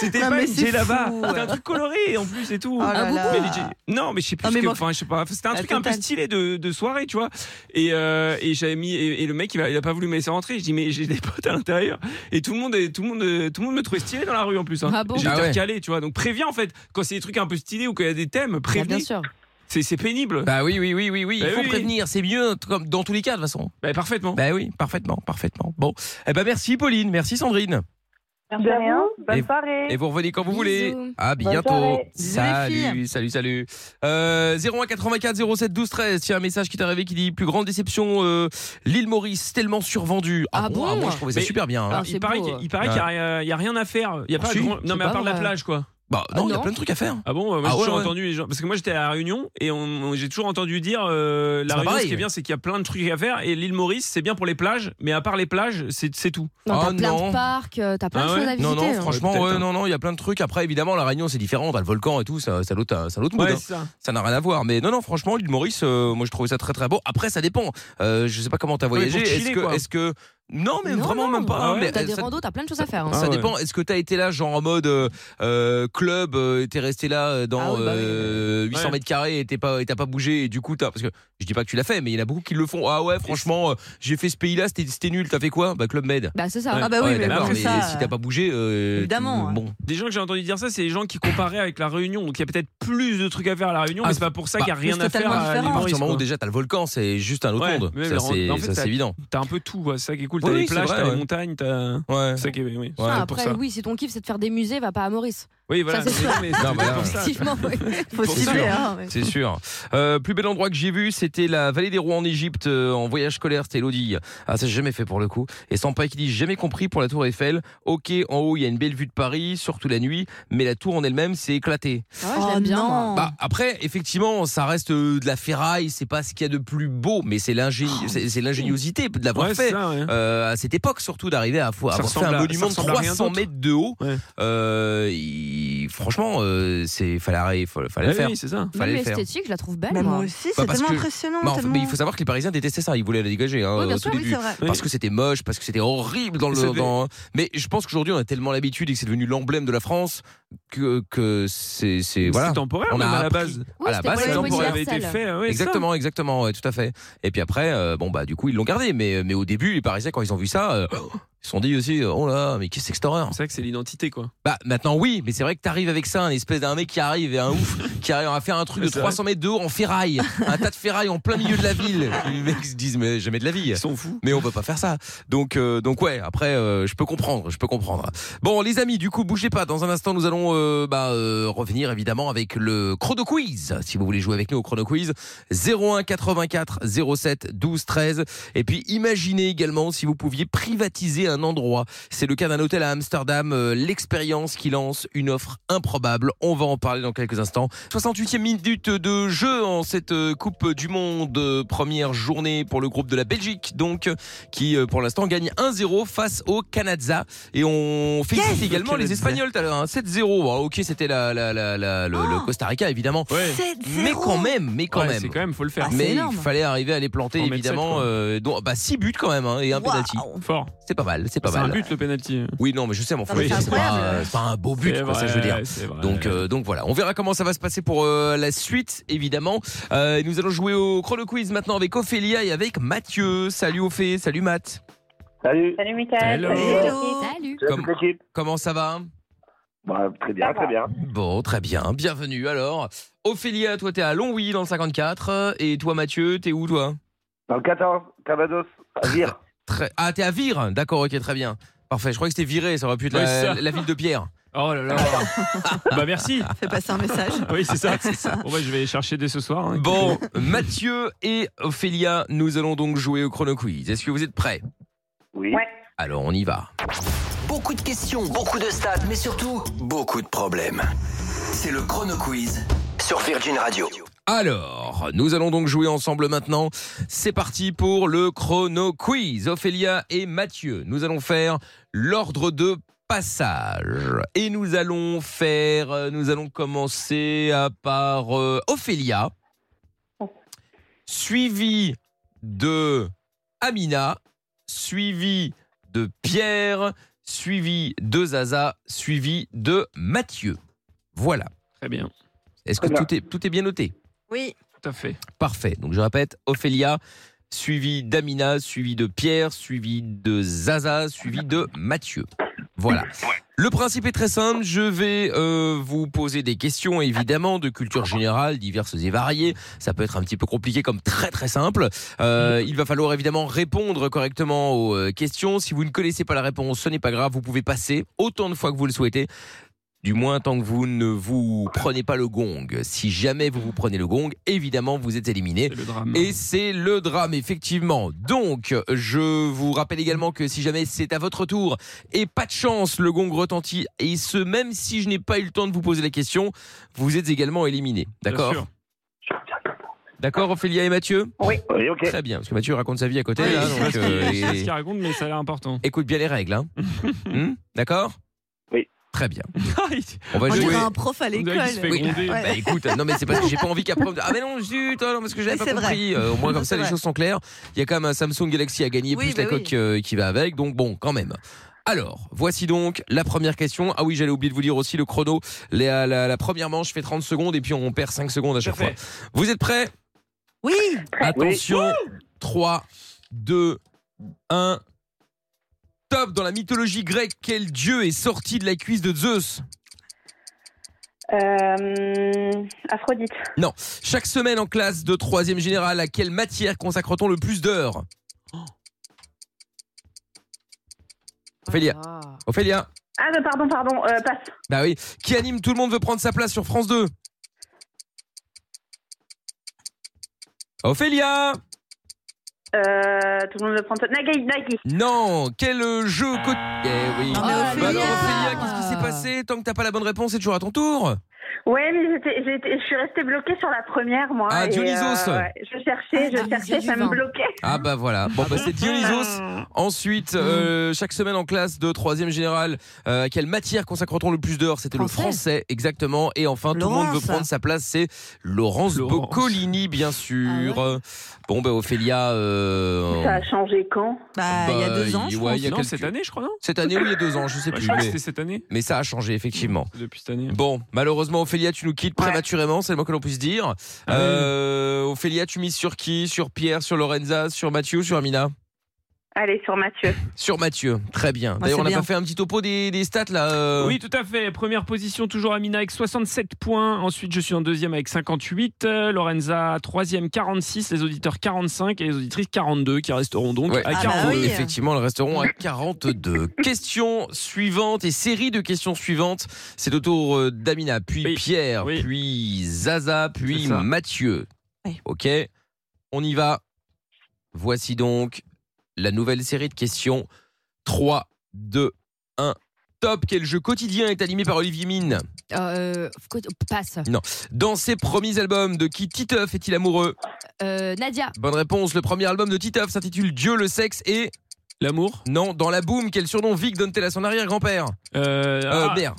E: C'était
F: Non,
E: pas
F: mais
E: une
F: c'est
E: gel là-bas,
F: fou,
E: c'était
F: ouais.
E: un truc coloré en plus et tout.
F: Ah là là.
E: Mais les gels- non, mais je sais plus,
F: Ah,
E: ce
F: mais
E: que-
F: moi-
E: enfin, je sais pas, c'était un
F: La
E: truc un peu
F: totale.
E: stylé de, de soirée, tu vois. Et, euh, et j'avais mis, et, et le mec, il a, il a pas voulu me laisser rentrer. Je dis, mais j'ai des potes à l'intérieur. Et tout le monde, est- tout le monde, euh, tout le monde me trouvait stylé dans la rue en plus. Hein.
F: Ah bon
E: J'ai été
C: Ah ouais.
E: recalé, tu vois. Donc préviens en fait, quand c'est des trucs un peu stylés ou qu'il y a des thèmes, préviens.
F: Bah, bien sûr.
E: C'est c'est pénible.
C: Bah oui, oui, oui, oui, oui.
E: Bah
C: il faut
E: oui.
C: prévenir, c'est mieux t- comme dans tous les cas de toute façon.
E: Bah parfaitement.
C: Bah oui, parfaitement, parfaitement. Bon, eh ben merci Pauline, merci Sandrine.
Q: De rien. Bonne
C: Et-
Q: soirée.
C: Et vous revenez quand vous
Q: Bisous.
C: voulez. À
Q: Bonne
C: bientôt.
Q: soirée. Bisous, les
C: Salut,
Q: filles.
C: salut, salut. Euh, 01 84 07 12 13. Tiens, un message qui t'est arrivé qui dit plus grande déception, euh, l'île Maurice tellement survendue. Ah, bon, ah, Moi, je trouvais ça
E: Mais-
C: super bien. hein.
E: Alors, il paraît qu'il il paraît qu'il y a rien- il y a rien à faire. Il y a
C: Ah,
E: pas
C: si,
E: grand-
C: c'est
E: Non mais à
C: pas
E: part la
C: vrai.
E: plage quoi.
C: Bah non, il y a plein de trucs à faire.
E: Ah bon,
C: Ah
E: euh, moi j'ai
C: ouais,
E: toujours
C: ouais.
E: entendu les gens parce que moi j'étais à la Réunion et on- on- j'ai toujours entendu dire euh,
C: C'est pas
E: la Réunion
C: pareil.
E: ce qui est bien c'est qu'il y a plein de trucs à faire et l'île Maurice c'est bien pour les plages mais à part les plages c'est c'est tout.
F: Non, t'as plein de parcs, euh, t'as plein
C: Ah
F: de
C: ouais
F: choses à visiter.
C: non, non,
F: hein.
C: franchement, ouais, non, non, il y a plein de trucs. Après, évidemment, la Réunion, c'est différent. T'as le volcan et tout, ça, ça l'autre, ça l'autre
E: Ouais,
C: mood, hein.
E: c'est ça.
C: Ça n'a rien à voir. Mais non, non, franchement, l'île Maurice, euh, moi, je trouvais ça très, très beau. Après, ça dépend. Euh, je sais pas comment t'as
E: mais
C: voyagé.
E: pour
C: Est-ce
E: chiller,
C: que,
E: quoi. Ah
C: est-ce que, non, mais
F: Non,
C: vraiment
F: non,
C: même pas. hein, mais,
F: T'as des
C: ça-
F: randos, t'as plein de choses à faire. hein.
C: ça dépend. Est-ce que t'as été là, genre en mode euh, euh, club, euh, t'es resté là euh,
F: Ah
C: dans
F: bah
C: euh, 800
E: Ouais.
C: mètres carrés et t'es pas, et t'as pas bougé et du coup t'as, parce que je dis pas que tu l'as fait, mais il y en a beaucoup qui le font. Ah ouais, franchement, euh, j'ai fait ce pays-là, c'était, c'était nul. T'as fait quoi Bah Club Med.
F: Bah, c'est ça.
C: Ouais.
F: Ah bah oui,
C: Ouais,
F: mais
C: d'accord,
F: bon, ça,
C: si t'as pas bougé, euh,
F: évidemment, hein.
C: tu- bon.
E: Des gens que j'ai entendu dire ça, c'est les gens qui comparaient avec la Réunion. Donc il y a peut-être plus de trucs à faire à la Réunion,
C: Ah,
E: mais c'est pas pour ça
C: bah,
F: Bah,
E: qu'il y a rien à faire à l'île
C: À partir
E: Maurice.
C: du moment où
E: quoi.
C: déjà t'as le volcan, c'est juste un autre
E: Ouais,
C: monde.
E: mais bah,
C: Ça,
E: en-
C: c'est
E: en fait,
C: ça, c'est
E: t'as-
C: évident.
E: T'as un peu tout, quoi. c'est ça qui est cool. T'as
C: Oui,
E: les
C: oui, c'est
E: plages,
C: vrai,
E: t'as
C: ouais.
E: les montagnes, t'as.
C: Ouais.
E: C'est ça qui est. Oui,
F: Ah,
E: c'est pour
F: après,
E: ça.
F: oui, si ton kiff c'est de faire des musées, va pas à Maurice.
E: Oui, voilà,
F: ça c'est
E: non,
F: sûr.
E: mais c'est
C: Non, mais là,
E: pour ça.
F: Effectivement, oui.
C: Pour sûr.
F: Ah,
C: C'est sûr. Euh, plus bel endroit que j'ai vu, c'était la vallée des rois en Égypte euh, en voyage scolaire. C'était Elodie. Ah, ça j'ai jamais fait pour le coup. Et Sampai qui dit jamais compris pour la tour Eiffel. Ok, en haut il y a une belle vue de Paris, surtout la nuit, mais la tour en elle-même c'est éclaté.
F: Ah,
E: Oh,
F: je l'aime bien. moi.
C: Bah, après, effectivement, ça reste euh, de la ferraille, c'est pas ce qu'il y a de plus beau, mais c'est l'ingé- c'est- c'est l'ingéniosité de l'avoir
E: Oh, Ouais, c'est
C: fait
E: ça, ouais.
C: Euh, à cette époque, surtout d'arriver à fo- avoir
E: Ça
C: fait
E: ressemble
C: un
E: à-
C: monument
E: ça
C: de
E: ressemble à rien
C: 300
E: d'autre.
C: mètres de haut. Euh, il- franchement, euh, c'est fallait, arrêter- fallait, fallait
E: Ouais,
C: le faire.
E: oui, c'est ça.
F: Oui,
C: Fallait
F: mais
C: le faire.
F: esthétique, je la trouve belle.
D: Bah,
F: moi.
D: moi aussi,
C: Bah,
D: c'est
C: parce
D: tellement
C: que-
D: impressionnant.
C: Bah, en fait,
D: tellement-
C: Mais il faut savoir que les Parisiens détestaient ça, ils voulaient la dégager hein,
D: Oui, bien
C: au
D: sûr,
C: tout
D: oui,
C: début.
D: c'est vrai.
C: Parce que c'était moche, parce que c'était horrible dans
E: Et ça
C: le.
E: devait-
C: dans- Mais je pense qu'aujourd'hui, on a tellement l'habitude et que c'est devenu l'emblème de la France que, que c'est. c'est-
E: Mais
C: Voilà.
E: c'était temporaire,
C: on a
E: même, à la
C: appris-
E: base.
F: Oui,
C: à la
F: c'était
C: base,
F: pour
C: c'est
F: les
C: temporaire.
F: Universels. Ça avait été fait,
E: ouais,
C: exactement, exactement, ouais, tout à fait. Et puis après, euh, bon, bah, du coup, ils l'ont gardé. Mais, mais au début, les Parisiens, quand ils ont vu ça, euh, ils se sont dit aussi, oh là, mais qu'est-ce que c'est que cette horreur
E: C'est vrai que c'est l'identité, quoi.
C: bah maintenant oui, mais c'est vrai que t'arrives avec ça, un espèce d'un mec qui arrive et un ouf qui arrive à faire un truc
E: Mais
C: de
E: c'est
C: 300 mètres de haut en ferraille, un tas de ferraille en plein milieu de la ville. Les mecs se disent mais jamais de la vie. Ils
E: sont fous.
C: Mais on peut pas faire ça. Donc euh, donc ouais, après euh, je peux comprendre, je peux comprendre. Bon les amis, du coup bougez pas. Dans un instant nous allons euh, bah, euh, revenir évidemment avec le chrono quiz. Si vous voulez jouer avec nous au chrono quiz 01 84 07 12 13. Et puis imaginez également si vous pouviez privatiser un endroit. C'est le cas d'un hôtel à Amsterdam, euh, l'expérience qui lance une offre improbable. On va en parler dans quelques instants. 68e minute de jeu en cette euh, Coupe du Monde, euh, première journée pour le groupe de la Belgique, donc euh, qui euh, pour l'instant gagne 1-0 face au Canadza. Et on félicite également les Espagnols tout à l'heure, hein, 7-0. Alors, ok, c'était la, la- la- la- le,
E: Oh
C: le Costa Rica évidemment, mais quand même, mais quand
E: Ouais,
C: même.
E: Ah, C'est quand même, faut le faire.
C: mais il fallait arriver à les planter
E: En mettre sept,
C: évidemment.
E: quoi.
C: euh, donc, bah six buts quand même hein, et un
E: Waouh.
C: penalty.
E: Fort.
C: C'est pas mal, c'est pas
E: C'est
C: mal.
E: un but le penalty.
C: Oui, non, mais je sais, mais enfin,
E: Non, mais c'est
C: c'est pas,
E: incroyable.
C: euh, c'est pas un beau but,
E: C'est
C: quoi, ça
E: vrai,
C: je veux dire.
E: c'est vrai.
C: Donc, euh, donc voilà, on verra comment ça va se passer pour euh, la suite, évidemment. Euh, et nous allons jouer au chrono quiz maintenant avec Ophélia et avec Mathieu. Salut Ophé, salut Matt.
K: Salut.
P: Salut Mickaël.
C: Hello.
F: Salut.
C: Comme- comment ça va
K: Ah, Très bien, très bien.
C: Bon, très bien, bienvenue alors. Ophélia, toi t'es à Longwy dans le 54, euh, et toi Mathieu, t'es où toi
K: Dans le 14, Calvados, à Vire.
C: Très- Ah, t'es à Vire D'accord, ok, très bien. Parfait, je croyais que c'était viré, ça aurait pu être
E: Ouais,
C: la,
E: c'est ça.
C: la ville de Pierre.
E: Oh là là. bah merci.
D: Fais passer un message.
E: Oui, c'est ça. Bon, bah, je vais chercher dès ce soir. hein.
C: Bon, Mathieu et Ophélia, nous allons donc jouer au chrono quiz. Est-ce que vous êtes prêts
K: Oui.
C: Alors on y va.
B: Beaucoup de questions, beaucoup de stats, mais surtout beaucoup de problèmes. C'est le Chrono Quiz sur Virgin Radio.
C: Alors, nous allons donc jouer ensemble maintenant. C'est parti pour le chrono quiz. Ophélia et Mathieu, nous allons faire l'ordre de passage. Et nous allons faire, euh, nous allons commencer à par euh, Ophélia,
E: Oh.
C: suivi de Amina, suivi de Pierre, suivi de Zaza, suivi de Mathieu. Voilà.
E: Très bien.
C: Est-ce que
E: Très bien.
C: tout est, tout est bien noté
D: Oui.
E: Tout à fait.
C: Parfait. Donc je répète, Ophélia, suivi d'Amina, suivi de Pierre, suivi de Zaza, suivi de Mathieu. Voilà. Le principe est très simple. Je vais euh, vous poser des questions, évidemment, de culture générale, diverses et variées. Ça peut être un petit peu compliqué, comme très très simple. Euh, il va falloir évidemment répondre correctement aux euh, questions. Si vous ne connaissez pas la réponse, ce n'est pas grave. Vous pouvez passer autant de fois que vous le souhaitez. Du moins, tant que vous ne vous prenez pas le gong. Si jamais vous vous prenez le gong, évidemment, vous êtes éliminé. Et c'est le drame, effectivement. Donc, je vous rappelle également que si jamais c'est à votre tour et pas de chance, le gong retentit. Et ce, même si je n'ai pas eu le temps de vous poser la question, vous êtes également éliminé. D'accord
R: sûr.
C: D'accord, Ophélia et Mathieu
R: Oui. Oui, ok.
C: Très bien, parce que Mathieu raconte sa vie à côté. là,
E: Je sais
C: donc,
E: ce
C: euh,
E: qu'il- je sais ce
C: et-
E: qu'il raconte, mais ça a l'air important.
C: Écoute bien les règles, hein. Hmm, D'accord
R: Oui.
C: Très bien.
E: On
D: Ah, On dirait un prof à On dirait qu'il se l'école. fait
C: Oui,
D: gronder.
C: bah,
D: Ouais.
C: écoute, non mais c'est parce que j'ai pas envie qu'après on me dise, Ah mais non, zut, ah non, parce que j'avais
D: Mais
C: pas
D: c'est vrai.
C: compris. Euh, au moins comme ça,
D: C'est
C: les
D: vrai.
C: choses sont claires. Il y a quand même un Samsung Galaxy à gagner,
D: Oui,
C: plus
D: bah
C: la
D: oui.
C: coque euh, qui va avec. Donc bon, quand même. Alors, voici donc la première question. Ah oui, j'allais oublier de vous dire aussi le chrono. La, la- la première manche fait 30 secondes et puis on perd 5 secondes à chaque fois. Vous êtes prêts
D: Oui
C: Attention, 3, 2, 1. Top Dans la mythologie grecque, quel dieu est sorti de la cuisse de Zeus
P: Euh, Aphrodite.
C: Non. Chaque semaine en classe de 3 générale, à quelle matière consacre-t-on le plus d'heures Ophélia. Ophélia.
P: Ah, non, pardon, pardon, euh, passe.
C: Bah oui. Qui anime Tout le monde veut prendre sa place sur France 2 Ophélia
P: Euh, tout le monde veut prendre ça. Nagui, Nagui.
C: Non Quel euh, jeu co- Eh oui.
P: Non, mais
C: Bah
P: Ophélia
C: alors, Ophélia, qu'est-ce qui s'est passé Tant que t'as pas la bonne réponse, c'est toujours à ton tour
P: Ouais, mais j'étais- j'étais- je suis restée bloquée sur la première, moi.
C: Ah,
P: et, euh,
C: Dionysos.
P: ouais, je cherchais, je cherchais, ça me bloquait.
C: Ah bah voilà. Bon bah c'est Dionysos. Ensuite, euh, chaque semaine en classe de troisième générale, euh, à quelle matière consacre-t-on le plus d'heures C'était le français, exactement. Et enfin, tout le monde
R: Laurence.
C: veut prendre sa place. C'est Laurence, Ah Boccolini, bien sûr. Bon bah Ophélia. euh,
P: Ça a changé quand
D: Bah,
C: bah, ouais, il y a quelques-
E: cette année, je crois, non
C: Cette année ou il y a deux ans, je sais
E: Bah,
C: plus.
E: je crois que
C: mais-
E: c'était cette année.
C: mais ça a changé, effectivement.
E: Depuis cette année.
C: Bon, malheureusement, Ophélia, tu nous quittes prématurément, c'est le mot que l'on puisse
E: Ah
C: dire. Euh, Ophélia, tu mises sur qui Sur Pierre, sur Lorenza, sur Mathieu ou sur Amina
P: Allez, sur Mathieu.
C: Sur Mathieu, très bien. D'ailleurs,
E: c'est
C: on n'a
E: bien.
C: pas fait un petit topo des, des stats là. euh.
E: Oui, tout à fait. Première position, toujours Amina avec 67 points. Ensuite, je suis en deuxième avec 58. Euh, Lorenza, troisième, 46. Les auditeurs, 45. Et les auditrices, 42, qui resteront donc
C: Ouais.
E: à 42.
C: Effectivement, elles resteront à 42. Question suivante et série de questions suivantes. C'est au tour euh, d'Amina, puis Pierre, puis Zaza, puis
R: C'est ça.
C: Mathieu. Ok, on y va. Voici donc la nouvelle série de questions. 3, 2, 1. Top, quel jeu quotidien est animé par Olivier Mine
F: Euh, co- passe.
C: Non. Dans ses premiers albums, de qui Titeuf est-il amoureux
F: Euh, Nadia.
C: Bonne réponse. Le premier album de Titeuf s'intitule Dieu, le sexe et.
E: L'amour
C: Non, dans la boom, quel surnom Vic donne-t-elle à son arrière-grand-père
E: Euh,
C: Euh,
E: ah,
C: merde.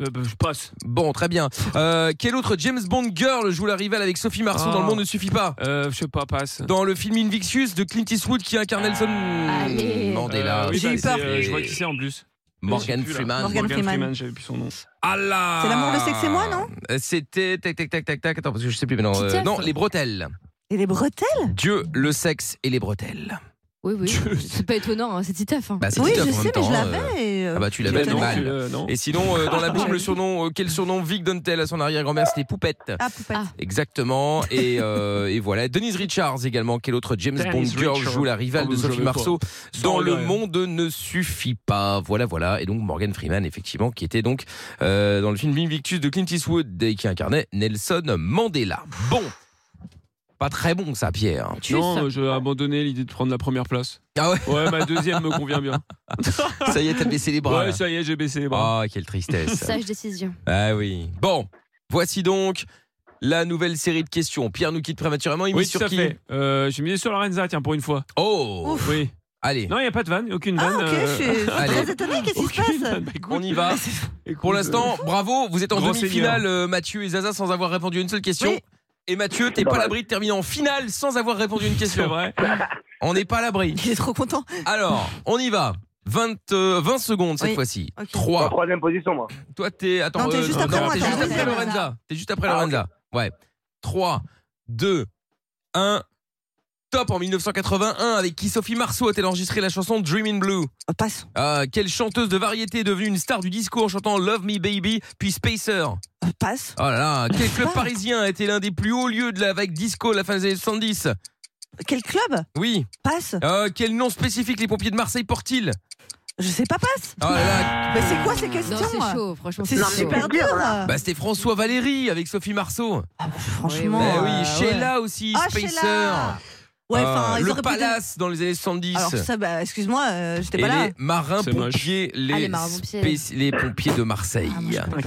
E: euh, bah, je passe.
C: Bon, très bien. Euh, quel autre James Bond girl joue la rivale avec Sophie Marceau dans
E: Ah.
C: Le Monde ne suffit pas
E: Euh, je sais pas, passe.
C: Dans le film Invictus de Clint Eastwood qui incarne Nelson
E: Ah, Allez.
C: Mandela.
E: Euh, oui,
C: C'est-
E: bah, c'est, euh, je vois qui c'est en plus.
C: Morgan
E: Je sais plus, là.
C: Freeman.
E: Morgan,
C: Morgan
E: Freeman,
C: Freeman,
E: j'avais plus son nom.
C: Ah là
E: C'est l'amour, le sexe et moi, non
C: Euh, C'était. Tac, tac, tac, tac, tac. Attends, parce que je sais plus maintenant. Euh,
D: Titeuf.
C: non, les bretelles.
D: Et les bretelles
C: Dieu, le sexe et les bretelles.
F: Oui, oui. C'est pas étonnant, hein, c'est Titeuf. hein.
C: Bah, c'est
D: Oui,
C: Titeuf
D: je
C: en
D: sais,
C: même
D: mais je
C: temps,
D: l'avais.
C: euh.
D: et, euh,
C: Ah bah tu l'avais
D: j'étais
C: non,
D: mal.
C: mal. Et sinon euh, dans la boum le surnom euh, quel surnom Vic donne-t-elle à son arrière-grand-mère c'était Poupette.
D: Ah, poupette.
C: Exactement et, euh, et voilà Denise Richards également quel autre James
R: Denise
C: Bond girl
R: Richards.
C: joue la rivale
R: Ah,
E: Oh,
C: de
R: vous
C: Sophie
R: savez
C: Marceau
R: pas.
C: dans
R: Sans
C: le
R: regret.
C: monde ne suffit pas voilà voilà et donc Morgan Freeman effectivement qui était donc euh, dans le film Invictus de Clint Eastwood et qui incarnait Nelson Mandela. Bon pas très bon ça Pierre.
E: Non, je vais abandonner l'idée de prendre la première place.
C: Ah ouais
E: Ouais, ma deuxième me convient bien.
C: Ça y est, t'as baissé les bras,
E: Ouais,
C: là.
E: ça y est, j'ai baissé les
C: bras. Ah, quelle tristesse.
F: Sage décision.
C: Ah oui. Bon, voici donc la nouvelle série de questions. Pierre nous quitte prématurément. Il
E: oui,
C: mise sur
E: tout à
C: qui
E: fait. Euh, j'ai misé sur Lorenza, tiens, pour une fois.
C: Oh
E: Oui.
C: Allez.
E: Non, il n'y a pas de vanne, aucune
C: Ah,
E: vanne. euh,
C: ok, je suis- je suis Allez. très étonnée,
D: qu'est-ce qui se
E: Aucune
D: passe
E: vanne, bah, écoute.
C: On y va. Pour
D: euh,
C: l'instant, bravo, vous êtes en
E: Grand
C: demi-finale,
E: seigneur.
C: euh, Mathieu et Zaza, sans avoir répondu à une seule question. Et Mathieu, t'es pas à l'abri de terminer en finale sans avoir répondu à une question.
E: C'est vrai.
C: On n'est pas à l'abri.
D: Il est trop content.
C: Alors, on y va. 20, euh, 20 secondes cette
D: Oui.
C: fois-ci.
D: Ok.
C: 3.
D: En
C: troisième position, moi. Toi, t'es. Attends, euh,
D: Non, t'es juste après moi,
C: t'es
D: t'as
C: juste
D: raison.
C: après Lorenza. T'es juste après Lorenza. Ouais. 3, 2, 1. Top en 1981 avec qui Sophie Marceau a-t-elle enregistré la chanson Dreamin' Blue
D: Oh,
C: Ah,
D: Passe.
C: quelle chanteuse de variété est devenue une star du disco en chantant Love Me Baby puis Spacer
D: Passe.
C: Oh là là, quel club parisien a été l'un des plus hauts lieux de la vague disco à la fin des années 70
D: Quel club
C: Oui.
D: Passe.
C: Euh, quel nom spécifique les pompiers de Marseille portent-ils
D: Je sais pas, passe.
C: Oh là là.
D: Mais c'est quoi ces questions hein.
F: c'est chaud, franchement,
D: C'est
F: c'est chaud.
D: super dur. là. Ah,
C: Bah c'était François Valéry avec Sophie Marceau.
D: franchement,
C: Bah oui,
D: euh,
C: Sheila aussi,
D: Ah,
C: Spacer. Euh,
D: Sheila. Ouais, enfin, ils
C: le
D: auraient pu donner-
C: Palace dans les années 70.
D: Alors ça, bah, excuse-moi, euh, j'étais
C: et
D: pas là.
C: les marins
E: C'est moche.
C: pompiers, les,
D: Ah, les marins-pompiers.
C: spéci- les pompiers de Marseille.
D: Ah,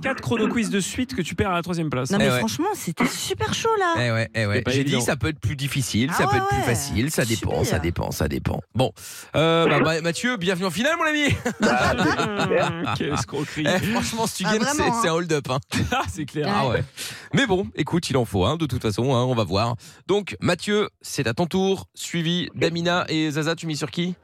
E: 4 chrono quiz de suite que tu perds à la troisième place.
C: Non, mais Eh ouais. franchement,
D: Franchement, c'était super chaud là.
C: Eh ouais, eh ouais.
E: C'est pas
C: J'ai
E: évident.
C: dit ça peut être plus difficile, ça
D: Ah
C: peut être plus
D: ouais,
C: facile, ça dépend, ça dépend, ça dépend. Bon, euh, bah, bah, Mathieu, bienvenue en finale, mon ami.
E: Quelle escroquerie.
C: Eh, franchement, si tu
E: Ah,
C: gagnes,
E: vraiment,
C: c'est
E: hein.
C: c'est un hold-up. Hein.
E: c'est clair.
C: Ah ouais. Mais bon, écoute, il en faut, hein, de toute façon, hein, on va voir. Donc, Mathieu, c'est à ton tour, suivi d'Amina et Zaza, tu mis sur qui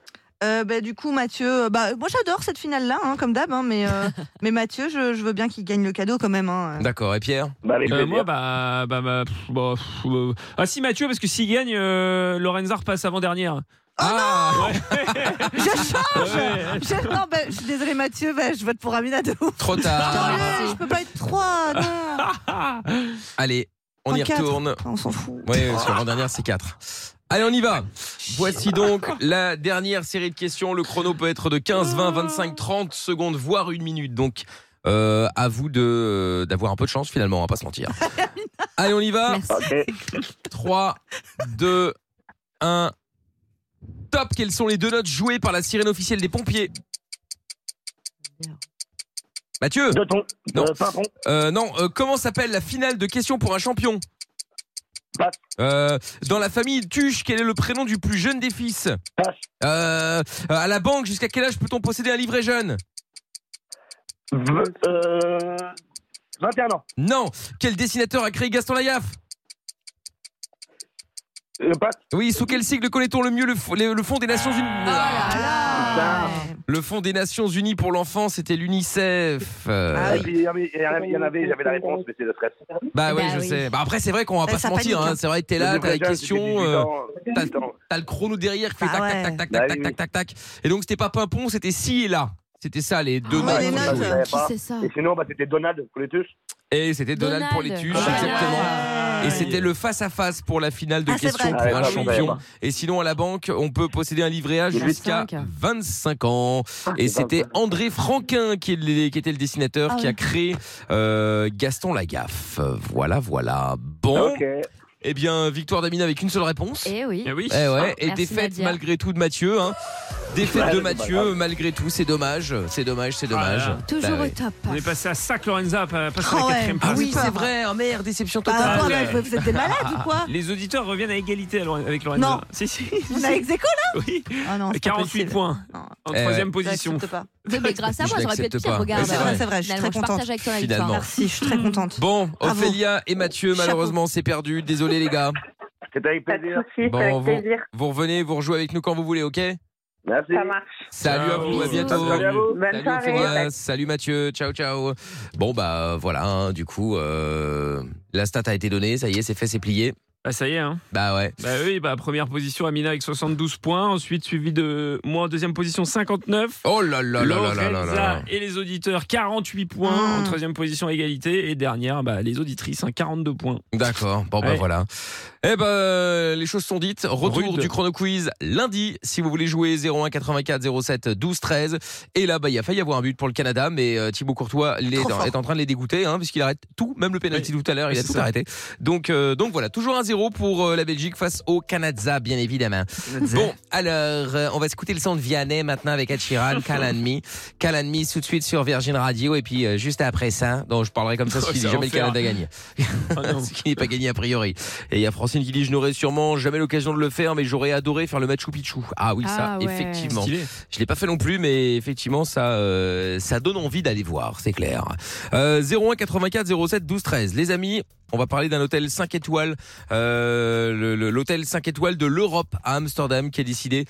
D: Euh, bah, du coup, Mathieu, euh, bah, moi j'adore cette finale là, comme d'hab, hein, mais, euh, mais Mathieu, je, je veux bien qu'il gagne le cadeau quand même. hein.
C: D'accord, et Pierre
E: Euh, moi, bah, bah, bah, pff, bah, pff, euh, ah si Mathieu, parce que s'il gagne, euh, Lorenza repasse avant dernière.
C: Ah,
D: Je change Je- Non, bah, je suis désolée, Mathieu, bah, je vote pour Amina de ouf.
C: Trop tard.
D: Tant mieux, je peux pas être trois, non
C: Allez, on
D: En
C: y
D: quatre.
C: retourne.
D: On s'en fout.
C: Ouais, parce que l'avant-dernière, c'est 4. Allez, on y va. Voici donc la dernière série de questions. Le chrono peut être de 15, 20, 25, 30 secondes, voire une minute. Donc, euh, à vous de- euh, d'avoir un peu de chance finalement, on va pas se mentir. Allez, on y va. 3, 2, 1. Top, quelles sont les deux notes jouées par la sirène officielle des pompiers Mathieu Non, Euh, non. euh, comment s'appelle la finale de questions pour un champion Euh, dans la famille Tuche, quel est le prénom du plus jeune des fils Euh, euh, À la banque, jusqu'à quel âge peut-on posséder un livret jeune
K: 21 ans.
C: Non. Quel dessinateur a créé Gaston Lagaffe Oui, sous quel sigle connaît-on le mieux le, fo- le- le Fonds des Nations Unies
P: Ah,
Q: Ah
C: Le Fonds des Nations Unies pour l'enfant, c'était l'UNICEF. Euh,
K: Et puis, Il y en avait- il y en avait- il y en avait, j'avais la réponse, mais c'est le stress.
C: Bah oui, je sais. Bah après, c'est vrai qu'on va
K: Eh,
C: pas se
K: ça
C: mentir.
K: panique,
C: hein.
K: hein.
C: C'est vrai que t'es
K: Le
C: là, t'as les
K: livret jeune, c'était
C: questions.
K: 18
C: euh,
K: ans,
C: t'as- T'as le chrono derrière qui fait
K: Bah
C: tac,
K: ouais.
C: tac, tac, tac, tac, tac, tac, tac. Et donc, c'était pas Pimpon, c'était ci et là. C'était ça, les deux
K: Ah Ouais,
C: matchs.
K: les notes, euh, Qui c'est ça Et sinon, bah, c'était Donald pour les tuches.
C: Et c'était Donald,
K: Donald.
C: pour les tuches,
K: Ah,
C: exactement. Et c'était le face-à-face pour la finale de
K: Ah, c'est
C: questions
K: vrai.
C: pour un
K: Ah, ouais,
C: champion.
K: ouais.
C: Et sinon, à la banque, on peut posséder un livret A jusqu'à 25 ans. Et c'était André Franquin qui, est le- qui était le dessinateur
K: Ah
C: qui a
K: oui.
C: créé euh, Gaston Lagaffe. Euh, Voilà, voilà. Bon.
K: Ok.
C: Eh bien, victoire d'Amina avec une seule réponse.
F: Eh oui.
C: Eh ouais. Et
F: Merci,
C: défaite
F: Nadia.
C: malgré tout de Mathieu. hein. Défaite
E: Ouais,
C: de
E: c'est pas
C: Mathieu malgré tout. C'est dommage. C'est dommage, c'est dommage.
E: Ah,
C: Bah ouais.
F: top.
E: On est passé à sac Lorenza, pas- passé à
C: Ah
E: la
C: ouais.
E: quatrième
C: Ah
E: place.
C: oui, c'est vrai. Oh merde, déception
D: Bah,
E: Ah
C: totale.
D: attends, mais vous- vous êtes des malades ou quoi
E: Les auditeurs reviennent à égalité à Loren- avec Lorenza.
D: Non.
E: Si, si.
D: On a ex aequo, là
E: Oui.
D: Ah non, c'est pas
E: 48
D: possible.
E: points. En
C: Eh
E: troisième
C: ouais.
E: position.
D: J'accepte pas.
F: Oui, mais grâce à
C: Je
F: moi, j'aurais pu être
C: l'accepte
F: pire,
C: pas.
F: regarde.
C: C'est vrai, c'est
D: vrai, je suis
F: Finalement,
D: très
F: partage
D: contente.
F: avec toi la
C: Finalement.
F: victoire.
D: Merci, je suis très contente.
C: Bon,
D: Bravo.
C: Ophélia et Mathieu,
D: Chapeau.
C: malheureusement, c'est perdu. Désolé, les gars.
K: C'était avec plaisir.
C: Bon, vous, vous revenez, vous rejouez avec nous quand vous voulez, ok
K: Merci.
Q: Ça marche.
C: Salut à
K: Ciao.
C: vous, à bientôt.
K: Salut à vous. Bonne
C: Salut,
K: soirée.
C: Ophélia. Salut Mathieu, ciao ciao. Bon bah euh, voilà, hein, du coup euh, la stat a été donnée, ça y est, c'est fait, c'est plié.
E: Bah ça y est. Hein.
C: Bah ouais.
E: Bah oui, bah première position Amina avec 72 points, ensuite suivi de moi en deuxième position 59.
C: Oh là là là là là là
E: Lorenza
C: là. Ah.
E: et les auditeurs 48 points en troisième position égalité et dernière bah, les auditrices hein, 42 points.
C: D'accord. Bon bah
E: Ouais.
C: voilà. Eh ben euh, les choses sont dites. Retour
E: Rude.
C: du chrono quiz lundi si vous voulez jouer 01 84 07 12 13 et là bah il a failli y avoir un but pour le Canada mais euh, Thibaut Courtois les-
K: Trop fort.
C: est en train de les dégoûter hein, puisqu'il arrête tout même le penalty tout à l'heure, il a
K: c'est
C: tout
K: ça.
C: arrêté. Donc euh, donc voilà, toujours un 0 pour euh, la Belgique face au Canada bien évidemment.
K: Canadza.
C: Bon, alors euh, on va écouter le son de Vianney maintenant avec Ed Sheeran, Call and Me. Call and Me tout de suite sur Virgin Radio et puis euh, juste après ça, donc je parlerai comme ça si
K: Oh, c'est
C: jamais le
K: enfer.
C: Canada gagne. ce qui n'est pas gagné a priori. Et il y a Francine qui dit je n'aurai sûrement jamais l'occasion de le faire, mais j'aurais adoré faire le Machu Picchu. Ah oui, ça,
K: Ah ouais.
C: effectivement.
K: Stylé.
C: Je l'ai pas fait non plus, mais effectivement, ça, euh, ça donne envie d'aller voir, c'est clair. Euh, 01 84 07 12 13. Les amis, On va parler d'un hôtel 5 étoiles, euh, le- le- l'hôtel 5 étoiles de l'Europe à Amsterdam qui a décidé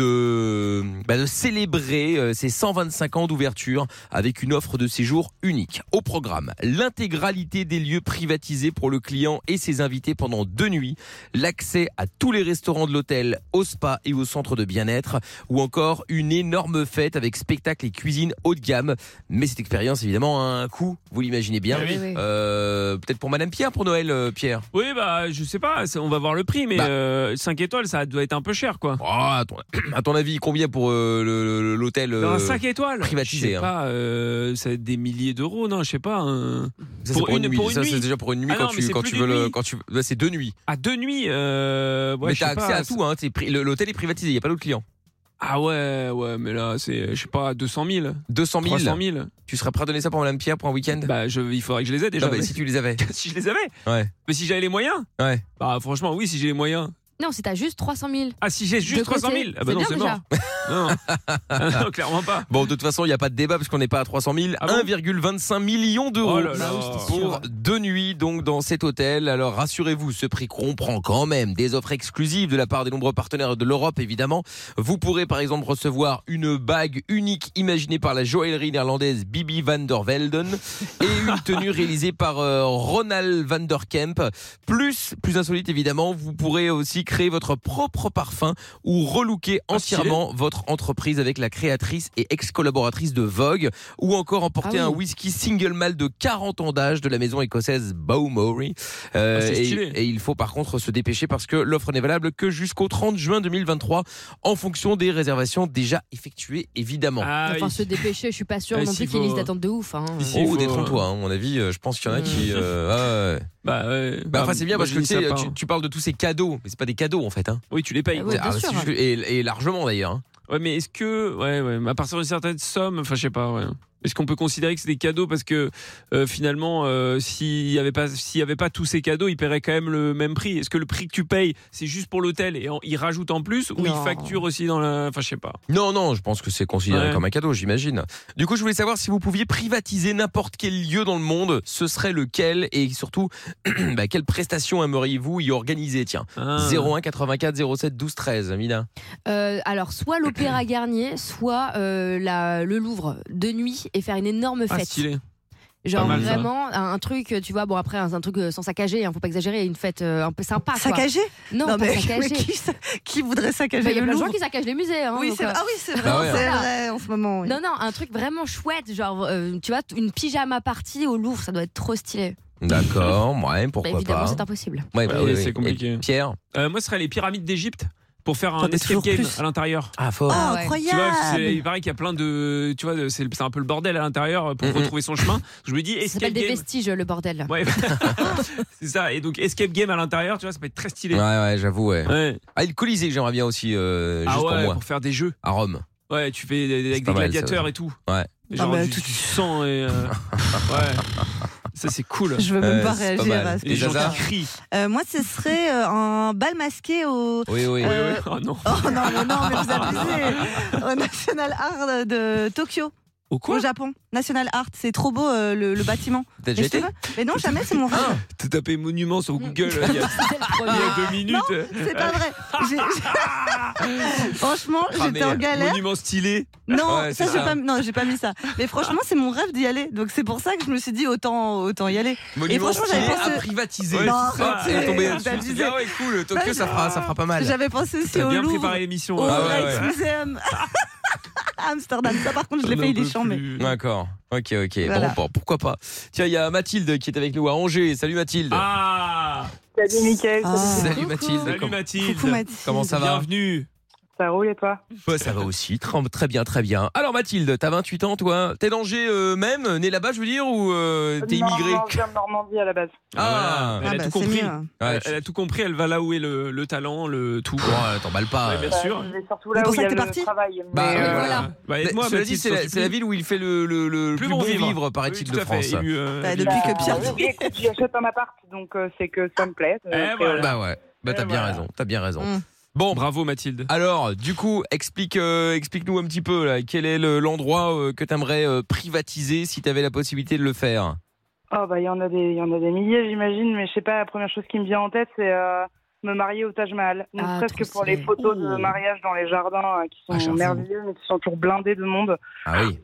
C: de, bah, de célébrer euh, ses 125 ans d'ouverture avec une offre de séjour unique. Au programme, l'intégralité des lieux privatisés pour le client et ses invités pendant deux nuits, l'accès à tous les restaurants de l'hôtel, au spa et au centre de bien-être, ou encore une énorme fête avec spectacle et cuisine haut de gamme. Mais cette expérience, évidemment, a un coût, vous l'imaginez bien.
E: Eh oui.
C: Euh, Peut-être pour Madame Pierre, pour Noël, euh, Pierre.
E: Oui, bah, je sais pas, ça- on va voir le prix,
C: Bah.
E: mais 5 étoiles, ça doit être un peu cher, quoi.
C: Oh, à, ton, à ton avis, combien pour euh, le- le- l'hôtel
E: Dans un
C: euh,
E: 5 étoiles
C: privatisé,
E: Je sais
C: hein.
E: pas, euh, ça va être des milliers d'euros, non, je sais pas. hein. un-
C: Ça, c'est pour une nuit. Ça, c'est déjà pour une nuit
E: Ah
C: quand
E: non, mais
C: tu-
E: c'est
C: quand
E: plus
C: tu
E: d'une
C: veux le-
E: nuit.
C: quand tu- là, c'est deux nuits.
E: À deux nuits, euh, ouais,
C: mais
E: je sais
C: t'as accès
E: pas,
C: à
E: c'est-
C: tout, hein. t'es pri- le- L'hôtel est privatisé, il n'y a pas d'autre client.
E: Ah ouais, ouais, mais là, c'est, je sais pas, 200 000.
C: 200 000.
E: 300 000.
C: Tu serais prêt à donner ça pour Madame Pierre pour un week-end
E: Bah, je, il faudrait que je les ai déjà.
C: Non, mais si tu les avais.
E: si je les avais.
C: Ouais.
E: Mais si j'avais les moyens
C: Ouais.
E: Bah, franchement, oui, si j'ai les moyens.
F: Non, si t'as juste 300 000.
E: Ah, si j'ai juste
F: De côté,
E: 300 000 Ah, bah
F: c'est
E: non,
F: bien
E: c'est
F: déjà.
E: mort. non. non, clairement pas.
C: Bon, de toute façon, il n'y a pas de débat parce qu'on n'est pas à 300 000. 1,25 million d'euros
E: Oh là là.
C: pour deux nuits donc dans cet hôtel. Alors rassurez-vous, ce prix comprend quand même des offres exclusives de la part des nombreux partenaires de l'Europe, évidemment. Vous pourrez par exemple recevoir une bague unique imaginée par la joaillerie néerlandaise Bibi van der Velden et une tenue réalisée par euh, Ronald van der Kemp. Plus, plus insolite évidemment, vous pourrez aussi créer votre propre parfum ou relooker
E: Ah,
C: entièrement votre entreprise avec la créatrice et ex-collaboratrice de Vogue ou encore emporter
E: Ah oui.
C: un whisky single malt de 40 ans d'âge de la maison écossaise Bowmori. Euh,
E: Ah, c'est
C: et,
E: stylé.
C: et il faut par contre se dépêcher parce que l'offre n'est valable que jusqu'au 30 juin 2023 en fonction des réservations déjà effectuées évidemment.
E: Ah
F: enfin, se dépêcher, je suis pas sûr
C: Eh,
F: non
C: Ah s'il
F: plus qu'il y ait une
C: faut-
F: liste d'attente de ouf. hein.
C: Oh, détrompe-toi, hein, à mon avis, euh, je pense qu'il y en a qui. euh, ah ouais.
E: Mm. Bah,
C: Bah, enfin, c'est bien
E: moi,
C: parce
E: je
C: que tu,
E: dis ça
C: sais,
E: pas,
C: tu-
E: hein.
C: tu parles de tous ces cadeaux, mais c'est pas des cadeaux en fait. Hein.
E: Oui, tu les payes.
C: Ah, c'est juste que- et, et largement d'ailleurs. hein.
E: Ouais, mais est-ce que, ouais, ouais, mais à partir d'une certaine somme, enfin, je sais pas, ouais. Est-ce qu'on peut considérer que c'est des cadeaux parce que euh, finalement, euh, s'il y avait pas, s'il y avait pas tous ces cadeaux, ils paieraient quand même le même prix. Est-ce que le prix que tu payes, c'est juste pour l'hôtel et en- ils rajoutent en plus ou ils
C: Non.
E: facturent aussi dans la, enfin, je sais pas.
C: Non, non, je pense que c'est considéré
E: Ouais.
C: comme un cadeau, j'imagine. Du coup, je voulais savoir si vous pouviez privatiser n'importe quel lieu dans le monde, ce serait lequel et surtout, bah, quelle prestation aimeriez-vous y organiser Tiens,
E: Ah.
C: 01 84 07 12 13, Mina.
F: Euh, alors, soit l'Opéra Garnier, soit euh, la- le Louvre de nuit et faire une énorme
E: Ah,
F: fête.
E: stylé.
F: Genre
E: Pas mal, ça.
F: vraiment un, un truc, tu vois, bon après un, un truc euh, sans saccager, hein, faut pas exagérer, une fête euh, un peu sympa. quoi.
D: Saccager
F: Non,
D: Non,
F: pas
D: mais-
F: saccagé.
D: mais qui sa- qui voudrait saccager
F: Bah, Il y a
D: le
F: plein de gens
D: Louvre
F: qui saccagent les musées. hein,
D: Oui,
F: donc,
D: c'est-
F: euh,
D: ah oui, c'est vrai, Bah ouais, c'est hein. vrai, en ce moment. oui.
F: Non, non, un truc vraiment chouette, genre euh, tu vois, t- une pyjama party au Louvre, ça doit être trop stylé.
C: D'accord, ouais,
F: Bah,
C: pourquoi
F: évidemment,
C: pas
F: c'est impossible.
C: Ouais, bah oui, oui.
E: Ah c'est compliqué. Euh,
C: Pierre
E: Moi, ce serait les pyramides d'Égypte pour faire
C: T'en
E: un
C: as
E: escape
C: toujours
E: game
C: plus.
E: à l'intérieur.
C: Ah, fort.
D: Ah,
E: Tu vois, parce que c'est-
D: incroyable
E: il paraît qu'il y a plein de. Tu vois, de- c'est c'est un peu le bordel à l'intérieur pour
C: Mhm.
E: retrouver son chemin. Je me dis,
F: Ça
E: escape
F: s'appelle des
E: game.
F: vestiges, le bordel.
E: Ouais, c'est ça. Et donc, escape game à l'intérieur, tu vois, ça peut être très stylé.
C: Ouais, ouais, j'avoue, ouais.
E: Ouais.
C: Ah, et le Colisée, j'aimerais bien aussi, euh,
E: Ah
C: juste pour
E: ouais,
C: moi.
E: pour faire des jeux.
C: À Rome.
E: Ouais, tu fais des- des- avec
C: pas
E: des
C: mal, ça
E: gladiateurs
C: aussi.
E: et tout.
C: Ouais.
E: Genre
C: Ah bah,
E: du,
C: tout-
E: du sang et. euh, ouais. Ça, Euh, c'est cool.
D: Je veux même
C: Euh,
D: pas réagir à ce
E: Et les
D: que
E: gens
D: tu
E: qui
D: dis.
E: crient.
D: Euh, moi, ce serait euh, un bal masqué au.
C: Oui, oui.
D: euh,
E: Oui, oui. Oh non.
D: Oh non, non, non, mais vous abusez. Au National Art de Tokyo.
E: Au
D: Japon. National Art, c'est trop beau euh, le, le bâtiment.
E: T'as déjà
D: Mais je te
E: été
D: vois- Mais non, jamais, c'est mon rêve.
E: T'as tapé monument sur Google euh, il y a, il y a deux minutes.
D: C'est pas vrai. J'ai- j'ai- Franchement, j'étais en galère.
E: Ah, Monument stylé.
D: Non,
E: Ouais,
D: ça,
E: c'est
D: j'ai pas, non, j'ai pas mis ça. Mais franchement, c'est mon rêve d'y aller. Donc c'est pour ça que je me suis dit autant, autant y aller.
C: Monument
D: Et franchement, j'avais
C: stylé
D: pensé
C: à privatiser.
D: Non,
C: c'est ça,
D: arrêtez,
C: elle est tombée
D: vous
C: dessus. Elle s'est dit,
D: abusez.
C: ah ouais, cool, Tokyo, ça fera, ça fera pas mal.
D: J'avais pensé aussi
C: T'as
D: au
C: bien
D: Louvre,
C: préparé l'émission,
D: au
C: hein. Ah ouais, ouais.
D: Rijksmuseum, à Amsterdam. Ça, par contre, je l'ai
C: J'en
D: fait,
C: en
D: il est
C: peux
D: chiant, mais.
C: plus. D'accord. Ok, ok.
D: Voilà.
C: Bon, bon, pourquoi pas. Tiens, il y a Mathilde qui est avec nous à Angers. Salut Mathilde.
E: Ah
P: Salut Mickaël,
D: Ah.
Q: Ah.
C: Salut Mathilde.
E: Salut
C: Com-
E: Mathilde.
C: Comment ça va
E: Bienvenue.
P: Ça roule et toi
C: Ouais, Ça va aussi. Tr- Très bien, très bien. Alors Mathilde, t'as 28 ans, toi. T'es d'Angers euh, même, né là-bas, je veux dire, ou euh, t'es
P: Non,
C: immigré
P: non, je viens de Normandie à la base.
C: Ah,
E: Elle
D: bah,
E: a tout compris.
D: hein.
E: Elle- Elle a tout compris. Elle va là où est le, le talent, le tout.
C: T'emballes pas.
E: Ouais, bien sûr.
P: Je vais surtout là où il y a le travail. mais,
C: Bah,
P: euh,
C: voilà.
E: Bah, aide-moi,
C: Cela dit,
E: Mathilde,
C: c'est
E: sur
C: la,
E: ce
C: c'est la
E: prix.
C: ville où il fait le, le- le plus, bon vivre,
E: Oui,
C: paraît-il,
E: tout
C: de
E: à fait.
C: France.
E: Il y a eu, euh,
D: Bah, depuis que Pierre Eh,
P: oui, écoute, j'achète un appart, donc euh, c'est que ça me plaît. Euh, après, voilà.
C: Bah ouais, bah t'as bien raison, t'as bien raison.
P: Mm.
C: Bon,
E: bravo Mathilde.
C: Alors, du coup, explique, euh, explique-nous un petit peu là, quel est le- l'endroit euh, que t'aimerais euh, privatiser si t'avais la possibilité de le faire.
R: Oh bah il y en a des, il y en a des milliers j'imagine, mais je sais pas. La première chose qui me vient en tête, c'est euh, me marier au Taj Mahal. Ne
S: Ah,
R: serait-ce que
S: trop
R: pour les
S: stylé.
R: photos de
S: Ouh.
R: mariage dans les jardins euh, qui
C: Ah,
R: sont
C: j'avoue.
R: merveilleux, mais qui sont toujours blindés de monde.
C: Ah oui.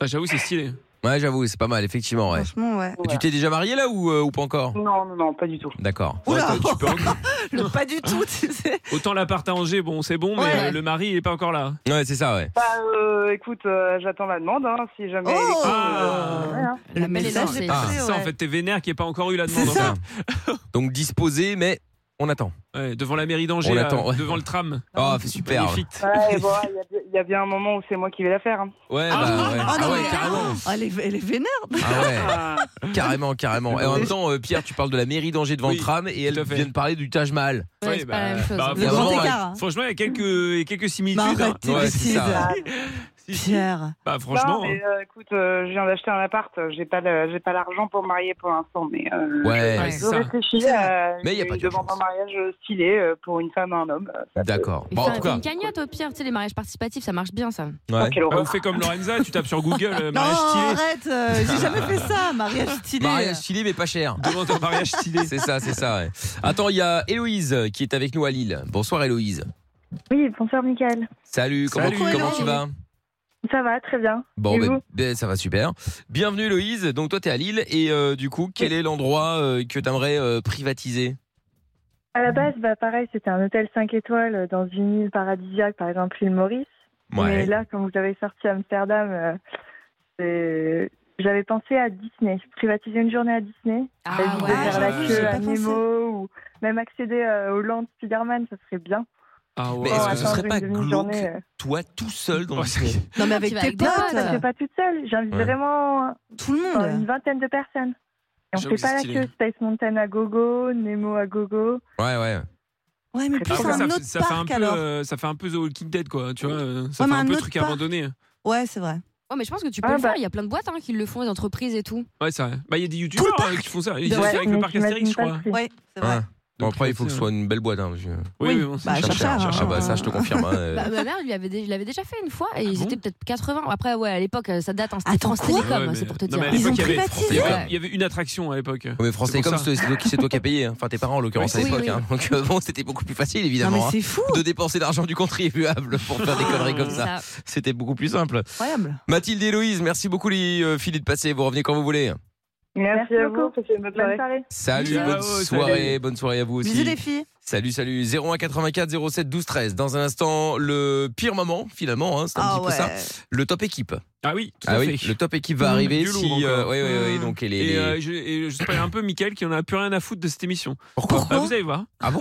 E: Ah, j'avoue, c'est stylé.
C: Ouais, j'avoue, c'est pas mal, effectivement. Ouais.
R: Franchement, ouais.
C: Et tu t'es déjà marié là ou, euh, ou pas encore
R: Non, non, non, pas du tout.
C: D'accord.
E: Oula.
C: Ouais, tu peux encore-
R: pas du tout, tu sais.
E: Autant l'appart à Angers, bon, c'est bon, mais
R: Ouais.
E: euh, le mari, il est pas encore là.
C: Ouais, c'est ça, ouais.
R: Bah euh, écoute, euh, j'attends la demande, hein, si jamais.
E: Oh
C: Ah.
R: euh, ouais, hein.
E: Le
R: message est passé,
E: Ah, ça, en
R: ouais.
E: fait, t'es vénère qui est pas encore eu la demande. en fait.
C: Donc disposé, mais on attend.
E: Ouais, devant la mairie d'Angers,
C: On
E: là,
C: l'attend, ouais.
E: devant le tram. Ah,
C: Oh, c'est super.
E: Magnifique.
R: Ouais, et bon, il y a- il y, a bien un moment où c'est moi qui vais la faire. hein.
C: Ouais, bah, ouais. Ah ouais, carrément.
D: Ah, elle, est, elle est vénère.
C: Ah ouais. carrément, carrément. Et en même temps, euh, Pierre, tu parles de la mairie d'Angers devant le tram et elle vient de parler du Taj Mahal.
E: Ouais, Ouais, c'est pas la même chose. bah, Le
D: grand
C: franchement,
D: écart, hein.
E: Franchement, il y a quelques, il y a quelques similitudes. hein.
C: ouais, c'est ça.
D: Pierre.
E: Bah, franchement.
R: Non, mais, euh, écoute, euh, je viens d'acheter un appart. euh, J'ai pas, le- j'ai pas l'argent pour me marier pour l'instant, mais euh,
C: Ouais,
R: je-
C: c'est
R: je
C: ça.
R: réfléchis à
C: Mais y a pas
R: une
C: d'urgence.
R: demande en mariage stylée euh, pour une femme et un homme. euh, ça peut-
C: D'accord.
F: Il
C: Bon,
F: fait
C: en
F: un-
C: tout cas.
F: une cagnotte au pire, tu sais, les mariages participatifs, ça marche bien ça.
C: Ouais.
E: Bah, on fait comme Lorenza, tu tapes sur Google euh,
D: Non,
E: mariage stylé.
D: arrête, euh, j'ai jamais fait ça, mariage stylé.
C: Mariage stylé, mais pas cher.
E: Demande un mariage stylé.
C: C'est ça, c'est ça. ouais. Attends, il y a Héloïse euh, qui est avec nous à Lille. Bonsoir Héloïse.
T: Oui, bonsoir Michael.
C: Salut, comment,
T: Salut.
C: tu- comment tu
T: Hello.
C: vas
T: Ça va, très bien.
C: Bon,
T: Et
C: ben,
T: vous
C: ben, ça va super. Bienvenue Héloïse. Donc toi, t'es à Lille et euh, du coup, quel est l'endroit euh, que t'aimerais euh, privatiser
T: À la base, bah, pareil, c'était un hôtel 5 étoiles euh, dans une île paradisiaque, par exemple l'île Maurice.
C: Ouais.
T: Mais là, quand vous avez sorti Amsterdam, euh, c'est- j'avais pensé à Disney, privatiser une journée à Disney.
F: Ah
T: Éviter de
F: ouais,
T: faire
F: j'avoue,
T: la
F: j'y ai
T: queue
F: pas
T: à
F: pensé.
T: Nemo ou même accéder euh, au land Spider-Man, ça serait bien.
E: Ah
C: Mais
T: Bon,
C: est-ce que ce
T: attendre
C: serait pas
T: une
C: glauque,
T: demi-journée, euh.
C: toi, tout seul dans Disney
D: Non, mais avec
T: Tu vas
D: tes
T: moi,
D: potes.
T: ça se fait pas toute seule. J'invite
C: Ouais.
T: vraiment
D: tout le
T: monde, une vingtaine de personnes. Et on
C: J'avoue,
T: fait pas la
C: stylé.
T: queue. Space Mountain à gogo, Nemo à gogo.
C: Ouais, ouais.
D: Ouais, mais
E: Après,
D: plus
E: ça,
D: un
E: ça-
D: autre
E: ça fait un
D: parc
E: peu,
D: alors.
E: euh, ça fait un peu The Walking Dead, quoi. Tu vois, euh, ça
D: Ouais, mais
E: fait un,
D: un
E: peu
D: autre
E: truc
D: parc.
E: abandonné.
D: Ouais, c'est vrai.
F: Ouais, Oh, mais je pense que tu peux
D: Ah,
F: le faire.
D: bah.
F: Il y a plein de boîtes hein, qui le font, les entreprises et tout.
E: Ouais, c'est vrai. Bah, il y a des youtubeurs euh, qui font ça. Ils ont
F: Ouais,
E: fait avec le
F: mais
E: parc
F: j'imagine
E: Astérix, je
F: pas le
E: crois.
F: prix. Ouais,
D: c'est
C: Ouais. Bon, après, il faut que ce soit une belle boîte. Hein, parce que-
E: Oui, oui, bon,
C: Bah, cher,
E: c'est cher,
C: cher.
E: cher,
C: Ah, bah,
E: hein.
C: ça, je te confirme. hein, euh.
F: Bah, ma mère lui avait, dé- il l'avait déjà fait une fois et ils étaient peut-être 80. Après, ouais, à l'époque, euh, ça date. Hein, C'était France
E: Ouais,
F: Télécom,
E: mais-
F: c'est pour te
E: non,
F: dire.
E: mais à l'époque, il y avait- il y avait- Il y avait une attraction à l'époque.
C: Ouais, Mais France
E: C'est pour
C: Télécom,
E: ça.
C: c'est c'est toi, qui- c'est toi qui as payé, hein. enfin tes parents en l'occurrence
E: Oui,
C: à
E: oui,
C: l'époque.
E: oui.
C: hein. Donc euh, bon, c'était beaucoup plus facile évidemment.
E: Non, mais c'est
C: hein,
E: fou.
C: De dépenser l'argent du contribuable pour faire des conneries comme ça. C'était beaucoup plus simple.
D: Incroyable.
C: Mathilde et Louise, merci beaucoup les euh, filles de passer. Vous revenez quand vous voulez.
T: Merci, à vous. bonne soirée.
C: Salut,
T: Ciao,
C: bonne
T: salut.
C: soirée, bonne soirée à vous aussi.
T: Bisous, les filles.
C: Salut, salut. 01 84 07 12 13. Dans un instant, le pire moment finalement, hein, c'est un
T: Ah
C: petit peu
T: ouais.
C: ça. Le top équipe.
E: Ah oui, tout
C: Ah
E: à
C: oui,
E: fait.
C: le top équipe va
E: Mmh,
C: arriver
E: du lourd
C: si, euh,
E: encore.
C: ouais, ouais, ouais, donc, et les- les-
E: Et, euh, je, et je spoil un peu Michael qui en a plus rien à foutre de cette émission.
C: Pourquoi
E: Ah, Vous allez voir. Euh,
C: Ah bon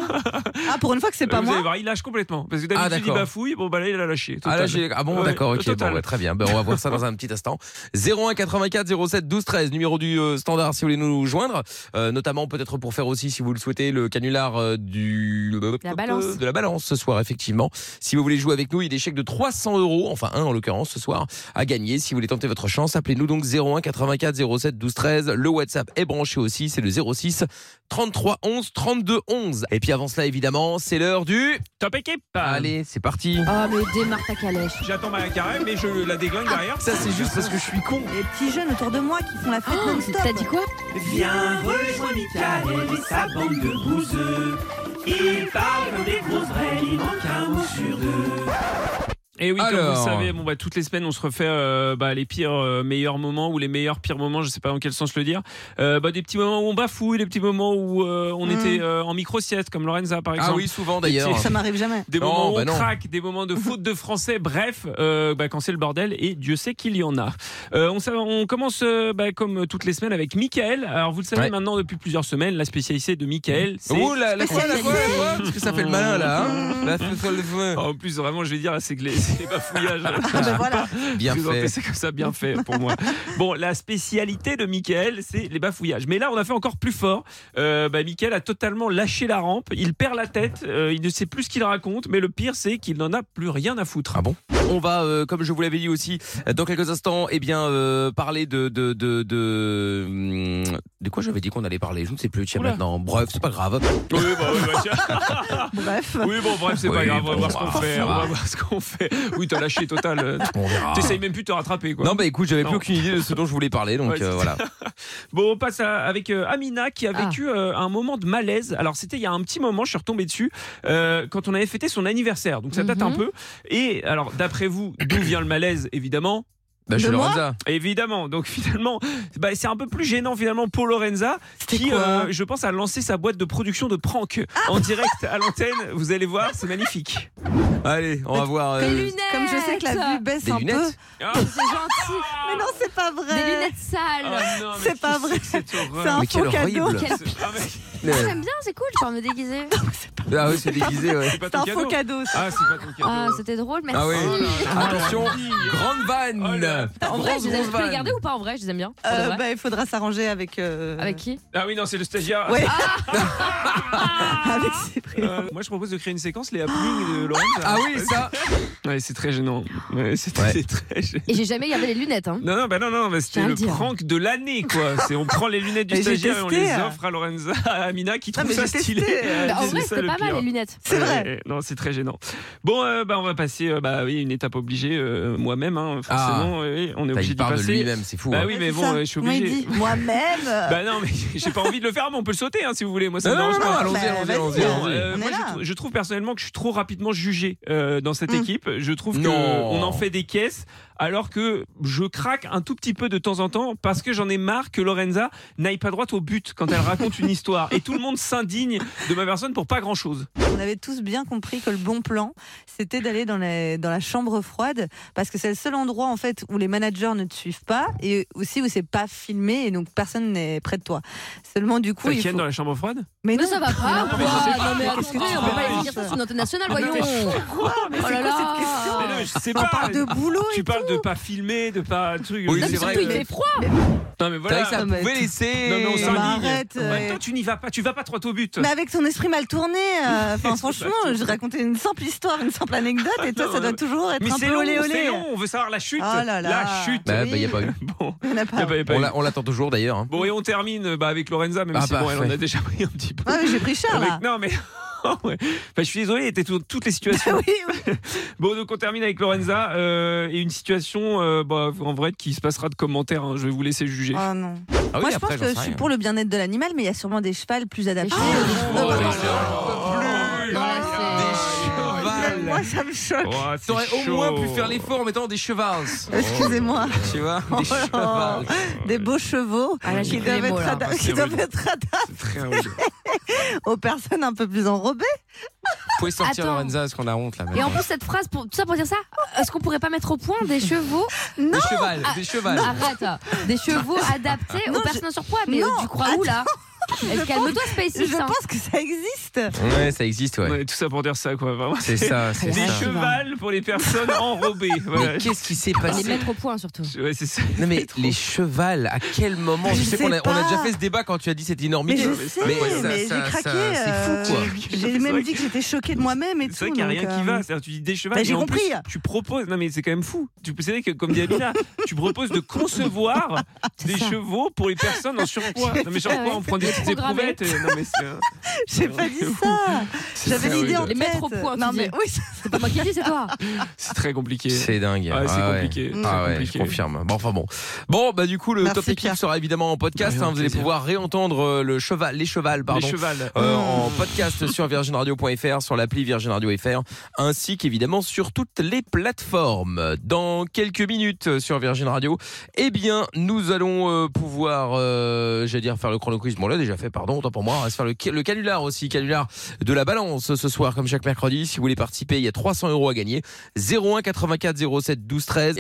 D: Ah, pour une fois que c'est pas
E: vous
D: moi.
E: allez voir, il lâche complètement. Parce que
C: Ah,
E: d'habitude, il
C: d'accord.
E: bafouille. Bon, bah là, il a lâché.
C: Ah
E: total.
C: là, j'ai- ah bon,
E: Ouais,
C: d'accord, ok,
E: total.
C: bon, bah, très bien. Ben, on va voir ça dans un petit instant. 01 84 07 12 13, numéro du euh, standard si vous voulez nous joindre, Euh, notamment peut-être pour faire aussi, si vous le souhaitez, le canular euh, du
F: La balance.
C: euh, de la balance ce soir, effectivement. Si vous voulez jouer avec nous, il y a des chèques de 300 euros, enfin un en l'occurrence ce soir, à gagner. Si vous voulez tenter votre chance, appelez-nous donc 01 84 07 12 13. Le WhatsApp est branché aussi, c'est le 06 33 11 32 11. Et puis avant cela, évidemment, c'est l'heure du
E: Top équipe.
C: Allez, c'est parti.
F: Ah, mais démarre ta calèche.
E: J'attends ma carême, mais je la déglingue derrière.
C: Ah, Ça, c'est juste parce que je suis con.
D: Les petits jeunes autour de moi qui font la fête
F: Oh,
D: non-stop.
F: t'as dit quoi
U: Viens, rejoins Michael et sa bande de bouseux. Il parle comme des grosses raies, il manque un mot sur deux.
E: Et oui, comme
C: Alors.
E: vous le savez, bon, bah, toutes les semaines, on se refait euh, bah, les pires euh, meilleurs moments ou les meilleurs pires moments, je sais pas dans quel sens le dire. Euh, bah, des petits moments où on bafouille, des petits moments où euh, on
D: Mm.
E: était euh, en micro-sieste, comme Lorenza par
C: Hmm. Ah
E: exemple.
C: oui, souvent,
E: Des
C: d'ailleurs.
E: petits-
D: Ça m'arrive jamais.
E: Des
C: Non,
E: moments où
C: bah
E: on
C: non.
E: craque, des moments de faute de français, bref, euh, bah, quand c'est le bordel, et Dieu sait qu'il y en a. Euh, on, sa- on commence euh, bah, comme toutes les semaines avec Michael. Alors vous le savez
C: Ouais.
E: maintenant depuis plusieurs semaines, la spécialité de Michael, c'est.
C: Oh là, la quoi, la quoi, la quoi Parce que ça fait le malin là. hein La
E: En plus, vraiment, je vais dire, c'est que les, c'est les bafouillages. Je peux pas
C: Bien
E: présenter
C: fait.
E: ça comme ça, bien fait pour moi. Bon, la spécialité de Michael, c'est les bafouillages. Mais là, on a fait encore plus fort. Euh, bah, Michael a totalement lâché la rampe. Il perd la tête. euh, il ne sait plus ce qu'il raconte. Mais le pire, c'est qu'il n'en a plus rien à foutre. Ah
C: bon On va, euh, comme je vous l'avais dit aussi, euh, dans quelques instants, eh bien, euh, parler de de de de, hum, de quoi j'avais dit qu'on allait parler. Je ne sais plus. Tiens, maintenant, bref, c'est pas grave.
E: bref. bah Oui, bon, bref, c'est pas
C: Oui,
E: grave. On va
C: bon,
E: voir ce qu'on
C: bah,
E: fait.
C: ça
E: On va
C: va.
E: voir ce qu'on fait. Oui, t'as lâché total. euh,
C: verra.
E: T'essayes même plus de te rattraper, quoi.
C: Non, bah écoute, j'avais plus
E: Non.
C: aucune idée de ce dont je voulais parler, donc
E: Ouais,
C: euh,
E: c'est-
C: voilà.
D: Ah,
E: Bon, on passe à- avec euh, Amina qui a
C: Ah.
E: vécu euh, un moment de malaise. Alors, c'était il y a un petit moment, je suis retombé dessus, euh, quand on avait fêté son anniversaire. Donc, ça date
C: Mhm.
E: un peu. Et alors, d'après vous, d'où vient le malaise, évidemment
C: Bah, chez De moi Lorenza.
E: Évidemment. Donc finalement, bah, c'est un peu plus gênant finalement pour Lorenza qui,
C: quoi Ah.
E: euh, je pense, a lancé sa boîte de production de prank en direct à l'antenne. Vous allez voir, c'est magnifique.
C: Allez, on va voir. euh,
D: Comme je sais que la vue baisse
C: Des
D: un
C: lunettes
D: peu.
E: Ah.
D: Oh, C'est gentil. Mais non, c'est pas vrai.
F: Des lunettes
E: Ah,
F: sales.
D: c'est pas vrai. C'est un
C: Mais
D: faux
C: quelle
D: cadeau.
C: horrible.
F: Quel-
C: Mais-
F: Ah, J'aime bien, c'est cool, je peux me déguiser.
C: Ah oui, c'est déguisé, ouais.
E: C'est pas ton cadeau. Ah, c'est pas ton cadeau.
F: Ah, c'était drôle, merci.
C: Ah oui. Attention, grande
E: Oh
C: vanne. Bah,
F: En vrai, je les ai- je
C: grosse
F: peux les
C: vanne.
F: garder ou pas en vrai Je les aime bien. pour de
D: Euh,
F: vrai.
D: bah, il faudra s'arranger avec. euh,
F: Avec qui
E: Ah oui, non, c'est le stagiaire.
D: Ouais.
E: Avec Euh, moi, je propose de créer une séquence, les happenings de Laurent.
C: Ah oui, ça.
E: Ouais, c'est très gênant. Ouais, c'est c'est très gênant.
F: Et j'ai jamais gardé les lunettes. Hein.
E: Non, non, bah non, non, bah,
F: tiens à
E: c'était le
F: le dire.
E: prank de l'année, quoi. C'est on prend les lunettes du
D: Mais j'ai
E: stagiaire et on
D: testé,
E: les
D: euh.
E: offre à Lorenza, à Amina, qui
D: Non,
E: trouve
D: Ah, mais
E: ça
D: j'ai testé,
E: stylé.
D: euh,
F: Bah, en
E: C'est
F: vrai,
E: ça,
F: c'était
E: le
F: pas mal,
E: pire.
F: les lunettes.
E: Ouais, ouais, Non, c'est très gênant. Bon, euh, bah, on va passer, euh, bah oui, une étape obligée, euh, moi-même, hein, forcément. oui, on
C: Bah,
E: est obligé
C: il
E: d'y
C: parle de
E: passer.
C: lui-même, c'est fou,
E: Bah
C: hein.
E: oui,
C: Ouais,
E: mais
C: c'est
E: bon,
C: ça.
E: euh, je suis
D: Moi, il
E: obligé.
D: dit, moi-même.
C: Euh.
E: Bah non, mais j'ai pas envie de le faire, mais on peut le sauter hein, si vous voulez. Moi, ça me
C: Non,
E: dérange
C: non,
E: pas.
C: non, allons-y, allons-y, allons-y,
E: Non,
C: allons-y.
E: euh,
C: Bah, On
E: moi,
C: est
E: je,
C: là. Hum.
E: trou- je trouve personnellement que je suis trop rapidement jugé euh, dans cette équipe. Je trouve
C: Non.
E: qu'on en fait des caisses, alors que je craque un tout petit peu de temps en temps parce que j'en ai marre que Lorenza n'aille pas droit au but quand elle raconte une histoire. Et tout le monde s'indigne de ma personne pour pas grand-chose.
D: On avait tous bien compris que le bon plan, c'était d'aller dans, les- dans la chambre froide, parce que c'est le seul endroit en fait où les managers ne te suivent pas et aussi où c'est pas filmé et donc personne n'est près de toi. Seulement du coup,
E: T'as
D: il
E: Ken
D: faut-
E: dans la chambre froide
D: Mais,
F: Mais
D: non.
F: ça va pas,
D: Non,
F: quoi.
D: mais je sais
F: Ah, Non, mais
D: Qu'est-ce que
F: attendez,
D: tu
F: on va pas
D: parles
F: dire ça sur une antenne nationale,
D: Ah, non,
F: voyons.
D: mais je
C: Oh.
D: comprends, mais c'est
F: là
D: quoi
F: là.
D: cette question
E: Mais non, je sais
D: Ah. On
E: pas.
D: parle de boulot
E: Tu
D: et
E: parles de pas filmer, de pas truc.
C: Oui,
E: Mais
C: c'est vrai
E: surtout,
C: que-
E: il fait froid. Non mais
C: C'est
E: voilà.
C: vrai que ça pouvait laisser.
E: Non mais on
D: Bah,
E: s'indigne.
D: arrête,
E: En même
D: euh.
E: temps, tu n'y vas pas, tu vas pas droit au but.
D: Mais avec ton esprit mal tourné, euh, enfin, franchement, je racontais une simple histoire, une simple anecdote, et toi, ça doit toujours être
E: Mais
D: un
E: c'est
D: peu
E: long,
D: olé
E: c'est
D: olé.
E: long, on veut savoir la chute.
D: Oh là là.
E: La chute.
C: Bah, bah, y a pas eu.
E: Y a pas- y a pas
C: On
E: eu.
C: l'a- on l'attend toujours d'ailleurs. hein.
E: Bon et on termine bah, avec Lorenza même
C: Ah,
E: si
C: bah,
E: bon, elle en
C: ouais.
E: a déjà pris un petit peu.
D: Ah, mais j'ai pris cher, là.
E: Avec- Non mais Ouais. Bah, je suis désolé, était tout- toutes les situations. bon, donc on termine avec Lorenza euh, et une situation euh, bah, en vrai qui se passera de commentaires. hein. je vais vous laisser juger.
D: Ah non. Moi, je pense que je suis pour le bien-être de l'animal, mais il y a sûrement des chevals plus adaptés.
E: Ah, oh.
C: Ah,
E: oh,
C: Moi,
D: ça me choque.
C: T'aurais au
D: chaud.
C: moins pu faire l'effort en mettant des chevals.
D: Excusez-moi.
C: Tu vois
D: Oh
C: Des
D: là.
C: chevals.
D: Des beaux chevaux
C: Ah là, j'ai
D: qui
C: pris les
D: doivent
C: mots,
D: être
C: là.
D: ada-
C: C'est
D: qui doivent
C: horrible.
D: être adaptés aux personnes un peu plus enrobées.
S: Vous pouvez sortir
F: Attends.
S: Lorenza, parce qu'on a honte là.
F: Et en
S: maintenant.
F: plus, cette phrase, pour, tout ça pour dire ça, est-ce qu'on pourrait pas mettre au point des chevaux Ah,
D: Non
S: Des chevals, des chevals.
F: Arrête Des chevaux adaptés aux personnes en surpoids. Mais
D: Ah. Non,
F: euh, tu crois où là
D: Je
F: Elle calme-toi,
D: pense-
F: Spacey.
D: Je pense que ça existe.
C: Ouais, ça existe, ouais.
E: tout ça pour dire ça, quoi. Vraiment.
C: C'est ça, c'est
E: Des
C: ça.
E: chevals pour les personnes enrobées.
C: Mais qu'est-ce qui s'est passé
F: Les mettre au point surtout.
E: Ouais, c'est ça.
C: Non mais les chevals, à quel moment
D: Je
C: Je sais
D: sais
C: qu'on a, on
D: pas.
C: a déjà fait ce débat quand tu as dit cette
D: Mais
C: énormité.
D: je sais,
C: ça-
D: mais j'ai
C: ça-
D: craqué.
C: ça- C'est fou quoi.
D: euh, J'ai même dit que j'étais choquée de moi-même et tout.
E: C'est vrai qu'il n'y a
D: donc,
E: rien qui
D: euh,
E: va. C'est-à-dire, tu dis des chevaux.
D: Bah,
E: et
D: j'ai
E: en plus,
D: compris.
E: tu proposes. Non, mais c'est quand même fou. Tu c'est vrai que, comme dit Amina, tu proposes de concevoir des chevaux pour les personnes en surpoids.
F: Ah
E: Non, mais
F: ouais,
E: surpois, on prend des
F: c'est
E: petites
F: programmé.
E: éprouvettes. et- Non, mais c'est. hein, un-
D: J'ai pas dit ça.
E: C'est
D: J'avais
E: ça,
D: l'idée
E: oui,
D: en
E: de-
D: tête.
F: Les mettre au point, tu
D: Non
F: dis.
D: mais oui,
F: C'est pas moi qui dis, c'est toi.
E: C'est très compliqué.
C: C'est dingue.
E: Ouais, c'est
C: Ah ouais.
E: compliqué. c'est
C: Ah ouais,
E: compliqué.
C: je confirme. Bon, enfin bon. Bon, bah du coup, le
E: Merci,
C: top équipe
E: Pierre.
C: sera évidemment en podcast.
E: Avec
C: hein. vous allez
E: plaisir.
C: pouvoir réentendre euh, le cheval, les chevals, pardon,
E: Les chevals.
C: euh,
E: Mmh.
C: en podcast sur virginradio.fr, sur l'appli Virgin Radio FR, ainsi qu'évidemment sur toutes les plateformes. Dans quelques minutes euh, sur Virgin Radio, eh bien, nous allons euh, pouvoir, euh, j'allais dire, faire le chrono quiz. Bon, là déjà fait, pardon, autant pour moi. On va se faire le, ca- le canular aussi, canular de la balance ce soir, comme chaque mercredi. Si vous voulez participer, il y a 300 euros à gagner. 01 84 07 12 13.